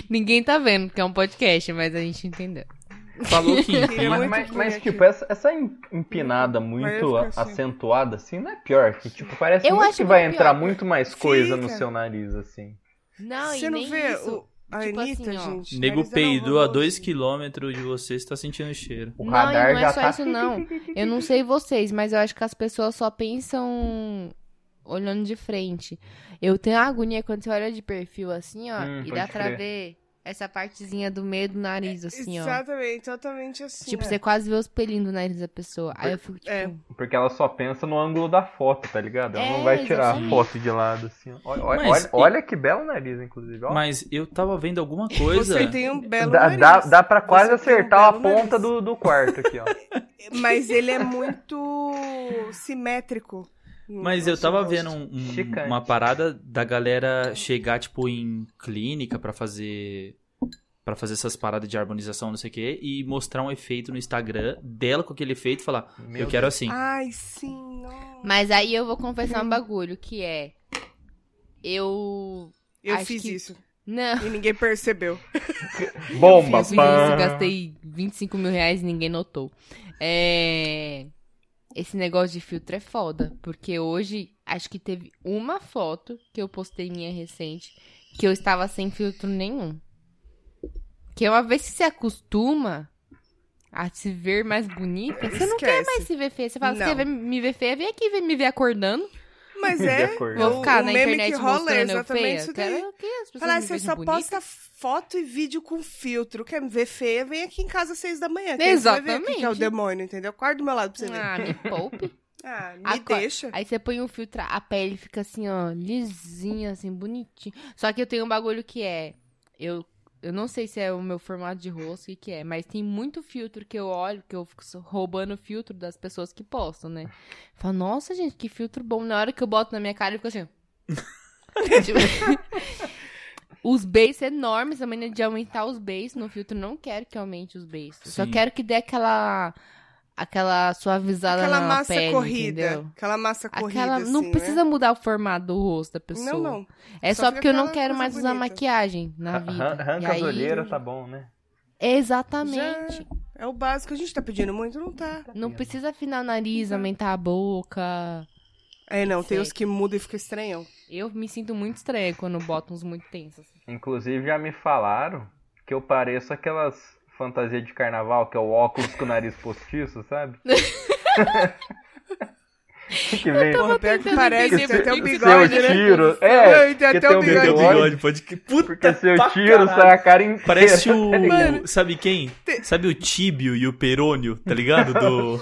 [SPEAKER 2] Ninguém tá vendo, porque é um podcast, mas a gente entendeu.
[SPEAKER 4] né? Falou que
[SPEAKER 1] É muito
[SPEAKER 4] enfim.
[SPEAKER 3] Mas, mas- mas,
[SPEAKER 1] criativo.
[SPEAKER 3] tipo, essa, essa em- empinada muito
[SPEAKER 1] Mas fica assim.
[SPEAKER 3] acentuada, assim, não é pior. Que, tipo, parece
[SPEAKER 2] Eu
[SPEAKER 3] muito
[SPEAKER 2] acho
[SPEAKER 3] que vai
[SPEAKER 2] muito
[SPEAKER 3] entrar
[SPEAKER 2] pior.
[SPEAKER 3] muito mais coisa no
[SPEAKER 1] Fica.
[SPEAKER 3] seu nariz, assim.
[SPEAKER 2] Não,
[SPEAKER 1] Você
[SPEAKER 2] e
[SPEAKER 1] não
[SPEAKER 2] nem
[SPEAKER 1] vê
[SPEAKER 2] isso.
[SPEAKER 1] o- a
[SPEAKER 2] Tipo
[SPEAKER 1] Anitta,
[SPEAKER 2] assim, ó.
[SPEAKER 1] gente?
[SPEAKER 4] Nego
[SPEAKER 1] nariz era
[SPEAKER 4] peidou a
[SPEAKER 1] horroroso.
[SPEAKER 4] 2km de você, você tá sentindo o cheiro.
[SPEAKER 3] O
[SPEAKER 2] não,
[SPEAKER 3] radar
[SPEAKER 2] e não
[SPEAKER 3] já
[SPEAKER 2] é só
[SPEAKER 3] tá...
[SPEAKER 2] isso, não. Eu não sei vocês, mas eu acho que as pessoas só pensam olhando de frente. Eu tenho uma agonia quando você olha de perfil assim, ó,
[SPEAKER 3] Hum,
[SPEAKER 2] e
[SPEAKER 3] pode
[SPEAKER 2] dá pra
[SPEAKER 3] crer.
[SPEAKER 2] ver essa partezinha do meio do nariz, assim, ó.
[SPEAKER 1] Exatamente, totalmente assim.
[SPEAKER 2] Tipo,
[SPEAKER 1] é.
[SPEAKER 2] você quase vê os pelinhos do nariz da pessoa. Aí eu fico, tipo,
[SPEAKER 1] É.
[SPEAKER 3] Porque ela só pensa no ângulo da foto, tá ligado? Ela
[SPEAKER 2] É,
[SPEAKER 3] não vai tirar
[SPEAKER 2] exatamente.
[SPEAKER 3] a foto de lado, assim. ó. Olha, olha-
[SPEAKER 4] Mas-
[SPEAKER 3] olha- olha que belo nariz, inclusive. ó.
[SPEAKER 4] Mas eu tava vendo alguma coisa.
[SPEAKER 1] Você tem um belo
[SPEAKER 3] dá,
[SPEAKER 1] nariz.
[SPEAKER 3] dá, dá pra quase
[SPEAKER 1] Você tem um
[SPEAKER 3] acertar a
[SPEAKER 1] belo
[SPEAKER 3] ponta
[SPEAKER 1] nariz.
[SPEAKER 3] do, do quarto aqui, ó.
[SPEAKER 1] Mas ele é muito simétrico.
[SPEAKER 4] Mas eu tava vendo um- um-
[SPEAKER 3] Chicante.
[SPEAKER 4] uma parada da galera chegar, tipo, em clínica pra fazer. para fazer essas paradas de harmonização, não sei o quê, e mostrar um efeito no Instagram dela com aquele efeito e falar,
[SPEAKER 3] Meu
[SPEAKER 4] eu quero assim.
[SPEAKER 1] Ai, sim, não.
[SPEAKER 2] Mas aí eu vou confessar um bagulho, que é. Eu.
[SPEAKER 1] Eu
[SPEAKER 2] Acho
[SPEAKER 1] fiz
[SPEAKER 2] que-
[SPEAKER 1] isso.
[SPEAKER 2] Não.
[SPEAKER 1] E ninguém percebeu.
[SPEAKER 3] Deus. Bomba,
[SPEAKER 2] eu fiz
[SPEAKER 3] pã.
[SPEAKER 2] isso, gastei 25 mil reais e ninguém notou. É. Esse negócio de filtro é foda, porque hoje acho que teve uma foto que eu postei minha recente que eu estava sem filtro nenhum. Que é uma vez que você acostuma a se ver mais bonita, você não
[SPEAKER 1] Esquece.
[SPEAKER 2] vai se ver feia. Você fala, você
[SPEAKER 1] Não.
[SPEAKER 2] quer ver- me ver feia? Vem aqui ver- me ver acordando.
[SPEAKER 1] Mas
[SPEAKER 3] De
[SPEAKER 1] é.
[SPEAKER 3] acordo.
[SPEAKER 1] o-
[SPEAKER 2] Vou ficar
[SPEAKER 1] o
[SPEAKER 2] na
[SPEAKER 1] meme
[SPEAKER 2] internet
[SPEAKER 1] que rola é
[SPEAKER 2] mostrando eu
[SPEAKER 1] exatamente
[SPEAKER 2] feia.
[SPEAKER 1] isso
[SPEAKER 2] Quero
[SPEAKER 1] daí.
[SPEAKER 2] que as pessoas
[SPEAKER 1] Falar,
[SPEAKER 2] me
[SPEAKER 1] você
[SPEAKER 2] vejam
[SPEAKER 1] só
[SPEAKER 2] bonita.
[SPEAKER 1] posta foto e vídeo com filtro. Quer me ver feia? Vem aqui em casa às seis da manhã. que Aí você vai ver o que que é o
[SPEAKER 2] Exatamente.
[SPEAKER 1] demônio, entendeu? Acorda do meu lado pra você ver.
[SPEAKER 2] Ah, me poupe.
[SPEAKER 1] Ah, me
[SPEAKER 2] Acorda.
[SPEAKER 1] deixa.
[SPEAKER 2] Aí você põe um filtro, a pele fica assim, ó, lisinha, assim, bonitinha. Só que eu tenho um bagulho que é. Eu, eu não sei se é o meu formato de rosto, o que, que é, mas tem muito filtro que eu olho, que eu fico so- roubando o filtro das pessoas que postam, né? Falo, nossa, gente, que filtro bom. Na hora que eu boto na minha cara, eu fico assim. ó. Tipo, Os beijos enormes, a maneira de aumentar os beijos no filtro, não quero que aumente os beijos. Só
[SPEAKER 4] Sim.
[SPEAKER 2] quero que dê aquela aquela suavizada
[SPEAKER 1] Aquela
[SPEAKER 2] na
[SPEAKER 1] massa
[SPEAKER 2] pele,
[SPEAKER 1] corrida.
[SPEAKER 2] entendeu?
[SPEAKER 1] Aquela massa corrida.
[SPEAKER 2] Aquela
[SPEAKER 1] assim,
[SPEAKER 2] não
[SPEAKER 1] né?
[SPEAKER 2] precisa mudar o formato do rosto da pessoa.
[SPEAKER 1] Não, não.
[SPEAKER 2] É
[SPEAKER 1] Só
[SPEAKER 2] só,
[SPEAKER 1] fica
[SPEAKER 2] porque eu não
[SPEAKER 1] aquela
[SPEAKER 2] quero
[SPEAKER 1] coisa
[SPEAKER 2] mais usar
[SPEAKER 1] bonita.
[SPEAKER 2] maquiagem na vida.
[SPEAKER 3] Arran- Arranca
[SPEAKER 2] E
[SPEAKER 3] as
[SPEAKER 2] aí-
[SPEAKER 3] olheiras, tá bom, né?
[SPEAKER 2] Exatamente.
[SPEAKER 1] É o básico. A gente tá pedindo muito, não tá. Então.
[SPEAKER 2] Não precisa afinar o nariz, aumentar a boca.
[SPEAKER 1] É, não. Tem
[SPEAKER 2] Sei.
[SPEAKER 1] os que mudam e fica estranhão.
[SPEAKER 2] Eu me sinto muito estranha quando boto uns muito tensos.
[SPEAKER 3] Inclusive já me falaram que eu pareço aquelas fantasias de carnaval, que é o óculos com o nariz postiço, sabe? que vem.
[SPEAKER 1] Porra, pior que
[SPEAKER 2] tentando
[SPEAKER 1] parece.
[SPEAKER 2] entender
[SPEAKER 1] Tem até
[SPEAKER 2] por
[SPEAKER 1] o
[SPEAKER 2] que que
[SPEAKER 1] bigode,
[SPEAKER 3] seu
[SPEAKER 1] né?
[SPEAKER 3] tiro.
[SPEAKER 1] Não,
[SPEAKER 3] É,
[SPEAKER 1] e tem
[SPEAKER 3] que
[SPEAKER 1] até
[SPEAKER 2] um
[SPEAKER 4] um
[SPEAKER 3] tem
[SPEAKER 1] o
[SPEAKER 3] o
[SPEAKER 1] bigode.
[SPEAKER 3] bigode.
[SPEAKER 4] pode que. Puta
[SPEAKER 3] porque seu
[SPEAKER 4] pra
[SPEAKER 3] tiro
[SPEAKER 4] caralho.
[SPEAKER 3] sai a cara inteira.
[SPEAKER 4] Parece o.
[SPEAKER 3] É
[SPEAKER 1] Mano.
[SPEAKER 4] Sabe quem? Sabe o Tíbio e o Perônio, tá ligado? Do.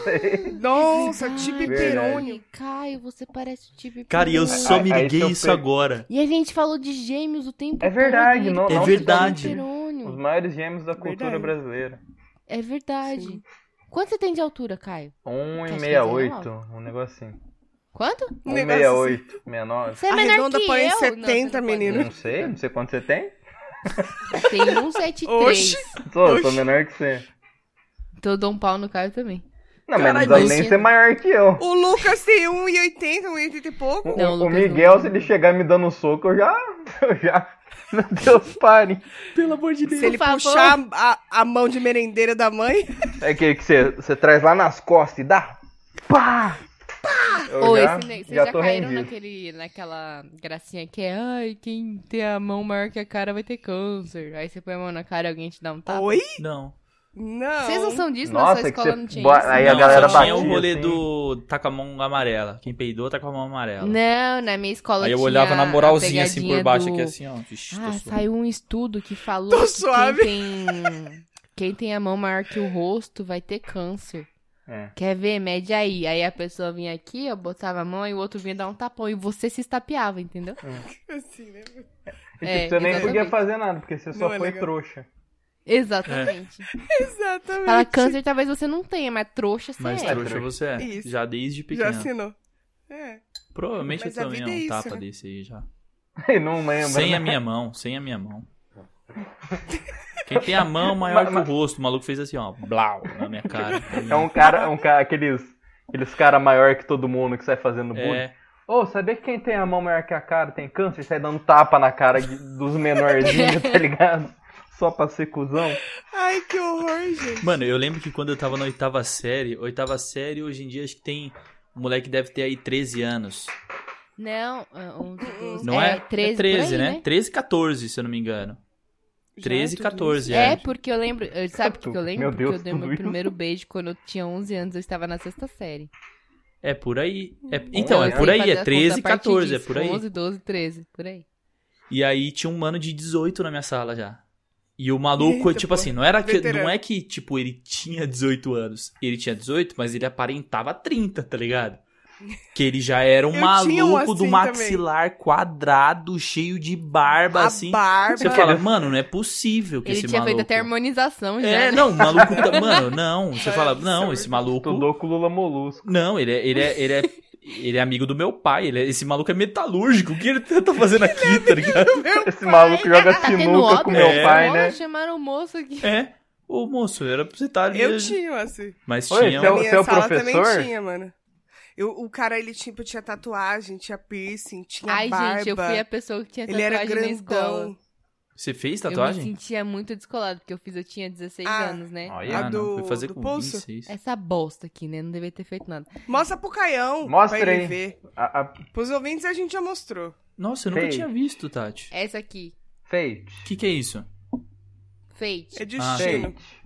[SPEAKER 1] Nossa, tipo
[SPEAKER 3] Verdade.
[SPEAKER 1] perônio.
[SPEAKER 2] Caio, você parece o tipo.
[SPEAKER 4] Cara, e eu só me
[SPEAKER 3] Aí- aí
[SPEAKER 4] liguei
[SPEAKER 3] seu
[SPEAKER 4] isso
[SPEAKER 3] Pedro-
[SPEAKER 4] agora.
[SPEAKER 2] E a gente falou de gêmeos o tempo
[SPEAKER 3] É
[SPEAKER 2] todo.
[SPEAKER 3] verdade,
[SPEAKER 2] e
[SPEAKER 3] não-
[SPEAKER 2] ele tá
[SPEAKER 4] não se
[SPEAKER 2] falando de
[SPEAKER 4] discute.
[SPEAKER 2] Perônio.
[SPEAKER 3] Os maiores gêmeos da cultura
[SPEAKER 1] Verdade.
[SPEAKER 3] brasileira.
[SPEAKER 2] É verdade.
[SPEAKER 1] Sim.
[SPEAKER 2] Quanto você tem de altura, Caio? Acho que é
[SPEAKER 3] 1,68, um negocinho.
[SPEAKER 2] Quanto?
[SPEAKER 1] Um negócio assim.
[SPEAKER 3] 1,68, 69.
[SPEAKER 2] Você é menor
[SPEAKER 1] Arredonda
[SPEAKER 2] que
[SPEAKER 1] pra
[SPEAKER 2] eu.
[SPEAKER 1] 1,70,
[SPEAKER 2] Não, você não pode.
[SPEAKER 1] menino.
[SPEAKER 3] Não sei, não sei quanto você tem.
[SPEAKER 2] Tem 173.
[SPEAKER 1] Oxi.
[SPEAKER 3] Tô, tô
[SPEAKER 1] Oxi.
[SPEAKER 3] menor que você.
[SPEAKER 2] Então eu dou um pau no Caio também.
[SPEAKER 3] Não, mas não
[SPEAKER 1] Caralho,
[SPEAKER 3] precisa nem
[SPEAKER 2] imagina.
[SPEAKER 3] ser maior que eu.
[SPEAKER 1] assim. O Lucas tem 1,80, 1,80 e pouco.
[SPEAKER 3] O,
[SPEAKER 2] Não,
[SPEAKER 3] o
[SPEAKER 2] Lucas,
[SPEAKER 3] Miguel,
[SPEAKER 2] não.
[SPEAKER 3] se ele chegar me dando um soco, eu já. Eu já. Meu Deus, pare.
[SPEAKER 4] Pelo amor de
[SPEAKER 1] Se ele
[SPEAKER 2] favor.
[SPEAKER 1] puxar a, a mão de merendeira da mãe,
[SPEAKER 3] É aquele que você, você traz lá nas costas e dá. Pá! Pá! Eu
[SPEAKER 2] Ou
[SPEAKER 3] já,
[SPEAKER 2] esse ne- Vocês
[SPEAKER 3] já
[SPEAKER 2] já,
[SPEAKER 3] tô
[SPEAKER 2] caíram
[SPEAKER 3] rendido.
[SPEAKER 2] naquele, naquela gracinha que é ai, quem tem a mão maior que a cara vai ter câncer. Aí você põe a mão na cara e alguém te dá um tapa.
[SPEAKER 1] oi?
[SPEAKER 4] Não.
[SPEAKER 1] Não.
[SPEAKER 2] Vocês não são disso? na sua
[SPEAKER 3] Nossa, que
[SPEAKER 2] escola
[SPEAKER 3] você
[SPEAKER 2] não tinha
[SPEAKER 3] bora-
[SPEAKER 2] isso.
[SPEAKER 3] aí a
[SPEAKER 4] não,
[SPEAKER 3] galera
[SPEAKER 4] só tinha um o
[SPEAKER 3] batia,
[SPEAKER 4] rolê
[SPEAKER 3] assim.
[SPEAKER 4] do. Tá com a mão amarela. Quem peidou tá com a mão amarela.
[SPEAKER 2] Não, na minha escola
[SPEAKER 4] Aí eu
[SPEAKER 2] tinha
[SPEAKER 4] olhava na
[SPEAKER 2] a
[SPEAKER 4] moralzinha assim por
[SPEAKER 2] pegadinha
[SPEAKER 4] baixo,
[SPEAKER 2] do-
[SPEAKER 4] aqui assim, ó. Vixe, tô
[SPEAKER 2] Ah,
[SPEAKER 4] suando.
[SPEAKER 2] saiu um estudo que falou
[SPEAKER 1] Tô
[SPEAKER 2] que
[SPEAKER 1] suave.
[SPEAKER 2] quem tem... quem tem a mão maior que o rosto vai ter câncer.
[SPEAKER 3] É.
[SPEAKER 2] Quer ver? Mede aí. Aí a pessoa vinha aqui, eu botava a mão e o outro vinha dar um tapão. E você se estapeava, entendeu?
[SPEAKER 1] Assim, né?
[SPEAKER 3] E, tipo,
[SPEAKER 2] É,
[SPEAKER 3] você nem
[SPEAKER 2] exatamente.
[SPEAKER 3] podia fazer nada, porque você só
[SPEAKER 1] Não é
[SPEAKER 3] foi
[SPEAKER 1] legal.
[SPEAKER 3] trouxa.
[SPEAKER 2] Exatamente.
[SPEAKER 1] Exatamente.
[SPEAKER 2] É. Fala, câncer talvez você não tenha, mas trouxa você
[SPEAKER 4] Mas
[SPEAKER 2] é.
[SPEAKER 4] trouxa você é.
[SPEAKER 1] Isso.
[SPEAKER 4] Já desde
[SPEAKER 1] Já
[SPEAKER 4] pequeno.
[SPEAKER 1] assinou. É.
[SPEAKER 4] Provavelmente
[SPEAKER 1] Mas
[SPEAKER 4] eu
[SPEAKER 1] a
[SPEAKER 4] também é
[SPEAKER 1] vida é
[SPEAKER 4] um
[SPEAKER 1] isso,
[SPEAKER 4] tapa
[SPEAKER 1] né?
[SPEAKER 4] desse aí já.
[SPEAKER 3] E não lembra.
[SPEAKER 4] Sem
[SPEAKER 3] né?
[SPEAKER 4] a minha mão, sem a minha mão. Quem tem a mão maior
[SPEAKER 3] Mas-
[SPEAKER 4] que o rosto, o maluco fez assim, ó, blau, na minha cara.
[SPEAKER 3] É um cara, é um cara aqueles, aqueles cara maior que todo mundo que sai fazendo bullying.
[SPEAKER 4] É,
[SPEAKER 3] Ô, sabia que quem tem a mão maior que a cara tem câncer? Sai dando tapa na cara de- dos menorzinhos, tá ligado? só pra ser cuzão.
[SPEAKER 1] Ai, que horror, gente.
[SPEAKER 4] Mano, eu lembro que quando eu tava na oitava série, oitava série hoje em dia acho que tem. O moleque deve ter aí 13 anos.
[SPEAKER 2] Não, ah, um, dois,
[SPEAKER 4] Não é?
[SPEAKER 2] 13,
[SPEAKER 4] é 13
[SPEAKER 2] por aí,
[SPEAKER 4] né? 13, 14, se eu não me engano.
[SPEAKER 1] Já
[SPEAKER 4] 13,
[SPEAKER 1] tudo
[SPEAKER 4] 14,
[SPEAKER 2] É,
[SPEAKER 4] é.
[SPEAKER 2] porque eu lembro. eu- Sabe o que que eu lembro?
[SPEAKER 3] Meu Deus,
[SPEAKER 2] porque eu dei o meu
[SPEAKER 3] tudo isso.
[SPEAKER 2] primeiro beijo quando eu tinha 11 anos, eu estava na sexta série.
[SPEAKER 4] É por aí. É- então,
[SPEAKER 2] eu
[SPEAKER 4] é
[SPEAKER 2] sei
[SPEAKER 4] por aí,
[SPEAKER 2] fazer a
[SPEAKER 4] é
[SPEAKER 2] conta
[SPEAKER 4] 13,
[SPEAKER 2] a partir
[SPEAKER 4] 14, é
[SPEAKER 2] disso,
[SPEAKER 4] por aí.
[SPEAKER 2] 11, 12, 13, por aí.
[SPEAKER 4] E aí tinha um mano de 18 na minha sala já. E o maluco,
[SPEAKER 1] Eita,
[SPEAKER 4] tipo
[SPEAKER 1] pô.
[SPEAKER 4] assim, não era que
[SPEAKER 1] Veterano.
[SPEAKER 4] não é que tipo ele tinha 18 anos. Ele tinha 18, mas ele aparentava 30, tá ligado? Que ele já era um
[SPEAKER 1] Eu tinha um
[SPEAKER 4] maluco do
[SPEAKER 1] assim
[SPEAKER 4] maxilar quadrado, cheio de barba
[SPEAKER 1] A
[SPEAKER 4] assim.
[SPEAKER 1] barba.
[SPEAKER 4] Você fala, mano, não é possível que
[SPEAKER 2] Ele
[SPEAKER 4] esse
[SPEAKER 2] tinha
[SPEAKER 4] maluco
[SPEAKER 2] feito até harmonização já.
[SPEAKER 4] É,
[SPEAKER 2] né?
[SPEAKER 4] não, o maluco, tá- mano, não. Você
[SPEAKER 1] É,
[SPEAKER 4] fala,
[SPEAKER 1] isso
[SPEAKER 4] não,
[SPEAKER 1] é
[SPEAKER 4] esse maluco
[SPEAKER 3] Estudou com o Lula Molusco.
[SPEAKER 4] não, ele é, ele é, ele é, ele é amigo do meu pai. Ele é- esse maluco é metalúrgico. O que ele tá fazendo aqui, tá ligado?
[SPEAKER 1] Meu
[SPEAKER 3] Esse maluco joga
[SPEAKER 2] Tá tendo
[SPEAKER 3] sinuca
[SPEAKER 2] obra,
[SPEAKER 3] com meu
[SPEAKER 2] é.
[SPEAKER 3] pai,
[SPEAKER 2] Olha,
[SPEAKER 3] né?
[SPEAKER 2] chamaram o moço aqui.
[SPEAKER 4] É. Ô, moço, era pra você estar ali.
[SPEAKER 1] Eu tinha, assim.
[SPEAKER 4] Mas
[SPEAKER 3] Oi,
[SPEAKER 4] tinha.
[SPEAKER 3] você é
[SPEAKER 1] Na
[SPEAKER 3] o-
[SPEAKER 4] um-
[SPEAKER 1] minha
[SPEAKER 3] seu
[SPEAKER 1] sala
[SPEAKER 3] professor?
[SPEAKER 1] também tinha, mano. Eu, o cara, ele tipo, tinha tatuagem, tinha piercing, tinha
[SPEAKER 2] Ai,
[SPEAKER 1] barba.
[SPEAKER 2] gente, eu fui a pessoa que tinha
[SPEAKER 1] Ele
[SPEAKER 2] tatuagem
[SPEAKER 1] era
[SPEAKER 2] na escola.
[SPEAKER 1] grandão.
[SPEAKER 4] Você fez
[SPEAKER 2] Eu me
[SPEAKER 4] tatuagem?
[SPEAKER 2] sentia muito descolado, porque eu fiz, eu tinha 16
[SPEAKER 1] Ah.
[SPEAKER 2] anos, né?
[SPEAKER 4] Olha,
[SPEAKER 1] A
[SPEAKER 4] não,
[SPEAKER 1] do-
[SPEAKER 4] foi fazer
[SPEAKER 1] do
[SPEAKER 4] com
[SPEAKER 1] pulso?
[SPEAKER 4] 26.
[SPEAKER 2] Essa bosta aqui, né? Não devia ter feito nada.
[SPEAKER 1] Mostra pro Caião
[SPEAKER 3] Mostra
[SPEAKER 1] pra ele
[SPEAKER 3] aí.
[SPEAKER 1] ver.
[SPEAKER 3] A, a
[SPEAKER 1] Pros ouvintes a gente já mostrou.
[SPEAKER 4] Nossa, eu nunca
[SPEAKER 3] Fez.
[SPEAKER 4] tinha visto, Tati.
[SPEAKER 2] Essa aqui,
[SPEAKER 4] O
[SPEAKER 3] Fate.
[SPEAKER 4] que, que é isso?
[SPEAKER 2] fate.
[SPEAKER 1] É
[SPEAKER 3] Ah,
[SPEAKER 1] destino.
[SPEAKER 3] Fate.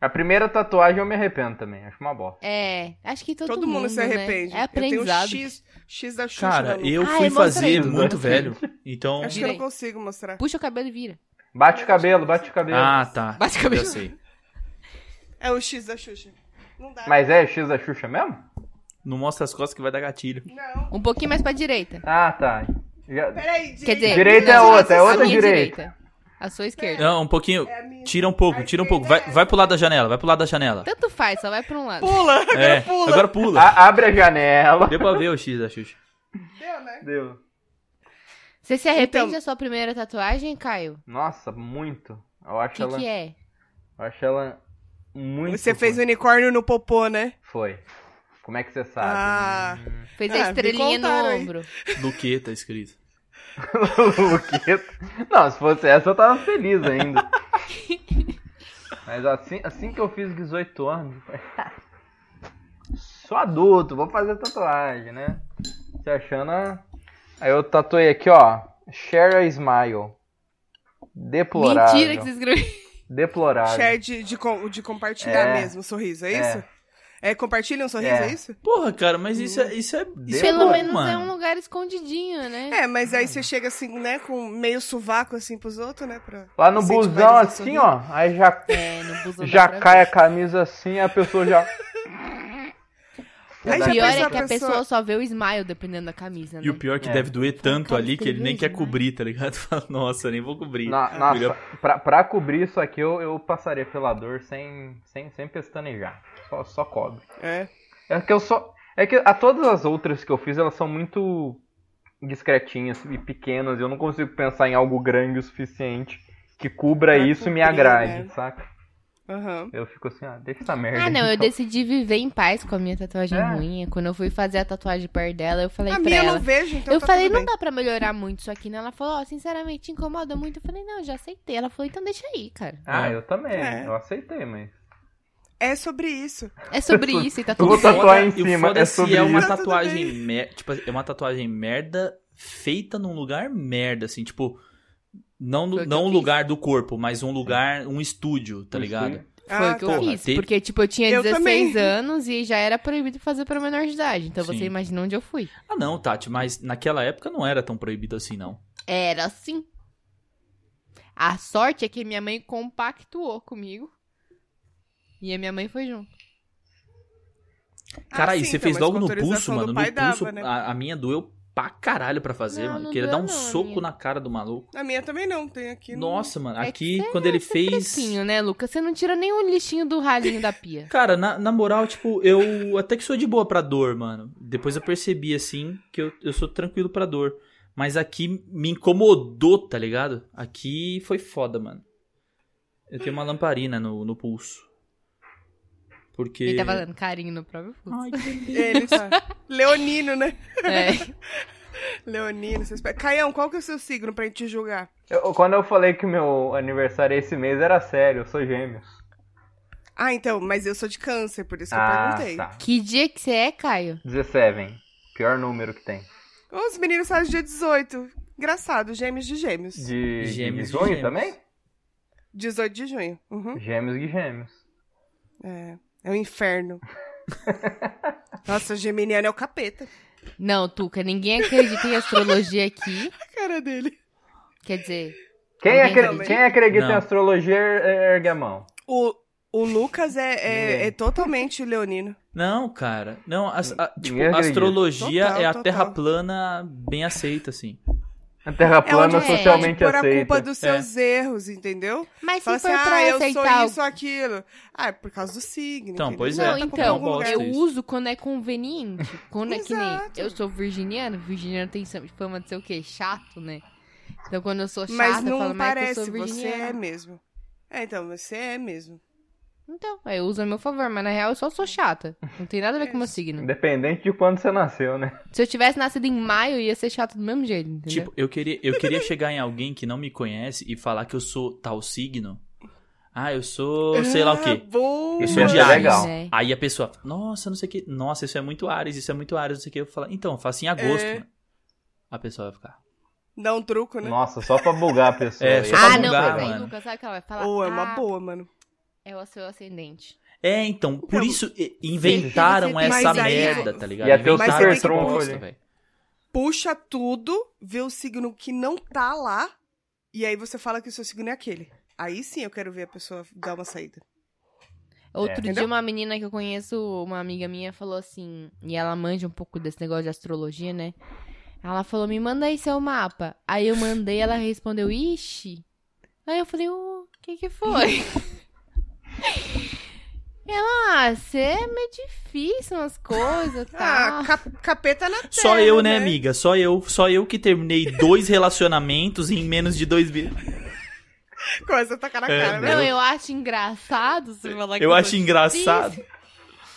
[SPEAKER 3] A primeira tatuagem eu me arrependo também. Acho uma bosta.
[SPEAKER 2] É, acho que todo,
[SPEAKER 1] Todo mundo, se
[SPEAKER 2] né?
[SPEAKER 1] arrepende.
[SPEAKER 2] É aprendizado.
[SPEAKER 1] Eu tenho um X, X da Xuxa. na
[SPEAKER 4] Cara,
[SPEAKER 1] nuca.
[SPEAKER 4] eu
[SPEAKER 2] Ah,
[SPEAKER 4] fui
[SPEAKER 2] eu mostrei.
[SPEAKER 4] fazer muito velho. Então.
[SPEAKER 1] Acho que eu
[SPEAKER 2] Direito.
[SPEAKER 1] não consigo mostrar.
[SPEAKER 2] Puxa o cabelo e vira.
[SPEAKER 3] Bate o cabelo, bate o cabelo.
[SPEAKER 4] Ah, tá.
[SPEAKER 2] Basicamente-
[SPEAKER 4] Eu sei.
[SPEAKER 1] É o X da Xuxa. Não dá.
[SPEAKER 3] Mas é X da Xuxa mesmo?
[SPEAKER 4] Não mostra as costas que vai dar gatilho.
[SPEAKER 1] Não.
[SPEAKER 2] Um pouquinho mais pra direita.
[SPEAKER 3] Ah, tá. Já-
[SPEAKER 1] Peraí,
[SPEAKER 2] Quer dizer,
[SPEAKER 3] Direita é
[SPEAKER 2] não,
[SPEAKER 3] outra, é
[SPEAKER 2] a
[SPEAKER 3] outra
[SPEAKER 2] minha
[SPEAKER 3] direita.
[SPEAKER 2] A sua esquerda.
[SPEAKER 4] Não, um pouquinho.
[SPEAKER 1] É a minha.
[SPEAKER 4] Tira um pouco, tira um pouco. Vai, vai pro lado da janela, vai pro lado da janela.
[SPEAKER 2] Tanto faz, só vai pra um lado.
[SPEAKER 1] Pula, agora
[SPEAKER 4] É,
[SPEAKER 1] pula.
[SPEAKER 4] agora pula.
[SPEAKER 3] A- abre a janela.
[SPEAKER 4] Deu pra ver o X da Xuxa.
[SPEAKER 1] Deu, né?
[SPEAKER 3] Deus.
[SPEAKER 2] Você se arrepende
[SPEAKER 1] Então-
[SPEAKER 2] da sua primeira tatuagem, Caio?
[SPEAKER 3] Nossa, muito. Eu
[SPEAKER 2] O
[SPEAKER 3] acho
[SPEAKER 2] que,
[SPEAKER 3] ela.
[SPEAKER 2] que é?
[SPEAKER 3] Eu acho ela muito.
[SPEAKER 1] Você fez unicórnio no popô, né?
[SPEAKER 3] Foi. Como é que você sabe?
[SPEAKER 1] Ah.
[SPEAKER 2] Fez
[SPEAKER 1] Ah,
[SPEAKER 2] a
[SPEAKER 1] me
[SPEAKER 2] estrelinha no
[SPEAKER 1] contaram aí.
[SPEAKER 2] ombro.
[SPEAKER 4] Do que tá escrito?
[SPEAKER 3] O quê? Não, se fosse essa eu tava feliz ainda. Mas assim, assim que eu fiz 18 anos, foi... sou adulto, vou fazer tatuagem, né? Se achando. a- Aí eu tatuei aqui, ó. Share a smile. Deplorável.
[SPEAKER 2] Mentira que você escreveu.
[SPEAKER 3] Deplorável.
[SPEAKER 1] Share de, de, com- de compartilhar
[SPEAKER 3] É.
[SPEAKER 1] mesmo o sorriso, é isso? É, compartilha um sorriso,
[SPEAKER 3] É.
[SPEAKER 1] é isso?
[SPEAKER 4] Porra, cara, mas isso é. Isso é isso é
[SPEAKER 2] Pelo
[SPEAKER 4] bom,
[SPEAKER 2] menos é um
[SPEAKER 4] mano.
[SPEAKER 2] lugar escondidinho, né?
[SPEAKER 1] É, mas aí você chega assim, né, com meio sovaco assim pros outros, né? Pra
[SPEAKER 3] Lá no
[SPEAKER 1] incentivar
[SPEAKER 3] busão,
[SPEAKER 1] eles a
[SPEAKER 3] assim,
[SPEAKER 1] sorrir.
[SPEAKER 3] ó. Aí já,
[SPEAKER 2] É, no busão
[SPEAKER 3] já
[SPEAKER 2] dá pra
[SPEAKER 3] cai a
[SPEAKER 2] ver.
[SPEAKER 3] camisa assim, a pessoa já.
[SPEAKER 1] Aí
[SPEAKER 2] O
[SPEAKER 1] já
[SPEAKER 2] pior
[SPEAKER 1] pensa
[SPEAKER 2] é
[SPEAKER 1] a
[SPEAKER 2] que a
[SPEAKER 1] pessoa-
[SPEAKER 2] pessoa só vê o smile dependendo da camisa, né?
[SPEAKER 4] E o pior é que
[SPEAKER 3] É.
[SPEAKER 4] deve doer tanto
[SPEAKER 2] Cara,
[SPEAKER 4] ali que ele nem quer
[SPEAKER 2] perigoso, né?
[SPEAKER 4] cobrir, tá ligado? Fala, nossa, nem vou cobrir.
[SPEAKER 3] Na-
[SPEAKER 1] é.
[SPEAKER 4] Melhor-
[SPEAKER 3] nossa, pra, pra cobrir isso aqui eu, eu passaria pela dor sem, sem, sem pestanejar. Só, só cobre.
[SPEAKER 1] É.
[SPEAKER 3] É que eu só. É que a todas as outras que eu fiz, elas são muito discretinhas e pequenas. Eu não consigo pensar em algo grande o suficiente que cubra
[SPEAKER 1] Pra
[SPEAKER 3] isso e me
[SPEAKER 1] cobrir,
[SPEAKER 3] agrade,
[SPEAKER 1] né?
[SPEAKER 3] saca?
[SPEAKER 1] Aham.
[SPEAKER 3] Eu fico assim, ah, deixa essa merda.
[SPEAKER 2] Ah, não, eu
[SPEAKER 3] então.
[SPEAKER 2] decidi viver em paz com a minha tatuagem
[SPEAKER 3] É.
[SPEAKER 2] ruim. Quando eu fui fazer a tatuagem perto dela, eu
[SPEAKER 1] A
[SPEAKER 2] falei pra
[SPEAKER 1] minha eu
[SPEAKER 2] ela.
[SPEAKER 1] não vejo, então
[SPEAKER 2] eu
[SPEAKER 1] tá
[SPEAKER 2] falei,
[SPEAKER 1] tudo
[SPEAKER 2] não
[SPEAKER 1] bem.
[SPEAKER 2] dá pra melhorar muito isso aqui, né? Ela falou, ó, sinceramente, te incomoda muito. Eu falei, não, já aceitei. Ela falou, então deixa aí, cara.
[SPEAKER 3] Ah, eu também.
[SPEAKER 1] É.
[SPEAKER 3] Eu aceitei, mas.
[SPEAKER 1] É sobre isso.
[SPEAKER 2] É sobre isso e tá
[SPEAKER 3] Eu
[SPEAKER 2] tudo
[SPEAKER 3] vou
[SPEAKER 2] bem.
[SPEAKER 3] tatuar em
[SPEAKER 4] E o
[SPEAKER 3] cima.
[SPEAKER 4] foda
[SPEAKER 3] É
[SPEAKER 4] se
[SPEAKER 3] sobre
[SPEAKER 4] é uma
[SPEAKER 1] isso. Tá tudo
[SPEAKER 4] tatuagem
[SPEAKER 1] bem.
[SPEAKER 4] mer... tipo, é uma tatuagem merda feita num lugar merda, assim, tipo. Não,
[SPEAKER 2] Foi o
[SPEAKER 4] no-
[SPEAKER 2] que
[SPEAKER 4] não
[SPEAKER 2] eu
[SPEAKER 4] um
[SPEAKER 2] fiz.
[SPEAKER 4] lugar do corpo, mas um lugar, um estúdio, tá
[SPEAKER 3] Um
[SPEAKER 4] ligado?
[SPEAKER 3] estúdio.
[SPEAKER 2] Foi
[SPEAKER 1] Ah,
[SPEAKER 2] o que
[SPEAKER 1] tá.
[SPEAKER 2] eu
[SPEAKER 4] Porra,
[SPEAKER 2] fiz.
[SPEAKER 4] teve-
[SPEAKER 2] Porque, tipo, eu tinha
[SPEAKER 1] Eu
[SPEAKER 2] 16
[SPEAKER 1] também.
[SPEAKER 2] anos e já era proibido fazer pra menor de idade. Então
[SPEAKER 4] Sim.
[SPEAKER 2] você imagina onde eu fui.
[SPEAKER 4] Ah, não, Tati, mas naquela época não era tão proibido assim, não.
[SPEAKER 2] Era assim. A sorte é que minha mãe compactuou comigo. E a minha mãe foi junto.
[SPEAKER 1] Ah,
[SPEAKER 4] Caralho,
[SPEAKER 1] sim,
[SPEAKER 4] você
[SPEAKER 1] então,
[SPEAKER 4] fez
[SPEAKER 1] mas
[SPEAKER 4] logo
[SPEAKER 1] com
[SPEAKER 4] no pulso,
[SPEAKER 1] autorização do
[SPEAKER 4] mano. No
[SPEAKER 1] pai
[SPEAKER 4] pulso,
[SPEAKER 1] dava, né?
[SPEAKER 4] a, a minha doeu pra caralho pra fazer,
[SPEAKER 2] Não,
[SPEAKER 4] mano.
[SPEAKER 2] não
[SPEAKER 4] Queria dar
[SPEAKER 2] doeu
[SPEAKER 4] um
[SPEAKER 2] não, a
[SPEAKER 4] soco
[SPEAKER 2] minha.
[SPEAKER 4] na cara do maluco.
[SPEAKER 1] A minha também não, tem aqui. no-
[SPEAKER 4] Nossa, mano.
[SPEAKER 2] É
[SPEAKER 4] Aqui, quando ele fez.
[SPEAKER 2] Fresquinho, né, Lucas? Você não tira nem o lixinho do ralinho da pia.
[SPEAKER 4] Cara, na, na moral, tipo, eu até que sou de boa pra dor, mano. Depois eu percebi, assim, que eu, eu sou tranquilo pra dor. Mas aqui me incomodou, tá ligado? Aqui foi foda, mano. Eu tenho uma lamparina no, no pulso. Porque.
[SPEAKER 2] Ele tá tava
[SPEAKER 1] tá.
[SPEAKER 2] dando carinho no próprio fundo.
[SPEAKER 4] Ai, que delícia.
[SPEAKER 1] Ele tá. Leonino, né?
[SPEAKER 2] É.
[SPEAKER 1] Leonino, seus pés. Caião, qual que é o seu signo pra gente julgar?
[SPEAKER 3] Eu- quando eu falei que meu aniversário é esse mês, era sério, eu sou gêmeos.
[SPEAKER 1] Ah, então, mas eu sou de câncer, por isso que eu
[SPEAKER 3] ah,
[SPEAKER 1] perguntei.
[SPEAKER 3] tá.
[SPEAKER 2] Que dia que você é, Caio?
[SPEAKER 3] 17. Pior número que tem.
[SPEAKER 1] Os meninos saem dia 18. Engraçado, gêmeos de gêmeos.
[SPEAKER 3] De,
[SPEAKER 4] Gêmeos
[SPEAKER 3] de
[SPEAKER 4] e
[SPEAKER 3] junho
[SPEAKER 4] gêmeos.
[SPEAKER 3] também?
[SPEAKER 1] 18 de junho. Uhum.
[SPEAKER 3] Gêmeos e gêmeos.
[SPEAKER 1] É. É um inferno. Nossa, o geminiano é o capeta.
[SPEAKER 2] Não, Tuca, ninguém acredita em astrologia aqui.
[SPEAKER 1] A cara dele.
[SPEAKER 2] Quer dizer,
[SPEAKER 3] Quem,
[SPEAKER 2] Alguém
[SPEAKER 3] acre-
[SPEAKER 2] também?
[SPEAKER 3] quem é? acredita em
[SPEAKER 4] Não.
[SPEAKER 3] astrologia, er- ergue a mão.
[SPEAKER 1] O, o Lucas é, é,
[SPEAKER 3] Ninguém.
[SPEAKER 1] é totalmente leonino.
[SPEAKER 4] Não, cara. Não, as- a- tipo,
[SPEAKER 3] Ninguém acredita.
[SPEAKER 4] astrologia
[SPEAKER 1] Total,
[SPEAKER 4] é a
[SPEAKER 1] total.
[SPEAKER 4] terra plana bem aceita, assim.
[SPEAKER 3] A Terra
[SPEAKER 2] onde
[SPEAKER 3] plana
[SPEAKER 2] é,
[SPEAKER 3] socialmente
[SPEAKER 1] Pode pôr a
[SPEAKER 3] aceita.
[SPEAKER 1] culpa dos
[SPEAKER 4] É.
[SPEAKER 1] seus erros, entendeu?
[SPEAKER 2] mas se
[SPEAKER 1] Fala assim,
[SPEAKER 2] for pra
[SPEAKER 1] ah, eu
[SPEAKER 2] aceitar
[SPEAKER 1] sou
[SPEAKER 2] algo-
[SPEAKER 1] isso ou aquilo. Ah, é por causa do signo.
[SPEAKER 4] Então,
[SPEAKER 1] entendeu?
[SPEAKER 4] pois é.
[SPEAKER 2] Não,
[SPEAKER 1] Tá com
[SPEAKER 2] então,
[SPEAKER 1] algum lugar.
[SPEAKER 2] eu
[SPEAKER 4] gosto disso.
[SPEAKER 2] uso quando é conveniente. Quando é que nem.
[SPEAKER 1] Exato.
[SPEAKER 2] Eu sou virginiana, virginiano tem sam- fama de ser o quê? Chato, né? Então quando eu sou chata,
[SPEAKER 1] Mas
[SPEAKER 2] eu falo,
[SPEAKER 1] não
[SPEAKER 2] mas que eu
[SPEAKER 1] parece,
[SPEAKER 2] sou
[SPEAKER 1] você é
[SPEAKER 2] virginiana.
[SPEAKER 1] mesmo. É, então, você é mesmo.
[SPEAKER 2] Então, aí eu uso a meu favor, mas na real eu só sou chata. Não tem nada a ver com o meu signo.
[SPEAKER 3] Independente de quando você nasceu, né?
[SPEAKER 2] Se eu tivesse nascido em maio, eu ia ser chata do mesmo jeito, entendeu?
[SPEAKER 4] Tipo, eu queria, eu queria chegar em alguém que não me conhece e falar que eu sou tal signo. Ah, eu sou sei lá o
[SPEAKER 1] Ah,
[SPEAKER 4] quê.
[SPEAKER 1] Boa.
[SPEAKER 4] Eu sou de
[SPEAKER 3] é
[SPEAKER 4] Ares.
[SPEAKER 3] legal.
[SPEAKER 1] Ah.
[SPEAKER 2] É.
[SPEAKER 4] Aí a pessoa, nossa, não sei o que. Nossa, isso é muito Ares, isso é muito Ares, não sei o que. Eu falo, então, faço em agosto.
[SPEAKER 1] É.
[SPEAKER 4] né? A pessoa vai ficar.
[SPEAKER 1] Dá um truco, né?
[SPEAKER 3] Nossa, só pra bugar a pessoa.
[SPEAKER 4] É, só pra
[SPEAKER 2] ah,
[SPEAKER 4] Tá
[SPEAKER 2] não,
[SPEAKER 4] vulgar,
[SPEAKER 2] mas aí,
[SPEAKER 4] mano.
[SPEAKER 2] Lucas, sabe o que ela vai falar?
[SPEAKER 1] Ou é uma
[SPEAKER 2] ah,
[SPEAKER 1] boa, mano.
[SPEAKER 2] É o seu ascendente.
[SPEAKER 4] É, então, por
[SPEAKER 1] Então,
[SPEAKER 4] isso e- inventaram
[SPEAKER 2] mas
[SPEAKER 4] essa
[SPEAKER 1] aí-
[SPEAKER 4] merda, tá ligado?
[SPEAKER 3] E até o né?
[SPEAKER 4] Inventaram
[SPEAKER 1] super
[SPEAKER 4] essa
[SPEAKER 1] trunfo
[SPEAKER 4] bosta,
[SPEAKER 3] ali.
[SPEAKER 4] velho.
[SPEAKER 1] Puxa tudo, vê o signo que não tá lá, e aí você fala que o seu signo é aquele. Aí sim eu quero ver a pessoa dar uma saída. É.
[SPEAKER 2] Outro dia,
[SPEAKER 1] Entendeu?
[SPEAKER 2] uma menina que eu conheço, uma amiga minha, falou assim, e ela manja um pouco desse negócio de astrologia, né? Ela falou, me manda aí seu mapa. Aí eu mandei, ela respondeu, ixi. Aí eu falei, o que que foi? ela, ah, você é meio difícil umas coisas,
[SPEAKER 1] Ah,
[SPEAKER 2] tá?
[SPEAKER 1] cap- capeta na terra.
[SPEAKER 4] Só eu, né, amiga? Só eu, só eu que terminei dois relacionamentos em menos de dois meses.
[SPEAKER 1] Coisa tacar na
[SPEAKER 4] É,
[SPEAKER 1] cara, né?
[SPEAKER 2] Não, eu acho engraçado você falar que
[SPEAKER 4] Eu
[SPEAKER 2] sou
[SPEAKER 4] acho engraçado.
[SPEAKER 2] difícil,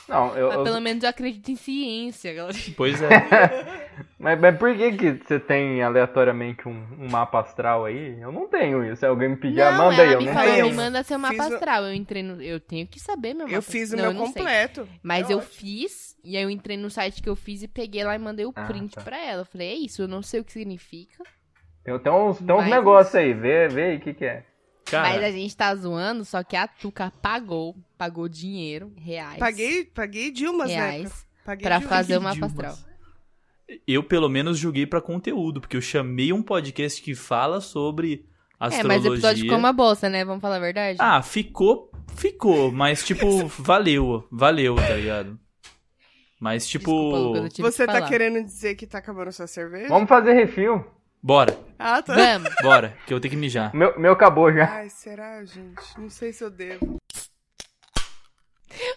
[SPEAKER 3] Não, eu.
[SPEAKER 2] Mas
[SPEAKER 3] eu-
[SPEAKER 2] pelo menos eu acredito em ciência, galera.
[SPEAKER 4] Pois é.
[SPEAKER 3] Mas, mas por que, que você tem aleatoriamente um, um mapa astral aí? Eu não tenho isso. Se alguém me pedir, ah,
[SPEAKER 2] não, é,
[SPEAKER 3] manda aí,
[SPEAKER 2] ela
[SPEAKER 3] eu
[SPEAKER 2] me
[SPEAKER 3] não
[SPEAKER 2] falou,
[SPEAKER 3] tenho.
[SPEAKER 2] me manda seu mapa
[SPEAKER 1] Fiz o-
[SPEAKER 2] astral. Eu entrei no... Eu tenho que saber meu mapa.
[SPEAKER 1] Eu fiz o
[SPEAKER 2] Não,
[SPEAKER 1] meu
[SPEAKER 2] eu não sei.
[SPEAKER 1] completo.
[SPEAKER 2] Mas
[SPEAKER 1] É
[SPEAKER 2] eu
[SPEAKER 1] ótimo.
[SPEAKER 2] fiz, e aí eu entrei no site que eu fiz e peguei lá e mandei o
[SPEAKER 3] Ah,
[SPEAKER 2] print
[SPEAKER 3] tá.
[SPEAKER 2] pra ela. Eu falei, é isso, eu não sei o que significa.
[SPEAKER 3] Tem, tem uns, tem uns
[SPEAKER 2] Mas-
[SPEAKER 3] negócios aí, vê, vê aí o que, que é.
[SPEAKER 2] Mas a
[SPEAKER 4] Cara,
[SPEAKER 2] gente tá zoando, só que a Tuca pagou, pagou dinheiro, reais.
[SPEAKER 1] Paguei, paguei Dilmas, né?
[SPEAKER 2] reais
[SPEAKER 1] Paguei
[SPEAKER 2] pra
[SPEAKER 1] Dilmas.
[SPEAKER 2] fazer um o mapa
[SPEAKER 4] Dilmas.
[SPEAKER 2] astral.
[SPEAKER 4] eu pelo menos julguei pra conteúdo, porque eu chamei um podcast que fala sobre
[SPEAKER 2] É,
[SPEAKER 4] astrologia.
[SPEAKER 2] mas o episódio ficou uma bolsa, né? Vamos falar a verdade?
[SPEAKER 4] Ah, ficou, ficou, mas tipo, valeu, valeu, tá ligado? Mas tipo,
[SPEAKER 2] Desculpa, Lucas, eu tive
[SPEAKER 1] Você
[SPEAKER 2] que
[SPEAKER 1] tá
[SPEAKER 2] falar.
[SPEAKER 1] querendo dizer que tá acabando sua cerveja?
[SPEAKER 3] Vamos fazer refil.
[SPEAKER 4] bora,
[SPEAKER 1] Ah, tá.
[SPEAKER 2] Vamos.
[SPEAKER 4] bora, que eu vou ter que mijar.
[SPEAKER 3] Meu, meu acabou já.
[SPEAKER 1] Ai, será, gente? Não sei se eu devo.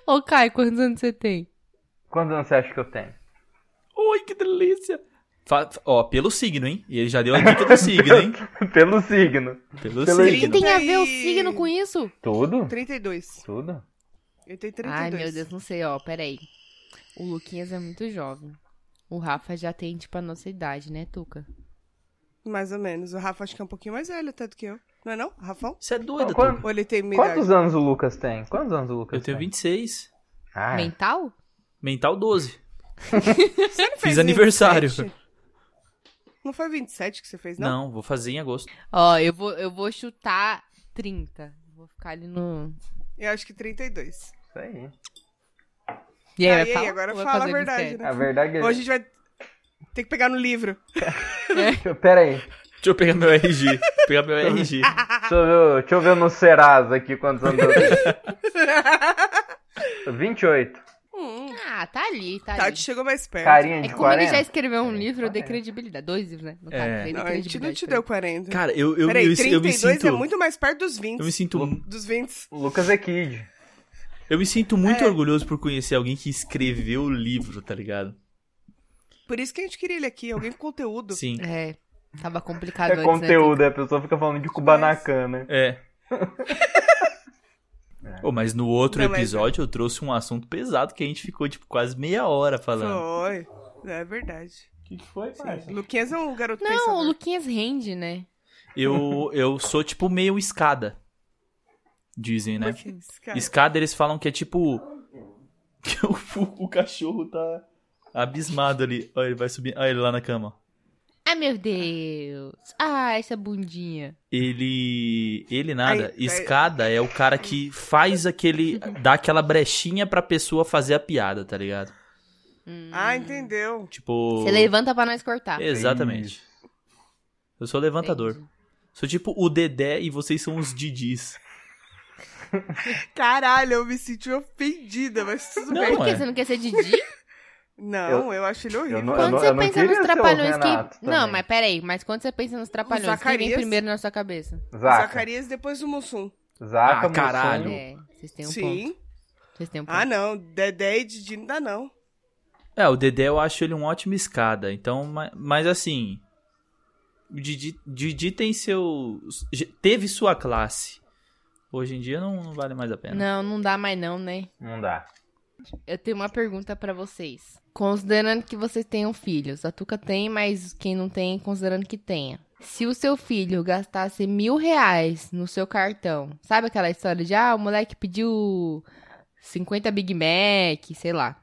[SPEAKER 2] Ô, Caio, quantos anos você tem?
[SPEAKER 3] Quantos anos você acha que eu tenho?
[SPEAKER 4] Oi, que delícia. Fa- fa- ó, pelo signo, hein? E ele já deu a dica do signo, hein?
[SPEAKER 3] Pelo signo.
[SPEAKER 4] Pelo
[SPEAKER 3] Pelo
[SPEAKER 2] O que
[SPEAKER 4] signo.
[SPEAKER 2] tem a ver o
[SPEAKER 1] E-
[SPEAKER 2] signo com isso?
[SPEAKER 3] Tudo?
[SPEAKER 1] 32.
[SPEAKER 3] Tudo?
[SPEAKER 1] Eu tenho 32.
[SPEAKER 2] Ai, meu Deus, não sei, ó, peraí. O Luquinhas é muito jovem. O Rafa já tem, tipo, a nossa idade, né, Tuca?
[SPEAKER 1] Mais ou menos. O Rafa acho que é um pouquinho mais velho até do que eu. Não é não, Rafão?
[SPEAKER 4] Você é doido,
[SPEAKER 3] Quando-
[SPEAKER 4] Tuca?
[SPEAKER 1] Ou ele tem minha idade?
[SPEAKER 3] Quantos anos o Lucas tem? Quantos anos o Lucas
[SPEAKER 4] Eu tenho
[SPEAKER 3] tem?
[SPEAKER 4] 26,
[SPEAKER 3] Ah,
[SPEAKER 2] Mental?
[SPEAKER 4] mental 12.
[SPEAKER 1] Você não
[SPEAKER 4] Fiz aniversário.
[SPEAKER 1] 27? Não foi 27 que você fez, não?
[SPEAKER 4] Não, vou fazer em agosto.
[SPEAKER 2] Ó, eu vou, eu vou chutar 30. Vou ficar ali no.
[SPEAKER 1] Eu acho que 32.
[SPEAKER 3] isso aí.
[SPEAKER 1] Ah,
[SPEAKER 2] E aí, vai
[SPEAKER 1] e aí,
[SPEAKER 2] falar?
[SPEAKER 1] agora
[SPEAKER 2] Ou vai
[SPEAKER 1] fala a
[SPEAKER 2] fazer
[SPEAKER 1] verdade,
[SPEAKER 2] mistério?
[SPEAKER 1] né?
[SPEAKER 3] A verdade é.
[SPEAKER 1] Hoje a gente vai ter que pegar no livro.
[SPEAKER 3] Pera aí.
[SPEAKER 4] Deixa eu pegar meu RG. pegar meu RG.
[SPEAKER 3] Deixa eu, ver, deixa eu ver no Serasa aqui quantos anos eu tenho. 28.
[SPEAKER 1] Hum,
[SPEAKER 2] Ah, tá ali, tá,
[SPEAKER 1] Tati
[SPEAKER 2] ali.
[SPEAKER 1] chegou mais perto.
[SPEAKER 3] Carinha
[SPEAKER 2] É
[SPEAKER 3] de
[SPEAKER 2] como ele
[SPEAKER 3] 40.
[SPEAKER 2] já escreveu um livro, eu dei
[SPEAKER 3] Quarenta.
[SPEAKER 2] credibilidade. Dois livros, né? No caso,
[SPEAKER 1] Não,
[SPEAKER 2] dei
[SPEAKER 4] É.
[SPEAKER 1] a gente não
[SPEAKER 2] credibilidade
[SPEAKER 1] te
[SPEAKER 2] pra
[SPEAKER 1] deu
[SPEAKER 2] ele.
[SPEAKER 1] 40.
[SPEAKER 4] Cara, eu, eu,
[SPEAKER 1] Peraí,
[SPEAKER 4] me, eu me
[SPEAKER 1] 32
[SPEAKER 4] sinto.
[SPEAKER 1] é muito mais perto dos 20.
[SPEAKER 4] Eu me sinto, um-
[SPEAKER 1] Dos 20.
[SPEAKER 3] O Lucas é kid.
[SPEAKER 4] eu me sinto muito
[SPEAKER 1] É.
[SPEAKER 4] orgulhoso por conhecer alguém que escreveu o livro, tá ligado?
[SPEAKER 1] Por isso que a gente queria ele aqui, alguém com conteúdo.
[SPEAKER 4] Sim.
[SPEAKER 2] É, tava
[SPEAKER 1] Ah,
[SPEAKER 2] complicado
[SPEAKER 3] É
[SPEAKER 2] antes, né,
[SPEAKER 3] conteúdo, a pessoa fica falando de Kubanacan, né?
[SPEAKER 4] É. Ô, mas no outro
[SPEAKER 1] Não, mas-
[SPEAKER 4] episódio eu trouxe um assunto pesado que a gente ficou, tipo, quase meia hora falando.
[SPEAKER 1] Foi. É verdade.
[SPEAKER 3] que, que foi, parça?
[SPEAKER 1] Luquinhas é um garoto
[SPEAKER 2] Não, o
[SPEAKER 1] pensador.
[SPEAKER 2] Luquinhas rende, né?
[SPEAKER 4] Eu, eu sou tipo meio escada. Dizem, né?
[SPEAKER 1] Por que esse cara?
[SPEAKER 4] Escada eles falam que é tipo. que o, o cachorro tá abismado ali. Olha, ele vai subir. Olha ele lá na cama.
[SPEAKER 2] Ai, Ah, meu Deus. Ah, essa bundinha.
[SPEAKER 4] Ele. Ele nada.
[SPEAKER 1] Aí, aí-
[SPEAKER 4] Escada é o cara que faz aquele. dá aquela brechinha pra pessoa fazer a piada, tá ligado?
[SPEAKER 2] Hum.
[SPEAKER 1] Ah, entendeu.
[SPEAKER 4] Tipo.
[SPEAKER 2] Você levanta pra nós cortar.
[SPEAKER 4] Exatamente. Eu sou é levantador.
[SPEAKER 2] Entendi.
[SPEAKER 4] Sou tipo o Dedé e vocês são os Didis.
[SPEAKER 1] Caralho, eu me senti ofendida, mas tudo
[SPEAKER 4] Não,
[SPEAKER 1] bem.
[SPEAKER 2] Por
[SPEAKER 4] é.
[SPEAKER 2] que você não quer ser Didi?
[SPEAKER 1] Não, eu,
[SPEAKER 3] Eu-
[SPEAKER 1] acho ele horrível.
[SPEAKER 3] eu não-
[SPEAKER 2] Quando você
[SPEAKER 3] não
[SPEAKER 2] pensa
[SPEAKER 3] queria
[SPEAKER 2] nos
[SPEAKER 3] ser o
[SPEAKER 2] trapalhões
[SPEAKER 3] Renato
[SPEAKER 2] que. Não,
[SPEAKER 3] também.
[SPEAKER 2] mas peraí, mas quando você pensa nos trapalhões, o que vem
[SPEAKER 1] Zacarias?
[SPEAKER 2] primeiro na sua cabeça?
[SPEAKER 3] Zaca.
[SPEAKER 1] Zacarias depois do Mussum.
[SPEAKER 3] Zaca,
[SPEAKER 4] Ah, caralho.
[SPEAKER 3] Mussum.
[SPEAKER 2] É, vocês têm um ponto.
[SPEAKER 1] Sim.
[SPEAKER 2] Vocês têm um ponto.
[SPEAKER 1] Ah, não. Dedé e Didi não dá, não.
[SPEAKER 4] É, o Dedé eu acho ele um ótimo escada. Então, ma- mas assim. O Didi, Didi tem seu. ge- Teve sua classe. Hoje em dia não, não vale mais a pena.
[SPEAKER 2] não, não dá mais não, né?
[SPEAKER 3] Não dá.
[SPEAKER 2] Eu tenho uma pergunta pra vocês. Considerando que vocês tenham filhos, a Tuca tem, mas quem não tem, considerando que tenha. Se o seu filho gastasse mil reais no seu cartão, sabe aquela história de, ah, o moleque pediu 50 Big Mac, sei lá,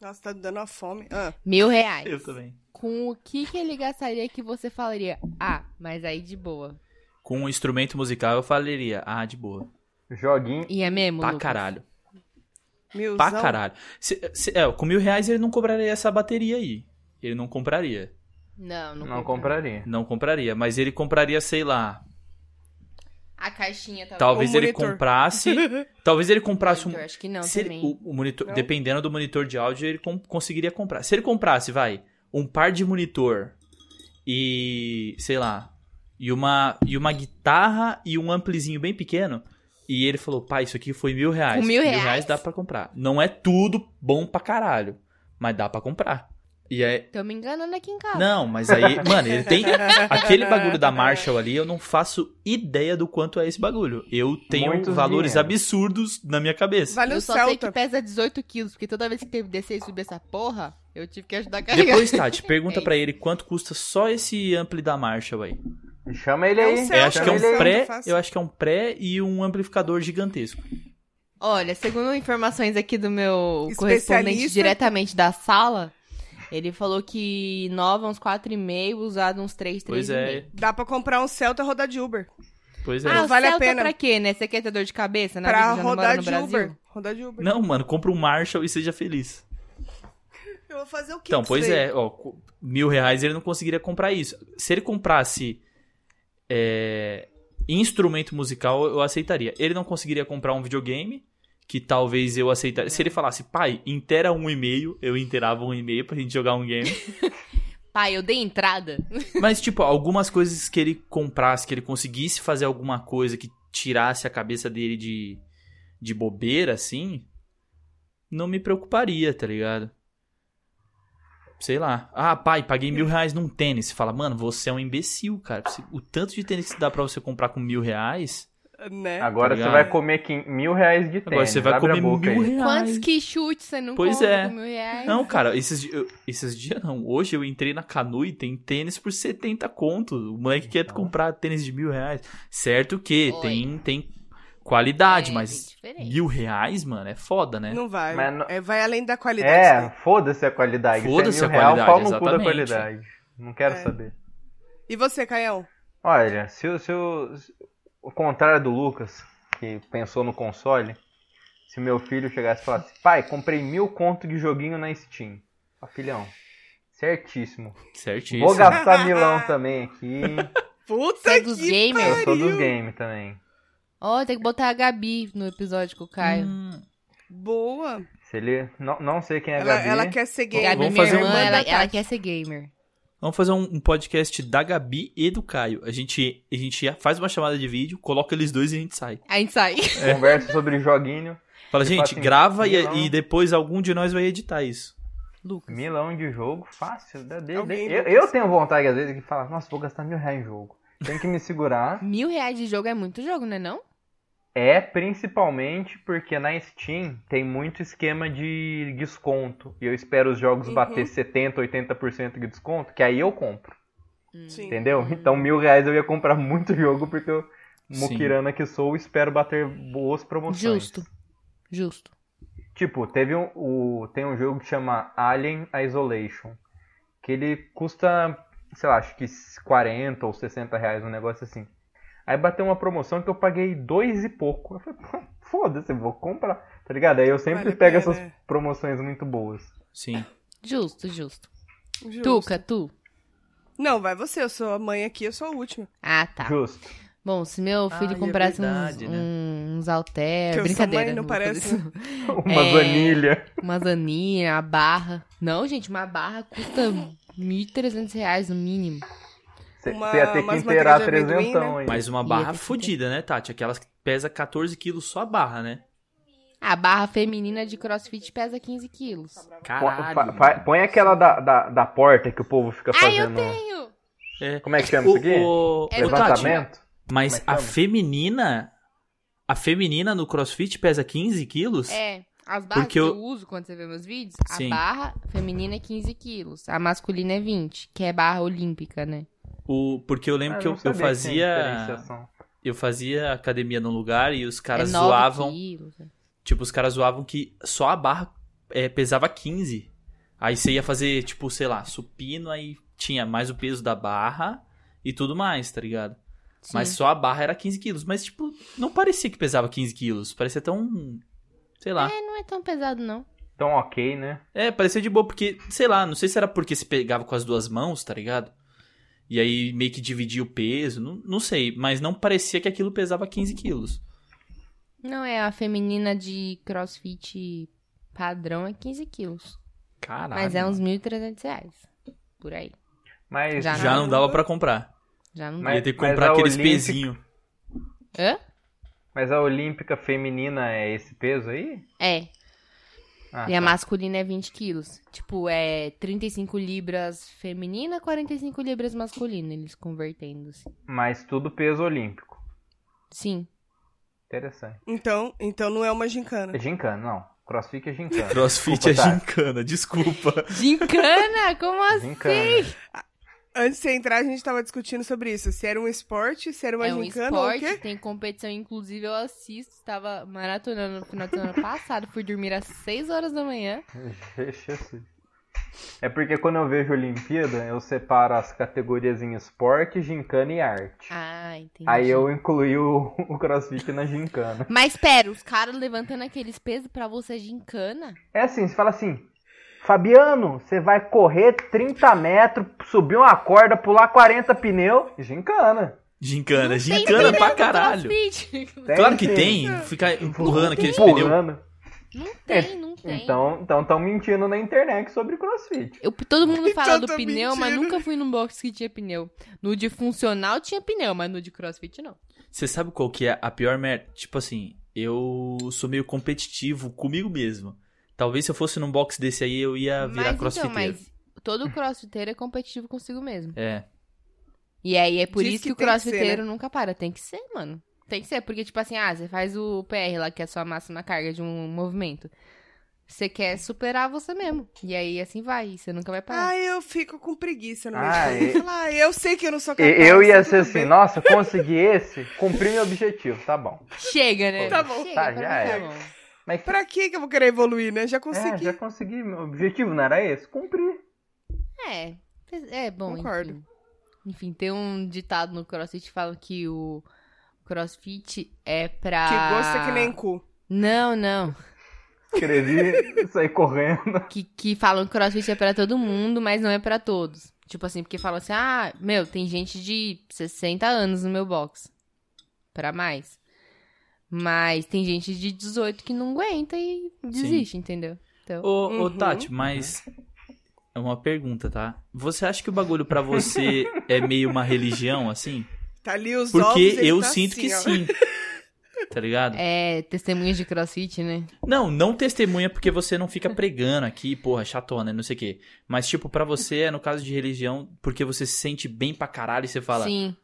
[SPEAKER 1] Nossa, tá dando uma fome. Ah,
[SPEAKER 2] mil reais.
[SPEAKER 4] Eu também.
[SPEAKER 2] Com o que que ele gastaria que você falaria, ah, mas aí de boa.
[SPEAKER 4] Com um instrumento musical eu falaria, ah, de boa.
[SPEAKER 3] Joguinho.
[SPEAKER 2] E é mesmo,
[SPEAKER 4] Pra
[SPEAKER 2] Lucas?
[SPEAKER 4] caralho.
[SPEAKER 1] milzão.
[SPEAKER 4] Pra caralho. Se- se- é, com mil reais ele não compraria essa bateria aí. Ele não compraria.
[SPEAKER 2] Não, não,
[SPEAKER 3] Não
[SPEAKER 2] compra.
[SPEAKER 3] compraria.
[SPEAKER 4] Não compraria. Mas ele compraria, sei lá.
[SPEAKER 2] A caixinha tá
[SPEAKER 4] Talvez
[SPEAKER 1] Um
[SPEAKER 4] ele
[SPEAKER 1] monitor.
[SPEAKER 4] comprasse. talvez ele comprasse um,
[SPEAKER 2] Eu acho que não
[SPEAKER 4] Se ele-
[SPEAKER 2] também.
[SPEAKER 4] o, o monitor,
[SPEAKER 1] Não?
[SPEAKER 4] dependendo do monitor de áudio, ele com- conseguiria comprar. Se ele comprasse, vai, um par de monitor e, sei lá, e uma, e uma guitarra e um amplizinho bem pequeno, e ele falou, pai, isso aqui foi mil reais.
[SPEAKER 2] Com mil reais?
[SPEAKER 4] dá pra comprar. Não é tudo bom pra caralho, mas dá pra comprar. E aí,
[SPEAKER 2] Tô me enganando aqui em casa.
[SPEAKER 4] não, mas aí, mano, ele tem aquele bagulho da Marshall ali, eu não faço ideia do quanto é esse bagulho. Eu tenho
[SPEAKER 3] Muito
[SPEAKER 4] valores
[SPEAKER 3] dinheiro.
[SPEAKER 4] absurdos na minha cabeça.
[SPEAKER 1] Vale
[SPEAKER 2] eu
[SPEAKER 1] o
[SPEAKER 2] só sei que tá-
[SPEAKER 1] Celta.
[SPEAKER 2] pesa 18 quilos, porque toda vez que teve descer e subir essa porra, eu tive que ajudar a carregar.
[SPEAKER 4] Depois, Tati, pergunta
[SPEAKER 2] É
[SPEAKER 4] pra ele quanto custa só esse ampli da Marshall aí.
[SPEAKER 3] Chama ele
[SPEAKER 1] É
[SPEAKER 3] aí.
[SPEAKER 1] um Celta,
[SPEAKER 4] Eu acho que é
[SPEAKER 1] Chama ele
[SPEAKER 4] um
[SPEAKER 1] aí.
[SPEAKER 4] pré,
[SPEAKER 1] Fácil.
[SPEAKER 4] eu acho que é um pré e um amplificador gigantesco.
[SPEAKER 2] Olha, segundo informações aqui do meu correspondente
[SPEAKER 1] Especialista.
[SPEAKER 2] diretamente da sala, ele falou que nova uns 4,5, usado uns 3, 3,5.
[SPEAKER 4] Pois é,
[SPEAKER 1] Dá pra comprar um Celta e rodar de Uber.
[SPEAKER 4] pois é.
[SPEAKER 2] Ah,
[SPEAKER 1] Não
[SPEAKER 2] o
[SPEAKER 1] vale a
[SPEAKER 2] Celta
[SPEAKER 1] pena.
[SPEAKER 2] pra quê, né? Você quer ter dor de cabeça? Na
[SPEAKER 1] pra
[SPEAKER 2] vida, já não mora
[SPEAKER 1] rodar
[SPEAKER 2] no
[SPEAKER 1] de
[SPEAKER 2] Brasil?
[SPEAKER 1] Uber. Rodar de Uber.
[SPEAKER 4] Não, mano, compra um Marshall e seja feliz.
[SPEAKER 1] Eu vou fazer o quê?
[SPEAKER 4] Então,
[SPEAKER 1] com
[SPEAKER 4] pois
[SPEAKER 1] isso daí?
[SPEAKER 4] é, ó, cu- mil reais ele não conseguiria comprar isso. Se ele comprasse é, instrumento musical, eu aceitaria. Ele não conseguiria comprar um videogame, que talvez eu aceitaria. Se ele falasse, pai, inteira um e meio, eu inteirava um e meio pra gente jogar um game.
[SPEAKER 2] Pai, eu dei entrada.
[SPEAKER 4] Mas, tipo, algumas coisas que ele comprasse, que ele conseguisse fazer alguma coisa que tirasse a cabeça dele de, de bobeira, assim, não me preocuparia, tá ligado? Sei lá. Ah, pai, paguei mil reais num tênis. Você fala, mano, você é um imbecil, cara. Você- O tanto de tênis que dá pra você comprar com mil reais,
[SPEAKER 1] Né?
[SPEAKER 3] Agora
[SPEAKER 4] Tá
[SPEAKER 3] você
[SPEAKER 4] ligado?
[SPEAKER 3] vai comer quin- mil reais de tênis.
[SPEAKER 4] agora você vai
[SPEAKER 3] Abre a
[SPEAKER 4] comer mil
[SPEAKER 3] boca aí.
[SPEAKER 2] Quantos
[SPEAKER 4] reais.
[SPEAKER 2] que chute você não
[SPEAKER 4] Pois
[SPEAKER 2] compra
[SPEAKER 4] é.
[SPEAKER 2] com mil reais?
[SPEAKER 4] Não, cara, esses, di- eu- esses dias não. Hoje eu entrei na Canoe e tem tênis por 70 conto. O moleque quer
[SPEAKER 3] Então.
[SPEAKER 4] comprar tênis de mil reais. Certo que
[SPEAKER 2] Oi.
[SPEAKER 4] tem, tem qualidade,
[SPEAKER 2] É,
[SPEAKER 4] mas
[SPEAKER 2] tem diferença.
[SPEAKER 4] mil reais, mano, é foda, né?
[SPEAKER 1] Não vai.
[SPEAKER 3] Mas não-
[SPEAKER 1] É, vai além da qualidade.
[SPEAKER 3] É,
[SPEAKER 1] né?
[SPEAKER 3] foda-se a qualidade.
[SPEAKER 4] Foda-se
[SPEAKER 3] Se é
[SPEAKER 4] a
[SPEAKER 3] mil real,
[SPEAKER 4] qualidade,
[SPEAKER 3] pau no cu da
[SPEAKER 4] exatamente.
[SPEAKER 3] qualidade. Não quero
[SPEAKER 1] É.
[SPEAKER 3] saber.
[SPEAKER 1] E você, Caião?
[SPEAKER 3] Olha, se, o- se, o- se o contrário do Lucas, que pensou no console, se meu filho chegasse e falasse, pai, comprei mil conto de joguinho na Steam. Ó, filhão, certíssimo.
[SPEAKER 4] Certíssimo.
[SPEAKER 3] Vou gastar milão também aqui.
[SPEAKER 1] Puta
[SPEAKER 2] Você é
[SPEAKER 1] que
[SPEAKER 2] dos
[SPEAKER 3] Eu
[SPEAKER 2] gamers?
[SPEAKER 3] sou
[SPEAKER 1] Pariu.
[SPEAKER 3] dos games também.
[SPEAKER 2] Ó, tem que botar a Gabi no episódio com o Caio.
[SPEAKER 4] Hum,
[SPEAKER 1] boa.
[SPEAKER 3] Se ele. Não, não sei quem é a
[SPEAKER 1] Ela,
[SPEAKER 3] Gabi.
[SPEAKER 1] ela quer ser gamer.
[SPEAKER 2] Gabi, é
[SPEAKER 4] Vamos
[SPEAKER 2] minha
[SPEAKER 4] fazer
[SPEAKER 2] irmã,
[SPEAKER 4] um-
[SPEAKER 2] ela,
[SPEAKER 1] da
[SPEAKER 2] ela
[SPEAKER 1] Tati.
[SPEAKER 2] quer ser gamer.
[SPEAKER 4] vamos fazer um, um podcast da Gabi e do Caio. A gente, a gente faz uma chamada de vídeo, coloca eles dois e a gente sai.
[SPEAKER 2] A gente sai.
[SPEAKER 3] Conversa sobre joguinho.
[SPEAKER 4] Fala,
[SPEAKER 3] Tipo
[SPEAKER 4] gente,
[SPEAKER 3] assim,
[SPEAKER 4] grava e-
[SPEAKER 3] milão.
[SPEAKER 4] e, depois algum de nós vai editar isso.
[SPEAKER 2] Lucas.
[SPEAKER 3] Milão de jogo, fácil. dá- dê-
[SPEAKER 1] Alguém
[SPEAKER 3] dê- eu,
[SPEAKER 1] não
[SPEAKER 3] eu tenho vontade, às vezes, de falar, nossa, vou gastar mil reais em jogo. Tenho que me segurar.
[SPEAKER 2] Mil reais de jogo é muito jogo, não é não?
[SPEAKER 3] É, principalmente porque na Steam tem muito esquema de desconto. E eu espero os jogos
[SPEAKER 1] Uhum.
[SPEAKER 3] bater 70%, 80% de desconto, que aí eu compro,
[SPEAKER 1] Sim.
[SPEAKER 3] entendeu? Então, mil reais eu ia comprar muito jogo, porque eu,
[SPEAKER 4] Sim.
[SPEAKER 3] muquirana que sou, espero bater boas promoções.
[SPEAKER 2] Justo. Justo.
[SPEAKER 3] Tipo, teve um, o, tem um jogo que chama Alien Isolation, que ele custa, sei lá, acho que 40 ou 60 reais, um negócio assim. Aí bateu uma promoção que eu paguei dois e pouco. Eu falei, "Pô, foda-se, eu vou comprar, tá ligado? Aí eu sempre
[SPEAKER 1] Vale a
[SPEAKER 3] pego
[SPEAKER 1] pena. né?
[SPEAKER 3] essas promoções muito boas.
[SPEAKER 4] Sim.
[SPEAKER 2] Justo, justo.
[SPEAKER 1] Justo.
[SPEAKER 2] Tuca, tu.
[SPEAKER 1] Não, vai você, eu sou a mãe aqui, eu sou a última.
[SPEAKER 2] Ah, tá.
[SPEAKER 3] Justo.
[SPEAKER 2] Bom, se meu filho
[SPEAKER 4] Ah, é
[SPEAKER 2] comprasse
[SPEAKER 4] verdade,
[SPEAKER 2] uns,
[SPEAKER 4] né?
[SPEAKER 2] um- uns
[SPEAKER 1] Que
[SPEAKER 2] halter,
[SPEAKER 1] eu sou
[SPEAKER 2] brincadeira.
[SPEAKER 1] mãe, não
[SPEAKER 2] vou fazer
[SPEAKER 1] parece?
[SPEAKER 2] isso.
[SPEAKER 3] Uma
[SPEAKER 2] É.
[SPEAKER 3] vanilha.
[SPEAKER 2] Uma zaninha, uma barra. Não, gente, uma barra custa 1.300 reais no mínimo.
[SPEAKER 3] Você
[SPEAKER 1] Uma-
[SPEAKER 3] ia ter que
[SPEAKER 1] umas
[SPEAKER 3] inteirar
[SPEAKER 1] manteigas de amendoim, né?
[SPEAKER 3] trezentão É, aí.
[SPEAKER 4] Mas uma
[SPEAKER 2] Ia
[SPEAKER 4] barra
[SPEAKER 2] ter que ter.
[SPEAKER 4] fodida, né, Tati? Aquelas que pesa 14 quilos só a barra, né?
[SPEAKER 2] A barra feminina de crossfit pesa 15 quilos.
[SPEAKER 4] Tá Caralho.
[SPEAKER 3] Põe- fa- fa- Põe aquela da, da, da porta que o povo fica
[SPEAKER 2] Ah, eu
[SPEAKER 3] fazendo.
[SPEAKER 2] tenho!
[SPEAKER 4] É.
[SPEAKER 3] Como é que chama
[SPEAKER 4] O,
[SPEAKER 3] isso aqui?
[SPEAKER 4] o,
[SPEAKER 2] É
[SPEAKER 4] o Tati,
[SPEAKER 3] Levantamento?
[SPEAKER 4] mas
[SPEAKER 3] Como é que
[SPEAKER 4] a
[SPEAKER 3] chama?
[SPEAKER 4] feminina. A feminina no crossfit pesa 15 quilos?
[SPEAKER 2] É, as barras
[SPEAKER 4] Porque
[SPEAKER 2] que eu...
[SPEAKER 4] eu-
[SPEAKER 2] uso quando você vê meus vídeos,
[SPEAKER 4] Sim.
[SPEAKER 2] a barra feminina é 15 quilos, a masculina é 20, que é barra olímpica, né?
[SPEAKER 4] O, porque eu lembro
[SPEAKER 3] Ah,
[SPEAKER 4] que eu,
[SPEAKER 3] não
[SPEAKER 4] eu
[SPEAKER 3] sabia tinha
[SPEAKER 4] fazia.
[SPEAKER 3] diferenciação.
[SPEAKER 4] Eu fazia academia num lugar e os caras
[SPEAKER 2] é 9
[SPEAKER 4] zoavam.
[SPEAKER 2] quilos. é.
[SPEAKER 4] Tipo, os caras zoavam que só a barra é, pesava 15. Aí você ia fazer, tipo, sei lá, supino, aí tinha mais o peso da barra e tudo mais, tá ligado?
[SPEAKER 2] Sim.
[SPEAKER 4] Mas só a barra era 15 quilos. Mas, tipo, não parecia que pesava 15 quilos. Parecia tão. Sei lá.
[SPEAKER 2] Não é tão pesado, não.
[SPEAKER 3] Então, ok, né?
[SPEAKER 4] É, parecia de boa, porque, sei lá, não sei se era porque se pegava com as duas mãos, tá ligado? E aí meio que dividia o peso, não, não sei. Mas não parecia que aquilo pesava 15 quilos.
[SPEAKER 2] Não, é a feminina de crossfit padrão é 15 quilos.
[SPEAKER 4] Caralho.
[SPEAKER 2] Mas é uns 1.300 reais, por aí.
[SPEAKER 3] Mas
[SPEAKER 2] Já
[SPEAKER 4] Já não dava pra comprar.
[SPEAKER 2] Já não dá.
[SPEAKER 3] Mas-
[SPEAKER 4] Ia ter que
[SPEAKER 3] mas
[SPEAKER 4] comprar
[SPEAKER 3] a
[SPEAKER 4] aqueles
[SPEAKER 3] Olímpica-
[SPEAKER 4] pezinhos.
[SPEAKER 2] Hã?
[SPEAKER 3] Mas a olímpica feminina é esse peso aí?
[SPEAKER 2] É,
[SPEAKER 3] Ah,
[SPEAKER 2] E a
[SPEAKER 3] tá.
[SPEAKER 2] masculina é 20 quilos. Tipo, é 35 libras feminina, 45 libras masculina, eles convertendo. assim.
[SPEAKER 3] Mas tudo peso olímpico.
[SPEAKER 2] Sim.
[SPEAKER 3] Interessante.
[SPEAKER 1] Então, então não é uma gincana.
[SPEAKER 3] É gincana, não. Crossfit é gincana.
[SPEAKER 4] Crossfit
[SPEAKER 3] Desculpa,
[SPEAKER 4] é
[SPEAKER 3] Tati.
[SPEAKER 4] gincana, desculpa.
[SPEAKER 2] Gincana? Como assim?
[SPEAKER 3] É Gincana.
[SPEAKER 1] Antes de você entrar, a gente tava discutindo sobre isso. Se era um esporte, se era uma
[SPEAKER 2] É um
[SPEAKER 1] gincana ou o
[SPEAKER 2] esporte,
[SPEAKER 1] quê?
[SPEAKER 2] tem competição, inclusive eu assisto, tava maratonando no final de semana passado, fui dormir às 6 horas da manhã.
[SPEAKER 3] Jesus. É porque quando eu vejo Olimpíada, eu separo as categorias em esporte, gincana e arte.
[SPEAKER 2] Ah, entendi.
[SPEAKER 3] Aí eu incluí o, o crossfit na gincana.
[SPEAKER 2] Mas pera, os caras levantando aqueles pesos pra você é gincana?
[SPEAKER 3] É assim, você fala assim, Fabiano, você vai correr 30 metros, subir uma corda, pular 40 pneu, gincana.
[SPEAKER 4] Gincana,
[SPEAKER 2] Não tem
[SPEAKER 4] gincana pra
[SPEAKER 2] pneu
[SPEAKER 4] caralho.
[SPEAKER 2] crossfit.
[SPEAKER 4] Claro que
[SPEAKER 3] sim.
[SPEAKER 4] tem, ficar empurrando aqueles pneus.
[SPEAKER 3] Empurrando.
[SPEAKER 2] Não tem, não tem.
[SPEAKER 3] É, Então, então estão mentindo na internet sobre crossfit.
[SPEAKER 2] Eu- todo mundo fala
[SPEAKER 1] Então
[SPEAKER 2] do
[SPEAKER 1] tá
[SPEAKER 2] pneu, mas
[SPEAKER 1] mentindo.
[SPEAKER 2] nunca fui num box que tinha pneu. No de funcional tinha pneu, mas no de crossfit não.
[SPEAKER 4] Você sabe qual que é a pior merda? Tipo assim, eu sou meio competitivo comigo mesmo. Talvez se eu fosse num box desse aí, eu
[SPEAKER 3] É,
[SPEAKER 4] ia
[SPEAKER 2] mas
[SPEAKER 1] então,
[SPEAKER 4] virar crossfiteiro.
[SPEAKER 2] mas todo crossfiteiro é competitivo consigo mesmo.
[SPEAKER 4] É,
[SPEAKER 2] E aí é por
[SPEAKER 1] Diz
[SPEAKER 2] isso
[SPEAKER 1] que
[SPEAKER 2] que, o
[SPEAKER 1] tem que ser, né?
[SPEAKER 2] crossfiteiro nunca para. Tem que ser, mano. Tem que ser, porque tipo assim, ah, você faz o PR lá, que é a sua máxima carga de um movimento. Você quer superar você mesmo. E aí assim vai, e você nunca vai parar.
[SPEAKER 1] Ah, eu fico com preguiça no meio
[SPEAKER 3] Ah,
[SPEAKER 1] do
[SPEAKER 3] é.
[SPEAKER 1] caminho. Falar, "Ah, eu sei que eu não sou
[SPEAKER 3] E-
[SPEAKER 1] capaz.
[SPEAKER 3] Eu ia
[SPEAKER 1] tá
[SPEAKER 3] ser
[SPEAKER 1] tudo
[SPEAKER 3] assim,
[SPEAKER 1] bem."
[SPEAKER 3] nossa, consegui esse, cumpri meu objetivo, tá bom.
[SPEAKER 2] Chega, né?
[SPEAKER 1] Tá bom.
[SPEAKER 2] Chega,
[SPEAKER 3] Tá,
[SPEAKER 2] pra
[SPEAKER 3] já
[SPEAKER 2] mim
[SPEAKER 3] era.
[SPEAKER 2] bom.
[SPEAKER 3] Mas que-
[SPEAKER 1] Pra que que eu vou querer evoluir, né? Já
[SPEAKER 3] é,
[SPEAKER 1] consegui.
[SPEAKER 3] já consegui, meu objetivo não era esse? Cumpri.
[SPEAKER 2] É, é bom,
[SPEAKER 1] Concordo.
[SPEAKER 2] enfim. Enfim, tem um ditado no CrossFit que fala que o CrossFit é pra...
[SPEAKER 1] Que gosto é que nem cu.
[SPEAKER 2] Não, não.
[SPEAKER 3] Escrevi, saí correndo.
[SPEAKER 2] Que, que falam que CrossFit é pra todo mundo, mas não é pra todos. Tipo assim, porque falam assim, ah, meu, tem gente de 60 anos no meu box. Pra mais. Mas tem gente de 18 que não aguenta e desiste, entendeu? Então,
[SPEAKER 4] Ô, ô,
[SPEAKER 1] Uhum.
[SPEAKER 4] Tati, mas é uma pergunta, tá? Você acha que o bagulho pra você é meio uma religião, assim?
[SPEAKER 1] Tá ali os ovos,
[SPEAKER 4] Porque
[SPEAKER 1] ele
[SPEAKER 4] eu
[SPEAKER 1] tá
[SPEAKER 4] sinto
[SPEAKER 1] assim,
[SPEAKER 4] que
[SPEAKER 1] ó.
[SPEAKER 4] sim. Tá ligado?
[SPEAKER 2] é testemunhas de CrossFit, né?
[SPEAKER 4] Não, não testemunha porque você não fica pregando aqui, porra, chatona, né, não sei o quê. Mas, tipo, pra você é no caso de religião, porque você se sente bem pra caralho e você fala,
[SPEAKER 2] Sim.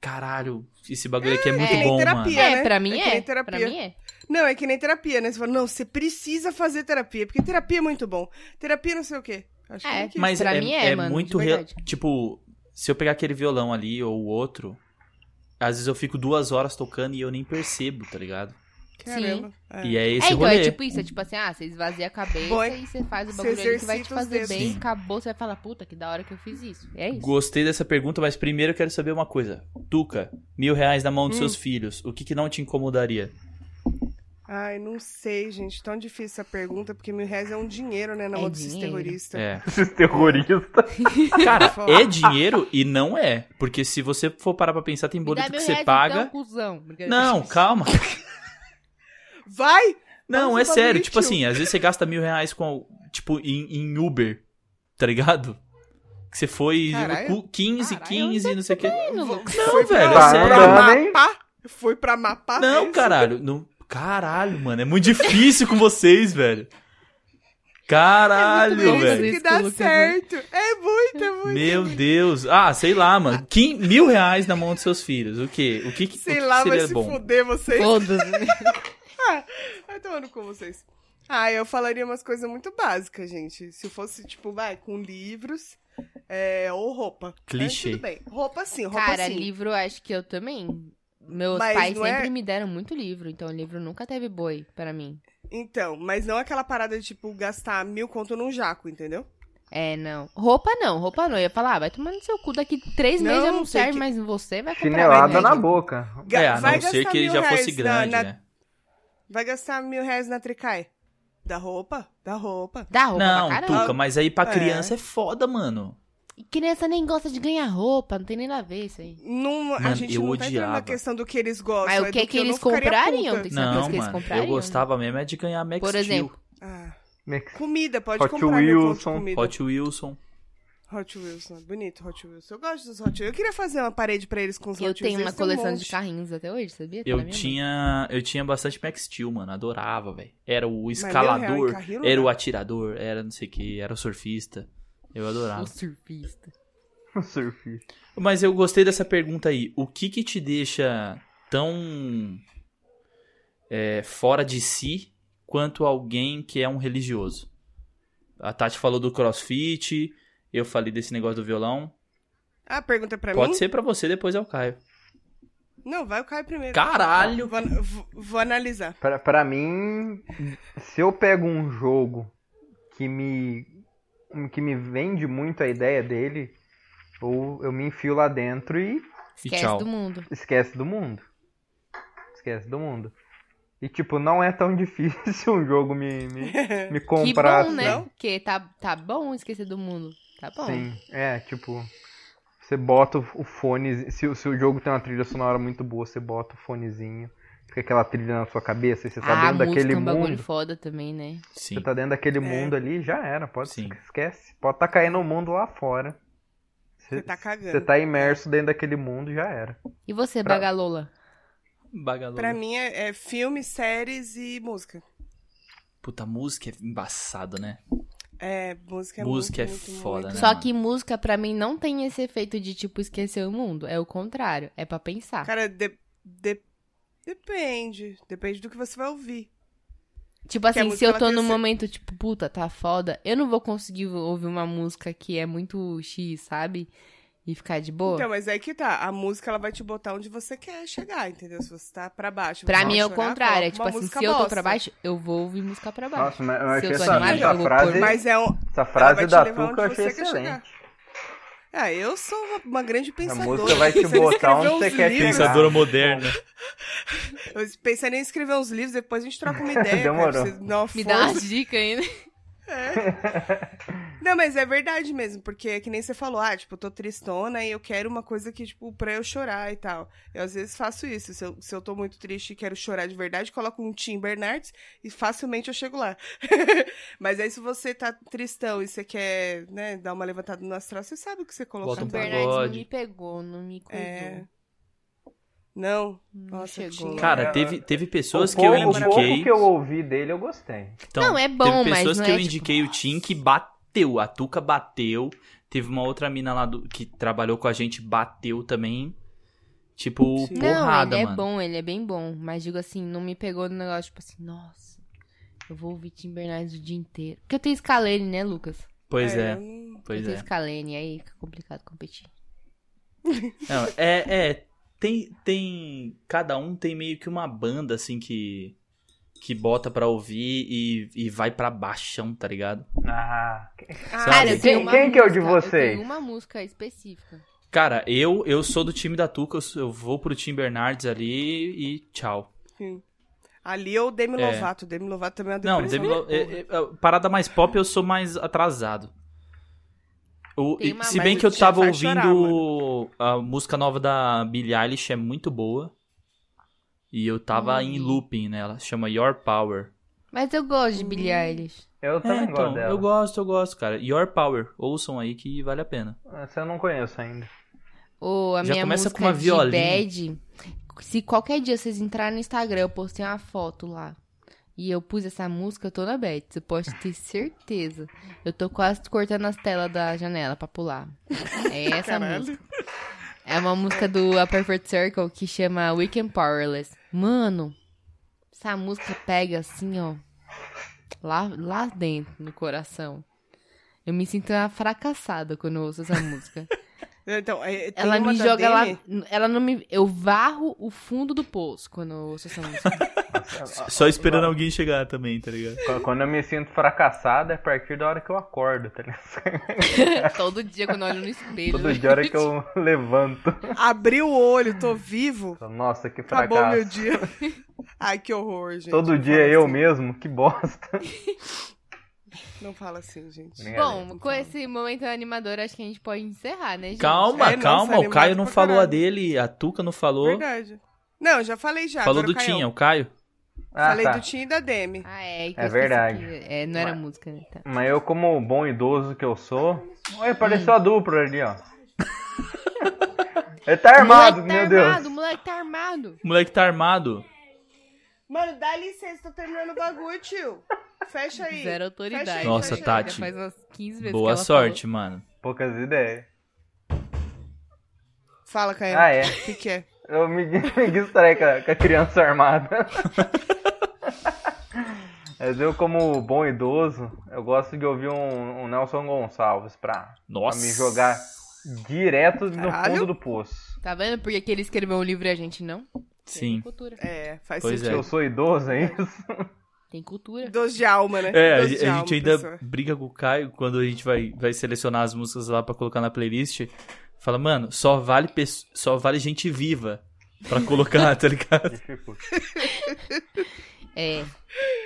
[SPEAKER 4] caralho, esse bagulho aqui é muito
[SPEAKER 1] que nem
[SPEAKER 4] bom,
[SPEAKER 1] terapia.
[SPEAKER 4] mano.
[SPEAKER 2] É,
[SPEAKER 1] né?
[SPEAKER 2] pra mim
[SPEAKER 1] É que
[SPEAKER 2] é.
[SPEAKER 1] nem
[SPEAKER 2] Pra
[SPEAKER 1] terapia.
[SPEAKER 2] mim é.
[SPEAKER 1] Não, é que nem terapia, né? Você fala, não, você precisa fazer terapia, porque terapia é muito bom. Terapia não sei o quê. Acho
[SPEAKER 2] É.
[SPEAKER 1] que
[SPEAKER 4] Mas
[SPEAKER 2] Pra
[SPEAKER 4] é,
[SPEAKER 2] mim é,
[SPEAKER 4] é
[SPEAKER 2] mano,
[SPEAKER 4] muito
[SPEAKER 2] de
[SPEAKER 4] re-
[SPEAKER 2] verdade.
[SPEAKER 4] tipo, se eu pegar aquele violão ali ou o outro, às vezes eu fico duas horas tocando e eu nem percebo, tá ligado?
[SPEAKER 1] Caramba. É.
[SPEAKER 4] E é
[SPEAKER 2] É,
[SPEAKER 4] esse
[SPEAKER 2] então
[SPEAKER 4] rolê.
[SPEAKER 2] é tipo isso, é tipo assim, ah, você esvazia a cabeça
[SPEAKER 1] Boy,
[SPEAKER 2] e você faz o
[SPEAKER 1] você
[SPEAKER 2] bagulho ali que vai te
[SPEAKER 1] exercita os
[SPEAKER 2] fazer
[SPEAKER 1] dedos.
[SPEAKER 2] bem,
[SPEAKER 4] Sim.
[SPEAKER 2] acabou, você vai falar, puta, que da hora que eu fiz isso. É isso.
[SPEAKER 4] Gostei dessa pergunta, mas primeiro eu quero saber uma coisa. Tuca, mil reais na mão dos
[SPEAKER 1] Hum.
[SPEAKER 4] seus filhos, o que, que não te incomodaria?
[SPEAKER 1] Ai, não sei, gente. Tão difícil essa pergunta, porque mil reais é um dinheiro, né? Na
[SPEAKER 2] É
[SPEAKER 1] mão desses
[SPEAKER 2] dinheiro.
[SPEAKER 1] terroristas.
[SPEAKER 4] É.
[SPEAKER 3] Esses terroristas.
[SPEAKER 4] Cara,
[SPEAKER 2] Ah.
[SPEAKER 1] Foda.
[SPEAKER 4] é dinheiro e não é. Porque se você for parar pra pensar, tem
[SPEAKER 2] Me dá
[SPEAKER 4] boleto que
[SPEAKER 2] mil
[SPEAKER 4] você
[SPEAKER 2] reais,
[SPEAKER 4] paga.
[SPEAKER 2] Então, cuzão. Brincadeira.
[SPEAKER 4] Não, calma.
[SPEAKER 1] Vai!
[SPEAKER 4] Não,
[SPEAKER 1] Faz um
[SPEAKER 4] é sério.
[SPEAKER 1] bagulho
[SPEAKER 4] Tipo
[SPEAKER 1] útil.
[SPEAKER 4] assim, às vezes você gasta mil reais com, tipo, em, em Uber, tá ligado? Que você foi
[SPEAKER 1] Caralho. é
[SPEAKER 4] cu- 15,
[SPEAKER 2] Caralho,
[SPEAKER 4] 15, não sei o que.
[SPEAKER 2] Menino louco.
[SPEAKER 4] Não, velho, é
[SPEAKER 3] pra-
[SPEAKER 4] sério.
[SPEAKER 3] pra-
[SPEAKER 1] pra
[SPEAKER 3] Caralho, hein?
[SPEAKER 1] Mapá? Foi pra Mapá?
[SPEAKER 4] Não, caralho. Não... Caralho, mano. É muito difícil com vocês, velho. Caralho,
[SPEAKER 1] É muito
[SPEAKER 4] velho.
[SPEAKER 1] isso que
[SPEAKER 2] Isso,
[SPEAKER 1] dá
[SPEAKER 2] Lucas, né?
[SPEAKER 1] certo. É muito, é muito.
[SPEAKER 4] Meu Deus. Ah, sei lá, mano. Quin... Mil reais na mão dos seus filhos. O quê? O que, que, o
[SPEAKER 1] Sei
[SPEAKER 4] que
[SPEAKER 1] lá, vai
[SPEAKER 4] seria
[SPEAKER 1] se
[SPEAKER 4] bom?
[SPEAKER 1] fuder vocês.
[SPEAKER 2] Foda-se.
[SPEAKER 1] Vai tomando com vocês. Ah, eu falaria umas coisas muito básicas, gente. Se fosse, tipo, vai, com livros é, ou roupa.
[SPEAKER 4] Clichê.
[SPEAKER 1] É, tudo bem. Roupa sim, roupa
[SPEAKER 2] Cara,
[SPEAKER 1] sim.
[SPEAKER 2] livro eu acho que eu também. Meus
[SPEAKER 1] Mas
[SPEAKER 2] pais
[SPEAKER 1] não é-
[SPEAKER 2] sempre me deram muito livro, então o livro nunca teve boi pra mim.
[SPEAKER 1] Então, mas não aquela parada de, tipo, gastar mil conto num jaco, entendeu?
[SPEAKER 2] É, não. Roupa não, roupa não. Eu ia falar, ah, vai tomar no seu cu, daqui três
[SPEAKER 1] Não,
[SPEAKER 2] meses eu não
[SPEAKER 1] tem
[SPEAKER 2] serve
[SPEAKER 1] que-
[SPEAKER 2] mais em você, vai comprar.
[SPEAKER 3] Chinelada
[SPEAKER 4] né?
[SPEAKER 2] mais
[SPEAKER 3] na
[SPEAKER 2] ninguém.
[SPEAKER 3] boca.
[SPEAKER 1] Ga-
[SPEAKER 4] É, a
[SPEAKER 1] vai
[SPEAKER 4] não ser
[SPEAKER 1] gastar
[SPEAKER 4] que ele
[SPEAKER 1] mil
[SPEAKER 4] já
[SPEAKER 1] reais
[SPEAKER 4] fosse
[SPEAKER 1] na-
[SPEAKER 4] grande,
[SPEAKER 1] na-
[SPEAKER 4] né?
[SPEAKER 1] Vai gastar mil reais na tricai? Da roupa? Da roupa.
[SPEAKER 2] Dá roupa
[SPEAKER 4] Não,
[SPEAKER 2] pra caramba.
[SPEAKER 4] Tuca, mas aí pra
[SPEAKER 1] É.
[SPEAKER 4] criança é foda, mano.
[SPEAKER 2] E criança nem gosta de ganhar roupa, não tem nem nada a ver isso aí.
[SPEAKER 1] Não, a
[SPEAKER 4] Mano,
[SPEAKER 1] gente
[SPEAKER 4] eu
[SPEAKER 1] não tá entrando na
[SPEAKER 4] odiava.
[SPEAKER 1] questão do que eles gostam.
[SPEAKER 2] Mas
[SPEAKER 1] é
[SPEAKER 2] o que
[SPEAKER 1] do
[SPEAKER 2] que,
[SPEAKER 1] eu
[SPEAKER 2] eles
[SPEAKER 1] não ficaria
[SPEAKER 2] comprariam?
[SPEAKER 1] puta.
[SPEAKER 2] Tem que saber
[SPEAKER 4] Não,
[SPEAKER 2] o que eles
[SPEAKER 4] mano.
[SPEAKER 2] comprariam.
[SPEAKER 4] Eu gostava mesmo é de ganhar Max
[SPEAKER 2] Por
[SPEAKER 4] Steel,
[SPEAKER 2] exemplo,
[SPEAKER 1] Ah,
[SPEAKER 3] Mex-
[SPEAKER 1] comida, pode
[SPEAKER 3] Hot
[SPEAKER 1] comprar meu conto de
[SPEAKER 3] Wilson.
[SPEAKER 1] comida.
[SPEAKER 4] Hot Wilson.
[SPEAKER 1] Hot Wheels, né? bonito Hot Wheels. Eu gosto dos Hot Wheels. Eu queria fazer uma parede pra eles com os
[SPEAKER 2] eu
[SPEAKER 1] Hot Wheels.
[SPEAKER 2] tenho uma
[SPEAKER 1] eles têm um
[SPEAKER 2] coleção de
[SPEAKER 1] monte.
[SPEAKER 2] carrinhos até hoje, sabia? Tá na
[SPEAKER 4] Eu
[SPEAKER 2] minha mão.
[SPEAKER 4] tinha, eu tinha bastante Max Steel, mano. Adorava, velho. Era o
[SPEAKER 1] Mas mil reais em
[SPEAKER 4] escalador,
[SPEAKER 1] carrinho não
[SPEAKER 4] era o
[SPEAKER 1] dá.
[SPEAKER 4] atirador, era não sei o que, era o surfista. Eu
[SPEAKER 2] Um
[SPEAKER 4] adorava.
[SPEAKER 2] surfista.
[SPEAKER 3] surfista.
[SPEAKER 4] Mas eu gostei dessa pergunta aí. O que que te deixa tão é, fora de si quanto alguém que é um religioso? A Tati falou do crossfit, eu falei desse negócio do violão.
[SPEAKER 1] Ah, pergunta pra
[SPEAKER 4] Pode
[SPEAKER 1] mim?
[SPEAKER 4] ser pra você, depois é o Caio.
[SPEAKER 1] Não, vai o Caio primeiro.
[SPEAKER 4] Caralho!
[SPEAKER 1] Vou, an- vou- vou analisar.
[SPEAKER 3] Pra, pra mim, se eu pego um jogo que me, que me vende muito a ideia dele, ou eu me enfio lá dentro e
[SPEAKER 2] Esquece
[SPEAKER 4] tchau.
[SPEAKER 2] do mundo.
[SPEAKER 3] esquece do mundo. Esquece do mundo. E tipo, não é tão difícil um jogo me, me, me comprar.
[SPEAKER 2] que bom,
[SPEAKER 3] assim.
[SPEAKER 2] né? Porque tá, tá bom esquecer do mundo. Tá bom.
[SPEAKER 3] Sim, é, tipo, você bota o o fone, se, o- se o jogo tem uma trilha sonora muito boa, você bota o fonezinho, fica aquela trilha na sua cabeça, e você tá
[SPEAKER 2] Ah, a música
[SPEAKER 3] dentro daquele
[SPEAKER 2] é um bagulho
[SPEAKER 3] mundo,
[SPEAKER 2] foda também, né?
[SPEAKER 4] Sim.
[SPEAKER 3] você tá dentro daquele
[SPEAKER 1] É.
[SPEAKER 3] mundo ali, já era, pode
[SPEAKER 4] Sim.
[SPEAKER 3] esquece, pode tá caindo o mundo lá fora.
[SPEAKER 1] Você tá cagando.
[SPEAKER 2] É.
[SPEAKER 3] Você tá imerso dentro daquele mundo, já era.
[SPEAKER 2] E você,
[SPEAKER 3] Pra-
[SPEAKER 2] Bagalola?
[SPEAKER 4] Bagalô.
[SPEAKER 1] Pra mim é, é filme, séries e música.
[SPEAKER 4] Puta, música é embaçado, né?
[SPEAKER 1] É, música é
[SPEAKER 4] Música
[SPEAKER 1] muito,
[SPEAKER 4] é
[SPEAKER 1] muito,
[SPEAKER 4] foda,
[SPEAKER 1] muito.
[SPEAKER 4] né?
[SPEAKER 2] Só
[SPEAKER 4] mano?
[SPEAKER 2] que música, pra mim, não tem esse efeito de, tipo, esquecer o mundo. É o contrário. É pra
[SPEAKER 4] né?
[SPEAKER 2] pensar.
[SPEAKER 1] Cara, de- de- depende. Depende do que você vai ouvir.
[SPEAKER 2] tipo
[SPEAKER 1] que a
[SPEAKER 2] assim, se
[SPEAKER 1] música,
[SPEAKER 2] eu
[SPEAKER 1] ela
[SPEAKER 2] tô
[SPEAKER 1] tem
[SPEAKER 2] num
[SPEAKER 1] esse-
[SPEAKER 2] momento, tipo, puta, tá foda, eu não vou conseguir ouvir uma música que é muito X, sabe? E ficar de boa.
[SPEAKER 1] Então, mas aí que tá. A música, ela vai te botar onde você quer chegar, entendeu? Se você tá pra baixo.
[SPEAKER 2] pra
[SPEAKER 1] você
[SPEAKER 2] mim
[SPEAKER 1] vai
[SPEAKER 2] é o
[SPEAKER 1] chorar,
[SPEAKER 2] contrário. É
[SPEAKER 1] coloca
[SPEAKER 2] tipo
[SPEAKER 1] uma
[SPEAKER 2] assim,
[SPEAKER 1] música
[SPEAKER 2] se eu tô
[SPEAKER 1] bosta.
[SPEAKER 2] pra baixo, eu vou ouvir música pra baixo.
[SPEAKER 3] Nossa, mas eu
[SPEAKER 2] Se
[SPEAKER 3] achei
[SPEAKER 2] eu tô
[SPEAKER 3] essa,
[SPEAKER 2] animado,
[SPEAKER 3] essa
[SPEAKER 2] eu vou
[SPEAKER 3] frase,
[SPEAKER 2] pôr-
[SPEAKER 1] Mas é, o-
[SPEAKER 3] essa
[SPEAKER 1] Ela
[SPEAKER 3] frase
[SPEAKER 1] vai te
[SPEAKER 3] da
[SPEAKER 1] levar onde
[SPEAKER 3] Tuca eu achei
[SPEAKER 1] você quer
[SPEAKER 3] excelente.
[SPEAKER 1] Ah, eu sou uma, uma grande
[SPEAKER 3] A
[SPEAKER 1] pensadora.
[SPEAKER 3] música vai te
[SPEAKER 1] Pensando em
[SPEAKER 3] botar onde
[SPEAKER 1] escrever
[SPEAKER 3] você
[SPEAKER 1] uns
[SPEAKER 3] quer
[SPEAKER 1] livros.
[SPEAKER 3] chegar.
[SPEAKER 4] Pensadora moderna.
[SPEAKER 1] Eu pensaria em escrever uns livros, depois a gente troca uma ideia.
[SPEAKER 3] Demorou.
[SPEAKER 1] Cara, pra você dar uma
[SPEAKER 2] Me
[SPEAKER 1] força.
[SPEAKER 2] dá uma dica aí, né?
[SPEAKER 1] Não, mas é verdade mesmo, porque é que nem você falou, ah, tipo, eu tô tristona e eu quero uma coisa que, tipo, pra eu chorar e tal. Eu às vezes faço isso. Se eu, se eu tô muito triste e quero chorar de verdade, coloco um Tim Bernardes e facilmente eu chego lá. mas aí se você tá tristão e você quer, né, dar uma levantada no astral, você sabe o que você coloca.
[SPEAKER 4] Bota um
[SPEAKER 2] O
[SPEAKER 1] também.
[SPEAKER 4] pagode.
[SPEAKER 2] Bernardes não me pegou, não me cuidou.
[SPEAKER 1] É. Não.
[SPEAKER 2] Não
[SPEAKER 1] Nossa,
[SPEAKER 2] chegou.
[SPEAKER 1] tinha.
[SPEAKER 4] Cara, teve, teve pessoas
[SPEAKER 3] O
[SPEAKER 4] que eu
[SPEAKER 3] pouco- O pouco
[SPEAKER 4] indiquei.
[SPEAKER 3] que eu ouvi dele, eu gostei.
[SPEAKER 4] Então,
[SPEAKER 2] Não, é bom,
[SPEAKER 4] teve
[SPEAKER 2] mas
[SPEAKER 4] pessoas
[SPEAKER 2] não
[SPEAKER 4] que
[SPEAKER 2] é,
[SPEAKER 4] eu
[SPEAKER 2] tipo,
[SPEAKER 4] indiquei o Tim que bateu. A Tuca bateu. Teve uma outra mina lá do, que trabalhou com a gente, bateu também. Tipo,
[SPEAKER 1] Sim.
[SPEAKER 4] porrada,
[SPEAKER 2] não, ele
[SPEAKER 4] mano.
[SPEAKER 2] é bom, ele é bem bom. Mas digo assim, não me pegou no negócio, tipo assim, nossa, eu vou ouvir Tim Bernardes o dia inteiro. Porque eu tenho Scalene, né, Lucas?
[SPEAKER 4] Pois é,
[SPEAKER 1] eu não-
[SPEAKER 4] pois
[SPEAKER 2] eu tenho
[SPEAKER 4] é.
[SPEAKER 2] Scalene, aí fica complicado competir.
[SPEAKER 4] Não, é, é, tem, tem. Cada um tem meio que uma banda, assim, que. Que bota pra ouvir e, e vai pra baixão, tá ligado?
[SPEAKER 3] Ah,
[SPEAKER 1] Ah,
[SPEAKER 4] Cara,
[SPEAKER 1] eu
[SPEAKER 4] eu
[SPEAKER 1] tenho
[SPEAKER 2] um
[SPEAKER 3] quem-
[SPEAKER 1] uma...
[SPEAKER 3] quem- que é o de
[SPEAKER 2] música-
[SPEAKER 3] vocês?
[SPEAKER 2] Eu tenho uma música específica.
[SPEAKER 4] Cara, eu eu sou do time da Tuca, eu, sou- eu vou pro Tim Bernardes ali e tchau.
[SPEAKER 1] Ali é o Demi
[SPEAKER 4] É.
[SPEAKER 1] Lovato. Demi Lovato também é uma
[SPEAKER 4] Não,
[SPEAKER 1] depressão
[SPEAKER 4] Demi
[SPEAKER 1] da
[SPEAKER 4] Lo-
[SPEAKER 1] porra.
[SPEAKER 4] é- é- é- parada mais pop eu sou mais atrasado. O-
[SPEAKER 2] Tem
[SPEAKER 4] e-
[SPEAKER 2] uma
[SPEAKER 4] se
[SPEAKER 1] mais
[SPEAKER 4] bem
[SPEAKER 1] que
[SPEAKER 4] que eu
[SPEAKER 1] te
[SPEAKER 4] tava
[SPEAKER 1] faz chorar,
[SPEAKER 4] ouvindo a música nova da Billie Eilish, é muito boa. E eu tava em
[SPEAKER 2] Hum.
[SPEAKER 4] looping nela, chama Your Power.
[SPEAKER 2] Mas eu gosto de Billie Eilish.
[SPEAKER 3] eu
[SPEAKER 4] É,
[SPEAKER 3] também gosto
[SPEAKER 4] então,
[SPEAKER 3] dela.
[SPEAKER 4] eu gosto, eu gosto, cara. Your Power, ouçam aí que vale a pena.
[SPEAKER 3] Essa eu não conheço ainda.
[SPEAKER 2] Ou a
[SPEAKER 4] Já
[SPEAKER 2] minha
[SPEAKER 4] começa
[SPEAKER 2] música
[SPEAKER 4] com uma
[SPEAKER 2] de
[SPEAKER 4] violinha.
[SPEAKER 2] Bad. Se qualquer dia vocês entrarem no Instagram, eu postei uma foto lá. E eu pus essa música toda Bad. Você pode ter certeza. Eu tô quase cortando as telas da janela pra pular. É essa
[SPEAKER 1] Caralho.
[SPEAKER 2] música. É uma música do A Perfect Circle que chama Weekend Powerless. Mano, essa música pega assim, ó. Lá, lá dentro, no coração. Eu me sinto uma fracassada quando eu ouço essa música.
[SPEAKER 1] Então, é, tem
[SPEAKER 2] Ela
[SPEAKER 1] uma
[SPEAKER 2] me
[SPEAKER 1] da
[SPEAKER 2] joga lá.
[SPEAKER 1] Demi-
[SPEAKER 2] Ela não me. Eu varro o fundo do poço quando eu ouço essa música.
[SPEAKER 4] Só esperando alguém chegar também, tá ligado?
[SPEAKER 3] Qu- Quando eu me sinto fracassado é a partir da hora que eu acordo, tá ligado?
[SPEAKER 2] Todo dia quando eu olho no espelho.
[SPEAKER 3] Todo dia a hora que eu levanto.
[SPEAKER 1] Abri o olho, tô vivo.
[SPEAKER 3] Nossa, que
[SPEAKER 1] Acabou
[SPEAKER 3] fracasso.
[SPEAKER 1] meu dia. Ai, que horror, gente.
[SPEAKER 3] Todo
[SPEAKER 1] Não
[SPEAKER 3] dia
[SPEAKER 1] fala
[SPEAKER 3] eu
[SPEAKER 1] assim.
[SPEAKER 3] mesmo, que bosta.
[SPEAKER 1] Não fala assim, gente.
[SPEAKER 3] Brincadeira.
[SPEAKER 2] Bom, com esse momento animador, acho que a gente pode encerrar, né, gente?
[SPEAKER 4] Calma,
[SPEAKER 1] É, nossa,
[SPEAKER 4] calma. o
[SPEAKER 1] animado
[SPEAKER 4] Caio não
[SPEAKER 1] pra
[SPEAKER 4] falou a
[SPEAKER 1] caralho.
[SPEAKER 4] dele, a Tuca não falou.
[SPEAKER 1] Verdade. Não, eu já falei já.
[SPEAKER 4] Falou do
[SPEAKER 1] Tá, agora o Caião.
[SPEAKER 4] Tinha, o Caio.
[SPEAKER 3] Ah,
[SPEAKER 1] falei
[SPEAKER 3] tá.
[SPEAKER 1] do Tim e da Demi.
[SPEAKER 2] Ah, é. que
[SPEAKER 3] É
[SPEAKER 2] eu esqueci
[SPEAKER 3] verdade.
[SPEAKER 2] que- é, não era
[SPEAKER 3] Mas-
[SPEAKER 2] música, né? Tá.
[SPEAKER 3] Mas eu, como bom idoso que eu sou. Olha, apareceu a dupla ali, ó. Ele tá armado,
[SPEAKER 2] moleque tá armado,
[SPEAKER 3] meu Deus.
[SPEAKER 2] moleque tá armado.
[SPEAKER 4] O moleque tá armado.
[SPEAKER 1] Mano, dá licença, tô terminando o bagulho, tio. Fecha aí.
[SPEAKER 2] Zero autoridade.
[SPEAKER 1] Fecha aí,
[SPEAKER 4] Nossa,
[SPEAKER 1] fecha aí.
[SPEAKER 4] Tati.
[SPEAKER 2] Já faz umas 15 vezes que
[SPEAKER 4] Boa
[SPEAKER 2] ela
[SPEAKER 4] sorte, mano.
[SPEAKER 3] Poucas ideias.
[SPEAKER 1] Fala, Caio.
[SPEAKER 3] Ah, é.
[SPEAKER 1] O que, que é?
[SPEAKER 3] Eu me, me distraí com a, com a criança armada. Mas eu, como bom idoso, eu gosto de ouvir um, um Nelson Gonçalves pra, pra
[SPEAKER 4] Nossa.
[SPEAKER 3] me jogar direto no
[SPEAKER 1] Caralho.
[SPEAKER 3] fundo do poço.
[SPEAKER 2] Falou. Tá vendo porque que ele escreveu um livro e a gente não? Tem
[SPEAKER 4] Sim.
[SPEAKER 2] cultura.
[SPEAKER 1] É, faz
[SPEAKER 4] Pois
[SPEAKER 1] sentido.
[SPEAKER 3] Eu sou idoso, é isso?
[SPEAKER 2] Tem cultura.
[SPEAKER 1] Doce de alma, né?
[SPEAKER 4] É, a,
[SPEAKER 1] Doce de
[SPEAKER 4] a
[SPEAKER 1] alma,
[SPEAKER 4] gente ainda
[SPEAKER 1] pessoa.
[SPEAKER 4] briga com o Caio quando a gente vai, vai selecionar as músicas lá pra colocar na playlist. Fala, mano, só vale, pe- só vale gente viva pra colocar, tá ligado?
[SPEAKER 3] Dificulta.
[SPEAKER 2] É.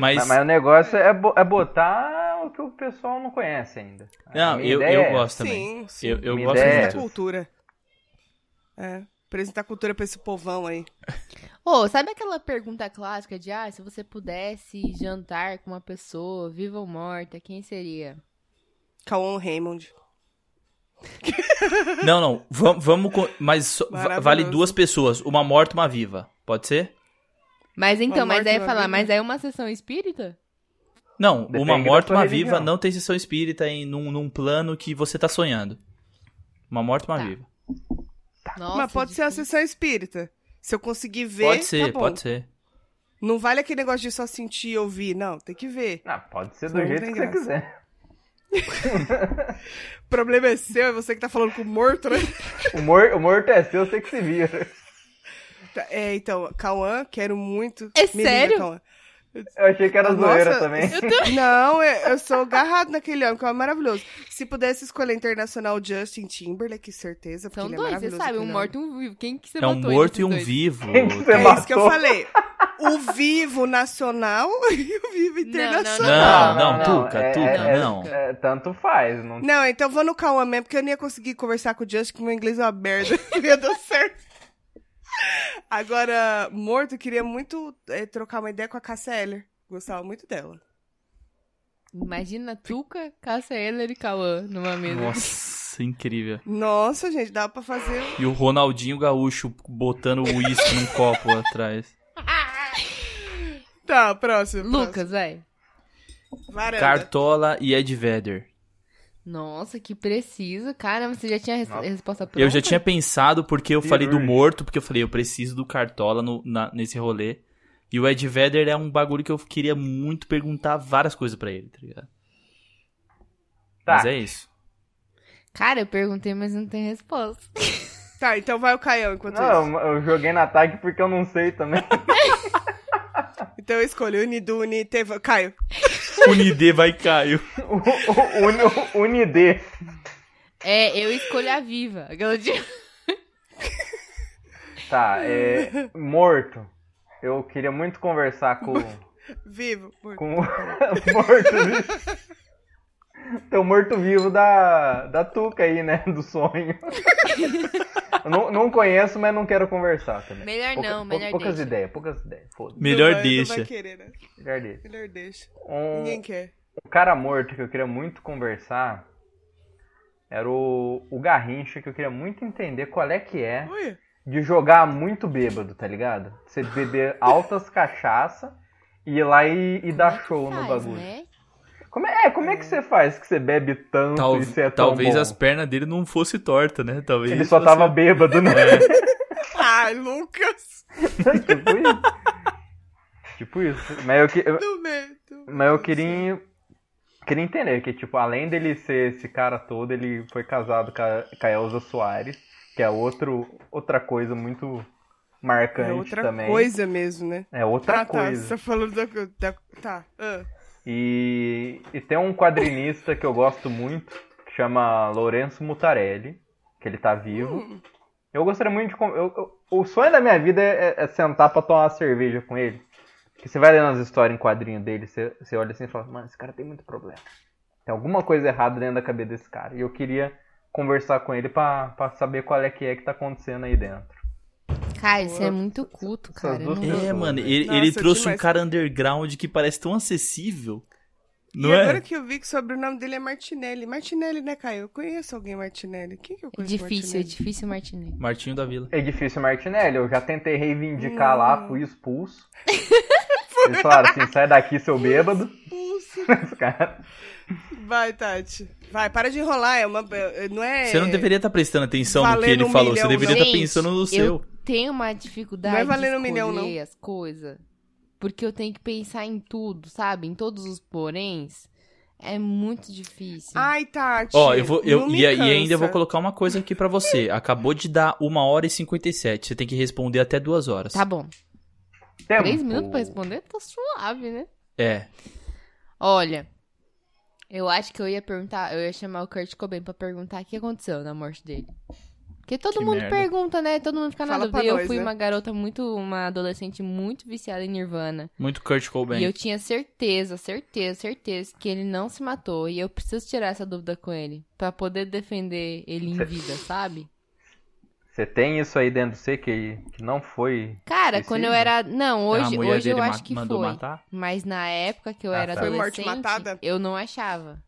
[SPEAKER 4] Mas,
[SPEAKER 3] Mas, mas o negócio é, bo- é botar o que o pessoal não conhece ainda. A
[SPEAKER 4] não,
[SPEAKER 3] minha
[SPEAKER 4] eu,
[SPEAKER 3] ideia
[SPEAKER 4] eu
[SPEAKER 3] é-
[SPEAKER 4] gosto também.
[SPEAKER 1] Sim, sim.
[SPEAKER 4] Eu, eu
[SPEAKER 3] Minha
[SPEAKER 4] gosto
[SPEAKER 3] ideia é
[SPEAKER 1] Apresentar
[SPEAKER 4] muito.
[SPEAKER 1] cultura. É. Apresentar cultura pra esse povão aí.
[SPEAKER 2] Ô, sabe aquela pergunta clássica de, ah, se você pudesse jantar com uma pessoa, viva ou morta, quem seria?
[SPEAKER 1] Cauon Raymond.
[SPEAKER 4] Não, não, vamos, vamos com- mas só- va-
[SPEAKER 1] Maravilhoso.
[SPEAKER 4] vale duas pessoas, uma morta e uma viva. Pode ser?
[SPEAKER 2] Mas então,
[SPEAKER 1] Uma
[SPEAKER 2] mas
[SPEAKER 1] morte,
[SPEAKER 2] aí
[SPEAKER 1] uma
[SPEAKER 2] falar,
[SPEAKER 1] vida.
[SPEAKER 2] mas aí é uma sessão espírita?
[SPEAKER 4] Não,
[SPEAKER 3] Depende
[SPEAKER 4] uma
[SPEAKER 3] da
[SPEAKER 4] morta e
[SPEAKER 3] sua
[SPEAKER 4] uma
[SPEAKER 3] religião.
[SPEAKER 4] viva não tem sessão espírita em num, num plano que você tá sonhando. Uma morta e uma
[SPEAKER 2] Tá.
[SPEAKER 4] viva.
[SPEAKER 2] Nossa,
[SPEAKER 1] Mas pode ser a
[SPEAKER 2] difícil.
[SPEAKER 1] sessão espírita. Se eu conseguir ver,
[SPEAKER 4] pode ser,
[SPEAKER 1] tá bom.
[SPEAKER 4] pode ser.
[SPEAKER 1] Não vale aquele negócio de só sentir e ouvir, não. Tem que ver.
[SPEAKER 3] Não, Ah, pode ser do
[SPEAKER 4] é
[SPEAKER 1] Não
[SPEAKER 3] jeito
[SPEAKER 1] tem
[SPEAKER 3] que
[SPEAKER 1] graça.
[SPEAKER 3] você quiser.
[SPEAKER 1] O problema é seu, é você que tá falando com o morto, né?
[SPEAKER 3] O, mor o morto é seu, você que se vira.
[SPEAKER 1] Tá, É, então, Cauã, quero muito.
[SPEAKER 2] É
[SPEAKER 1] liga,
[SPEAKER 2] sério?
[SPEAKER 1] Cauã.
[SPEAKER 3] Eu achei que era
[SPEAKER 1] Nossa,
[SPEAKER 3] zoeira também.
[SPEAKER 1] Não, eu, eu sou agarrado naquele homem, que é maravilhoso. Se pudesse escolher internacional Justin Timberlake, certeza, porque
[SPEAKER 2] São
[SPEAKER 1] ele é
[SPEAKER 2] dois, você
[SPEAKER 1] maravilhoso.
[SPEAKER 2] sabe, um
[SPEAKER 1] aquele
[SPEAKER 2] morto e um vivo. Quem que você
[SPEAKER 4] É um
[SPEAKER 2] matou
[SPEAKER 4] morto
[SPEAKER 2] desses
[SPEAKER 4] e um
[SPEAKER 2] dois?
[SPEAKER 4] vivo.
[SPEAKER 3] Quem que você
[SPEAKER 1] homem. É
[SPEAKER 3] matou?
[SPEAKER 1] isso que eu falei. O vivo nacional e o vivo internacional.
[SPEAKER 4] Não, não,
[SPEAKER 3] Não, não,
[SPEAKER 4] Tuca,
[SPEAKER 3] é-
[SPEAKER 4] Tuca,
[SPEAKER 2] é-
[SPEAKER 4] não.
[SPEAKER 3] É, tanto faz. Não...
[SPEAKER 1] Não, então eu vou no Cauã mesmo, porque eu não ia conseguir conversar com o Justin, que meu inglês é uma merda. Não ia dar certo. Agora, morto, eu queria muito eh, trocar uma ideia com a Cassia Eller. Gostava muito dela.
[SPEAKER 2] Imagina Tuca, Cássia Eller e Cauã numa mesa.
[SPEAKER 4] Nossa, incrível.
[SPEAKER 1] Nossa, gente, dava pra fazer. um-
[SPEAKER 4] E o Ronaldinho Gaúcho botando o uísque num copo atrás.
[SPEAKER 1] Tá, próximo. próximo.
[SPEAKER 2] Lucas, vai.
[SPEAKER 1] Varanda.
[SPEAKER 4] Cartola e Ed Vedder.
[SPEAKER 2] Nossa, que preciso. Caramba, você já tinha res-
[SPEAKER 3] Nossa.
[SPEAKER 2] resposta pronta?
[SPEAKER 4] Eu já tinha pensado porque eu
[SPEAKER 3] Que
[SPEAKER 4] falei do
[SPEAKER 3] urge.
[SPEAKER 4] morto, porque eu falei, eu preciso do Cartola no- na- nesse rolê. E o Ed Vedder é um bagulho que eu queria muito perguntar várias coisas pra ele, tá ligado?
[SPEAKER 3] Tá.
[SPEAKER 4] Mas é isso.
[SPEAKER 2] Cara, eu perguntei, mas não tem resposta.
[SPEAKER 1] Tá, então vai o Caião enquanto isso.
[SPEAKER 3] Não, eu joguei na tag porque eu não sei também.
[SPEAKER 1] Então eu escolho Unidune, Teva... Caio.
[SPEAKER 4] O Nidê vai Caio.
[SPEAKER 3] O, o, o, Unidê.
[SPEAKER 2] É, eu escolho a viva. Aquela de-
[SPEAKER 3] Tá, é. Morto. Eu queria muito conversar com.
[SPEAKER 1] Vivo. morto.
[SPEAKER 3] com o morto. né? Teu morto-vivo da, da Tuca aí, né? Do sonho. Eu não, não conheço, mas não quero conversar também.
[SPEAKER 2] Melhor não, melhor
[SPEAKER 3] Poucas
[SPEAKER 2] deixa.
[SPEAKER 3] ideias, poucas ideias. Foda-se.
[SPEAKER 4] Melhor
[SPEAKER 1] não vai, Não
[SPEAKER 4] deixa.
[SPEAKER 1] vai querer, né?
[SPEAKER 3] Melhor dele.
[SPEAKER 1] Melhor deixa.
[SPEAKER 3] Um,
[SPEAKER 1] Ninguém quer.
[SPEAKER 3] um cara morto que eu queria muito conversar era o, o Garrincha, que eu queria muito entender qual é que é
[SPEAKER 1] Ui,
[SPEAKER 3] de jogar muito bêbado, tá ligado? Você beber altas cachaça e ir lá e, e dar show no
[SPEAKER 2] é Faz,
[SPEAKER 3] bagulho.
[SPEAKER 2] né?
[SPEAKER 3] Como é, é, como é que você faz que você bebe tanto
[SPEAKER 4] Tal-
[SPEAKER 3] e você é tão
[SPEAKER 4] talvez
[SPEAKER 3] bom?
[SPEAKER 4] as pernas dele não fossem tortas, né? Talvez
[SPEAKER 3] Ele só tava bêbado, né?
[SPEAKER 4] É.
[SPEAKER 1] Ai, Lucas.
[SPEAKER 3] tipo isso. Tipo isso. Mas eu, que- eu-
[SPEAKER 1] Do medo.
[SPEAKER 3] mas eu queria, queria entender que, tipo, além dele ser esse cara todo, ele foi casado com a, com a Elza Soares, que é outro, outra coisa muito marcante
[SPEAKER 1] É outra
[SPEAKER 3] também.
[SPEAKER 1] coisa mesmo, né?
[SPEAKER 3] É outra
[SPEAKER 1] ah, tá. Você
[SPEAKER 3] coisa.
[SPEAKER 1] tá falando da... da- tá. ah.
[SPEAKER 3] E, e tem um quadrinista que eu gosto muito, que chama Lourenço Mutarelli, que ele tá vivo.
[SPEAKER 1] Hum,
[SPEAKER 3] Eu gostaria muito de. com- eu- eu- o sonho da minha vida é, é sentar pra tomar uma cerveja com ele. Que você vai lendo as histórias em quadrinho dele, você, você olha assim e fala, mano, esse cara tem muito problema. Tem alguma coisa errada dentro da cabeça desse cara. E eu queria conversar com ele pra, pra saber qual é que é que tá acontecendo aí dentro.
[SPEAKER 2] Cara, você é muito culto, cara. Eu
[SPEAKER 3] duas
[SPEAKER 2] não
[SPEAKER 3] pessoas.
[SPEAKER 2] vou-
[SPEAKER 4] É, mano, ele,
[SPEAKER 1] Nossa,
[SPEAKER 4] ele trouxe
[SPEAKER 1] demais.
[SPEAKER 4] um cara underground que parece tão acessível. Não
[SPEAKER 1] e
[SPEAKER 4] é?
[SPEAKER 1] agora que eu vi que o sobrenome dele é Martinelli. Martinelli, né, Caio? Eu conheço alguém Martinelli. Quem que eu
[SPEAKER 2] É
[SPEAKER 1] conheço?
[SPEAKER 2] difícil, é
[SPEAKER 1] Martinelli?
[SPEAKER 2] difícil, Martinelli.
[SPEAKER 4] Martinho da Vila.
[SPEAKER 3] Edifício Martinelli, eu já tentei reivindicar
[SPEAKER 1] Hum.
[SPEAKER 3] lá, fui expulso. Eles falaram assim, sai daqui, seu bêbado.
[SPEAKER 1] Pulso.
[SPEAKER 3] Esse cara.
[SPEAKER 1] Vai, Tati. Vai, para de enrolar. É uma... é- Não é...
[SPEAKER 4] Você não deveria estar prestando atenção no que
[SPEAKER 1] valendo
[SPEAKER 4] ele
[SPEAKER 1] um
[SPEAKER 4] falou,
[SPEAKER 1] milhão,
[SPEAKER 4] você deveria
[SPEAKER 1] não.
[SPEAKER 4] estar pensando no
[SPEAKER 2] eu
[SPEAKER 4] seu.
[SPEAKER 2] tenho uma dificuldade
[SPEAKER 1] Não é valendo um
[SPEAKER 2] de
[SPEAKER 1] milhão,
[SPEAKER 2] escolher
[SPEAKER 1] não.
[SPEAKER 2] as coisas. Porque eu tenho que pensar em tudo, sabe? Em todos os poréns. É muito difícil.
[SPEAKER 1] Ai, Tati.
[SPEAKER 4] Ó, eu vou. Eu,
[SPEAKER 1] não me
[SPEAKER 4] e, a- e ainda eu vou
[SPEAKER 1] cansa.
[SPEAKER 4] colocar uma coisa aqui pra você. Acabou de dar uma hora e 57. Você tem que responder até duas horas.
[SPEAKER 2] Tá bom.
[SPEAKER 1] é um
[SPEAKER 3] Tempo.
[SPEAKER 2] Três minutos pra responder? Tá suave, né?
[SPEAKER 4] É.
[SPEAKER 2] Olha, eu acho que eu ia perguntar, eu ia chamar o Kurt Cobain pra perguntar o que aconteceu na morte dele. Porque todo
[SPEAKER 4] Que
[SPEAKER 2] mundo
[SPEAKER 4] merda.
[SPEAKER 2] pergunta, né? Todo mundo fica na
[SPEAKER 1] Fala
[SPEAKER 2] dúvida.
[SPEAKER 1] pra
[SPEAKER 2] Eu
[SPEAKER 1] nós,
[SPEAKER 2] fui
[SPEAKER 1] né?
[SPEAKER 2] uma garota muito, uma adolescente muito viciada em Nirvana.
[SPEAKER 4] Muito Kurt Cobain.
[SPEAKER 2] E eu tinha certeza, certeza, certeza que ele não se matou. E eu preciso tirar essa dúvida com ele. Pra poder defender ele em vida, sabe?
[SPEAKER 3] Você tem isso aí dentro de você que, que não foi.
[SPEAKER 2] Cara,
[SPEAKER 3] Suicídio?
[SPEAKER 2] quando eu era. Não,
[SPEAKER 4] a
[SPEAKER 2] hoje,
[SPEAKER 4] mulher
[SPEAKER 2] hoje eu
[SPEAKER 4] dele ma-
[SPEAKER 2] acho que
[SPEAKER 4] mandou
[SPEAKER 2] foi.
[SPEAKER 4] matar.
[SPEAKER 2] Mas na época que eu
[SPEAKER 3] Ah,
[SPEAKER 2] era
[SPEAKER 3] tá.
[SPEAKER 1] Foi morte
[SPEAKER 2] adolescente,
[SPEAKER 1] matada?
[SPEAKER 2] eu não achava.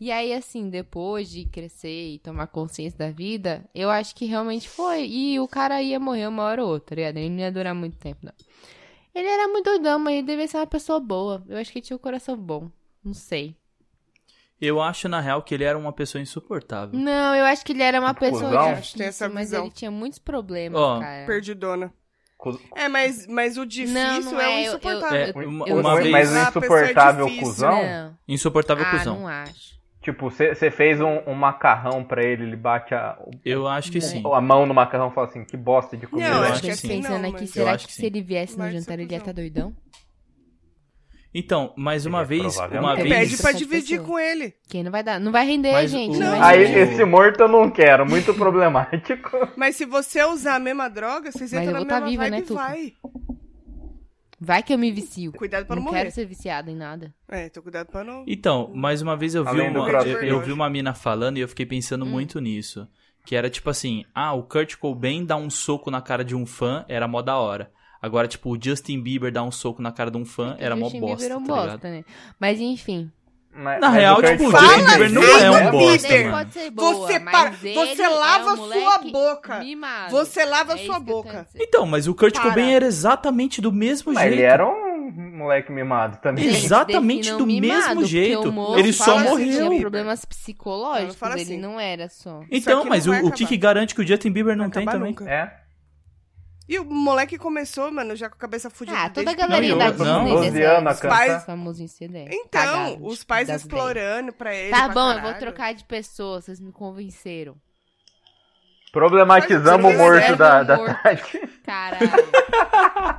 [SPEAKER 2] E aí, assim, depois de crescer e tomar consciência da vida, eu acho que realmente foi. E o cara ia morrer uma hora ou outra, tá ligado? Ele não ia durar muito tempo, não. Ele era muito doidão, mas ele devia ser uma pessoa boa. Eu acho que ele tinha um coração bom. Não sei.
[SPEAKER 4] Eu acho, na real, que ele era uma pessoa insuportável.
[SPEAKER 2] Não, eu acho que ele era uma
[SPEAKER 4] Tipo,
[SPEAKER 3] Cuzão.
[SPEAKER 2] pessoa
[SPEAKER 4] um-
[SPEAKER 1] Acho que tem essa
[SPEAKER 2] difícil, mas
[SPEAKER 1] visão.
[SPEAKER 2] ele tinha muitos problemas,
[SPEAKER 4] Ó,
[SPEAKER 2] cara.
[SPEAKER 1] Perdidona.
[SPEAKER 3] Cus-
[SPEAKER 1] É, mas, mas o difícil
[SPEAKER 2] não
[SPEAKER 1] é o
[SPEAKER 2] é, eu- eu-
[SPEAKER 1] insuportável.
[SPEAKER 4] É,
[SPEAKER 2] Eu-
[SPEAKER 4] uma,
[SPEAKER 2] eu-
[SPEAKER 4] uma
[SPEAKER 2] eu-
[SPEAKER 4] vez.
[SPEAKER 3] Mas o
[SPEAKER 1] Ah, a pessoa é
[SPEAKER 3] insuportável
[SPEAKER 1] difícil, né?
[SPEAKER 3] cuzão.
[SPEAKER 2] Não.
[SPEAKER 4] Insuportável
[SPEAKER 2] Ah,
[SPEAKER 4] cuzão.
[SPEAKER 2] não acho.
[SPEAKER 3] Tipo, você fez um, um macarrão pra ele, ele bate a,
[SPEAKER 4] Eu acho
[SPEAKER 1] Né?
[SPEAKER 4] que sim.
[SPEAKER 3] a mão no macarrão e fala assim, que bosta de comida.
[SPEAKER 1] Não,
[SPEAKER 4] Eu
[SPEAKER 1] acho,
[SPEAKER 4] acho
[SPEAKER 1] que
[SPEAKER 4] que
[SPEAKER 1] assim
[SPEAKER 4] sim.
[SPEAKER 2] Pensando
[SPEAKER 1] não,
[SPEAKER 2] aqui,
[SPEAKER 1] mas...
[SPEAKER 2] será
[SPEAKER 4] acho
[SPEAKER 2] que
[SPEAKER 4] que
[SPEAKER 2] se
[SPEAKER 4] sim.
[SPEAKER 2] ele viesse no
[SPEAKER 1] Vai ser
[SPEAKER 2] jantar, ele ia
[SPEAKER 1] cuzão.
[SPEAKER 2] estar doidão?
[SPEAKER 4] Então, mais uma
[SPEAKER 3] É,
[SPEAKER 4] vez. Uma
[SPEAKER 3] provavelmente.
[SPEAKER 1] Pede
[SPEAKER 4] vez.
[SPEAKER 1] pra
[SPEAKER 2] Essa
[SPEAKER 1] dividir
[SPEAKER 2] pessoa.
[SPEAKER 1] com ele.
[SPEAKER 2] Quem não vai dar? Não vai render,
[SPEAKER 4] Mas
[SPEAKER 2] gente.
[SPEAKER 4] o-
[SPEAKER 2] Não vai
[SPEAKER 3] Aí,
[SPEAKER 2] render.
[SPEAKER 3] esse morto eu não quero, muito problemático.
[SPEAKER 1] Mas se você usar a mesma droga, vocês
[SPEAKER 2] Mas
[SPEAKER 1] entram
[SPEAKER 2] eu
[SPEAKER 1] na
[SPEAKER 2] vou tá
[SPEAKER 1] mesma
[SPEAKER 2] viva,
[SPEAKER 1] vibe
[SPEAKER 2] né,
[SPEAKER 1] e
[SPEAKER 2] Tuca?
[SPEAKER 1] vai.
[SPEAKER 2] Vai que eu me vicio.
[SPEAKER 1] Cuidado pra não,
[SPEAKER 2] não
[SPEAKER 1] morrer.
[SPEAKER 2] quero ser viciada em nada.
[SPEAKER 1] É, então cuidado pra não...
[SPEAKER 4] Então, mais uma vez eu vi
[SPEAKER 3] Além do né?
[SPEAKER 4] uma,
[SPEAKER 3] próprio
[SPEAKER 4] eu, eu vi uma mina falando e eu fiquei pensando
[SPEAKER 1] Hum.
[SPEAKER 4] muito nisso. Que era tipo assim, ah, o Kurt Cobain dar um soco na cara de um fã era mó da hora. Agora, tipo, o Justin Bieber dar um soco na cara de um fã era mó
[SPEAKER 2] Justin Bieber
[SPEAKER 4] bosta,
[SPEAKER 2] é um
[SPEAKER 4] tá
[SPEAKER 2] bosta,
[SPEAKER 4] ligado?
[SPEAKER 2] né? Mas enfim.
[SPEAKER 3] Mas-
[SPEAKER 4] Na
[SPEAKER 3] mas
[SPEAKER 4] real,
[SPEAKER 3] o Kurt
[SPEAKER 4] tipo, o
[SPEAKER 3] Cobain-
[SPEAKER 4] Justin Bieber não é
[SPEAKER 3] né?
[SPEAKER 1] Fala,
[SPEAKER 4] um bosta,
[SPEAKER 1] Bieber!
[SPEAKER 4] mano.
[SPEAKER 2] pode ser boa,
[SPEAKER 1] Você,
[SPEAKER 2] mas
[SPEAKER 1] para,
[SPEAKER 2] ele
[SPEAKER 1] você
[SPEAKER 2] é um
[SPEAKER 1] lava sua
[SPEAKER 2] moleque
[SPEAKER 1] boca.
[SPEAKER 2] Mimado.
[SPEAKER 1] Você lava
[SPEAKER 2] É isso
[SPEAKER 1] sua
[SPEAKER 2] que eu tô
[SPEAKER 1] boca.
[SPEAKER 2] dizendo.
[SPEAKER 4] Então, mas o Kurt
[SPEAKER 1] Para.
[SPEAKER 4] Cobain era exatamente do mesmo
[SPEAKER 3] Mas
[SPEAKER 4] jeito.
[SPEAKER 3] ele era um, moleque mimado também.
[SPEAKER 2] Gente,
[SPEAKER 4] Exatamente
[SPEAKER 2] definam
[SPEAKER 4] do
[SPEAKER 2] mimado,
[SPEAKER 4] mesmo
[SPEAKER 2] porque
[SPEAKER 4] jeito.
[SPEAKER 2] o moço
[SPEAKER 4] Ele só
[SPEAKER 1] fala assim,
[SPEAKER 4] morreu.
[SPEAKER 2] Tinha
[SPEAKER 1] Bieber.
[SPEAKER 2] problemas
[SPEAKER 1] Não,
[SPEAKER 2] psicológicos,
[SPEAKER 1] fala
[SPEAKER 2] ele
[SPEAKER 1] assim.
[SPEAKER 2] não era só.
[SPEAKER 1] Só
[SPEAKER 4] Então,
[SPEAKER 1] que
[SPEAKER 4] mas
[SPEAKER 1] não
[SPEAKER 4] o,
[SPEAKER 1] vai
[SPEAKER 4] o que,
[SPEAKER 1] acabar.
[SPEAKER 4] que garante que o Justin Bieber não tem
[SPEAKER 1] acabar
[SPEAKER 4] também?
[SPEAKER 1] nunca.
[SPEAKER 3] É.
[SPEAKER 1] E o moleque começou, mano, já com a cabeça fudida.
[SPEAKER 2] Ah, toda a
[SPEAKER 1] desde
[SPEAKER 2] galerinha
[SPEAKER 4] Não,
[SPEAKER 2] da
[SPEAKER 4] eu- não,
[SPEAKER 2] Disney.
[SPEAKER 3] 12 anos a
[SPEAKER 1] cantar.
[SPEAKER 2] Os famosinhos CDE.
[SPEAKER 1] Então,
[SPEAKER 2] Cagaram
[SPEAKER 1] os pais
[SPEAKER 2] de- Tá tipo, das velhas.
[SPEAKER 1] explorando pra ele.
[SPEAKER 2] Tá
[SPEAKER 1] pra
[SPEAKER 2] bom, eu
[SPEAKER 1] caralho.
[SPEAKER 2] vou trocar de pessoa, vocês me convenceram.
[SPEAKER 3] Problematizamos o morto
[SPEAKER 1] né?
[SPEAKER 3] da, da
[SPEAKER 2] Morto.
[SPEAKER 3] Tati.
[SPEAKER 2] Caralho.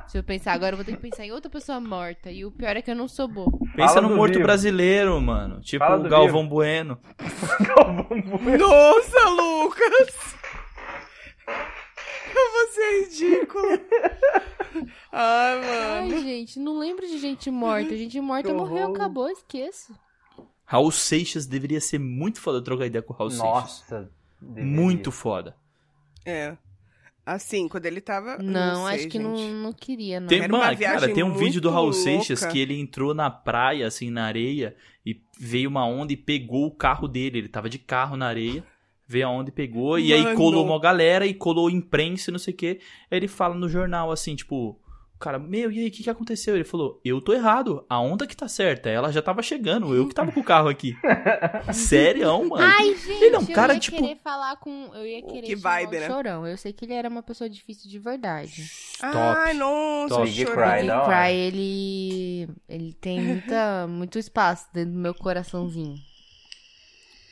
[SPEAKER 2] Deixa eu pensar, agora eu vou ter que pensar em outra pessoa morta. E o pior é que eu não sou boa.
[SPEAKER 4] Pensa
[SPEAKER 3] Fala
[SPEAKER 4] no
[SPEAKER 3] do
[SPEAKER 4] morto
[SPEAKER 3] vivo.
[SPEAKER 4] brasileiro, mano. Tipo
[SPEAKER 3] Fala
[SPEAKER 4] o
[SPEAKER 3] do
[SPEAKER 4] Galvão Bueno.
[SPEAKER 1] Nossa, Lucas! Você é ridículo. Ai, mano.
[SPEAKER 2] Ai, gente, não lembro de gente morta. Gente morta
[SPEAKER 3] Que
[SPEAKER 2] morreu,
[SPEAKER 3] horror.
[SPEAKER 2] acabou, esqueço.
[SPEAKER 4] Raul Seixas deveria ser muito foda trocar ideia com o Raul Seixas.
[SPEAKER 3] Nossa. deveria.
[SPEAKER 4] Muito foda.
[SPEAKER 1] É. Assim, quando ele tava.
[SPEAKER 2] Não,
[SPEAKER 1] sei,
[SPEAKER 2] acho que
[SPEAKER 1] gente.
[SPEAKER 2] não, não queria, não.
[SPEAKER 4] Tem,
[SPEAKER 1] Era uma
[SPEAKER 4] mano,
[SPEAKER 1] viagem
[SPEAKER 4] cara, tem um
[SPEAKER 1] muito
[SPEAKER 4] vídeo do Raul
[SPEAKER 1] louca.
[SPEAKER 4] Seixas que ele entrou na praia, assim, na areia, e veio uma onda e pegou o carro dele. Ele tava de carro na areia, veio a onda e pegou, e aí
[SPEAKER 1] Mano.
[SPEAKER 4] colou uma galera e colou imprensa e não sei o quê. Aí ele fala no jornal, assim, tipo, o cara, meu, e aí, o que, que aconteceu? Ele falou, eu tô errado, a onda que tá certa, ela já tava chegando, eu que tava com o carro aqui. Sério, mano?
[SPEAKER 2] Ai, gente,
[SPEAKER 4] Ele é um cara,
[SPEAKER 2] eu ia
[SPEAKER 4] tipo-
[SPEAKER 2] querer falar com. Eu ia querer
[SPEAKER 1] Que
[SPEAKER 2] chamar
[SPEAKER 1] vibe,
[SPEAKER 2] o
[SPEAKER 1] né?
[SPEAKER 2] Chorão. Eu sei que ele era uma pessoa difícil de verdade.
[SPEAKER 1] Ai, nossa,
[SPEAKER 4] Top.
[SPEAKER 1] eu
[SPEAKER 3] Big
[SPEAKER 1] chorei.
[SPEAKER 3] Cry,
[SPEAKER 2] Big
[SPEAKER 3] da hora.
[SPEAKER 2] Cry, ele. Ele tem muita, muito espaço dentro do meu coraçãozinho.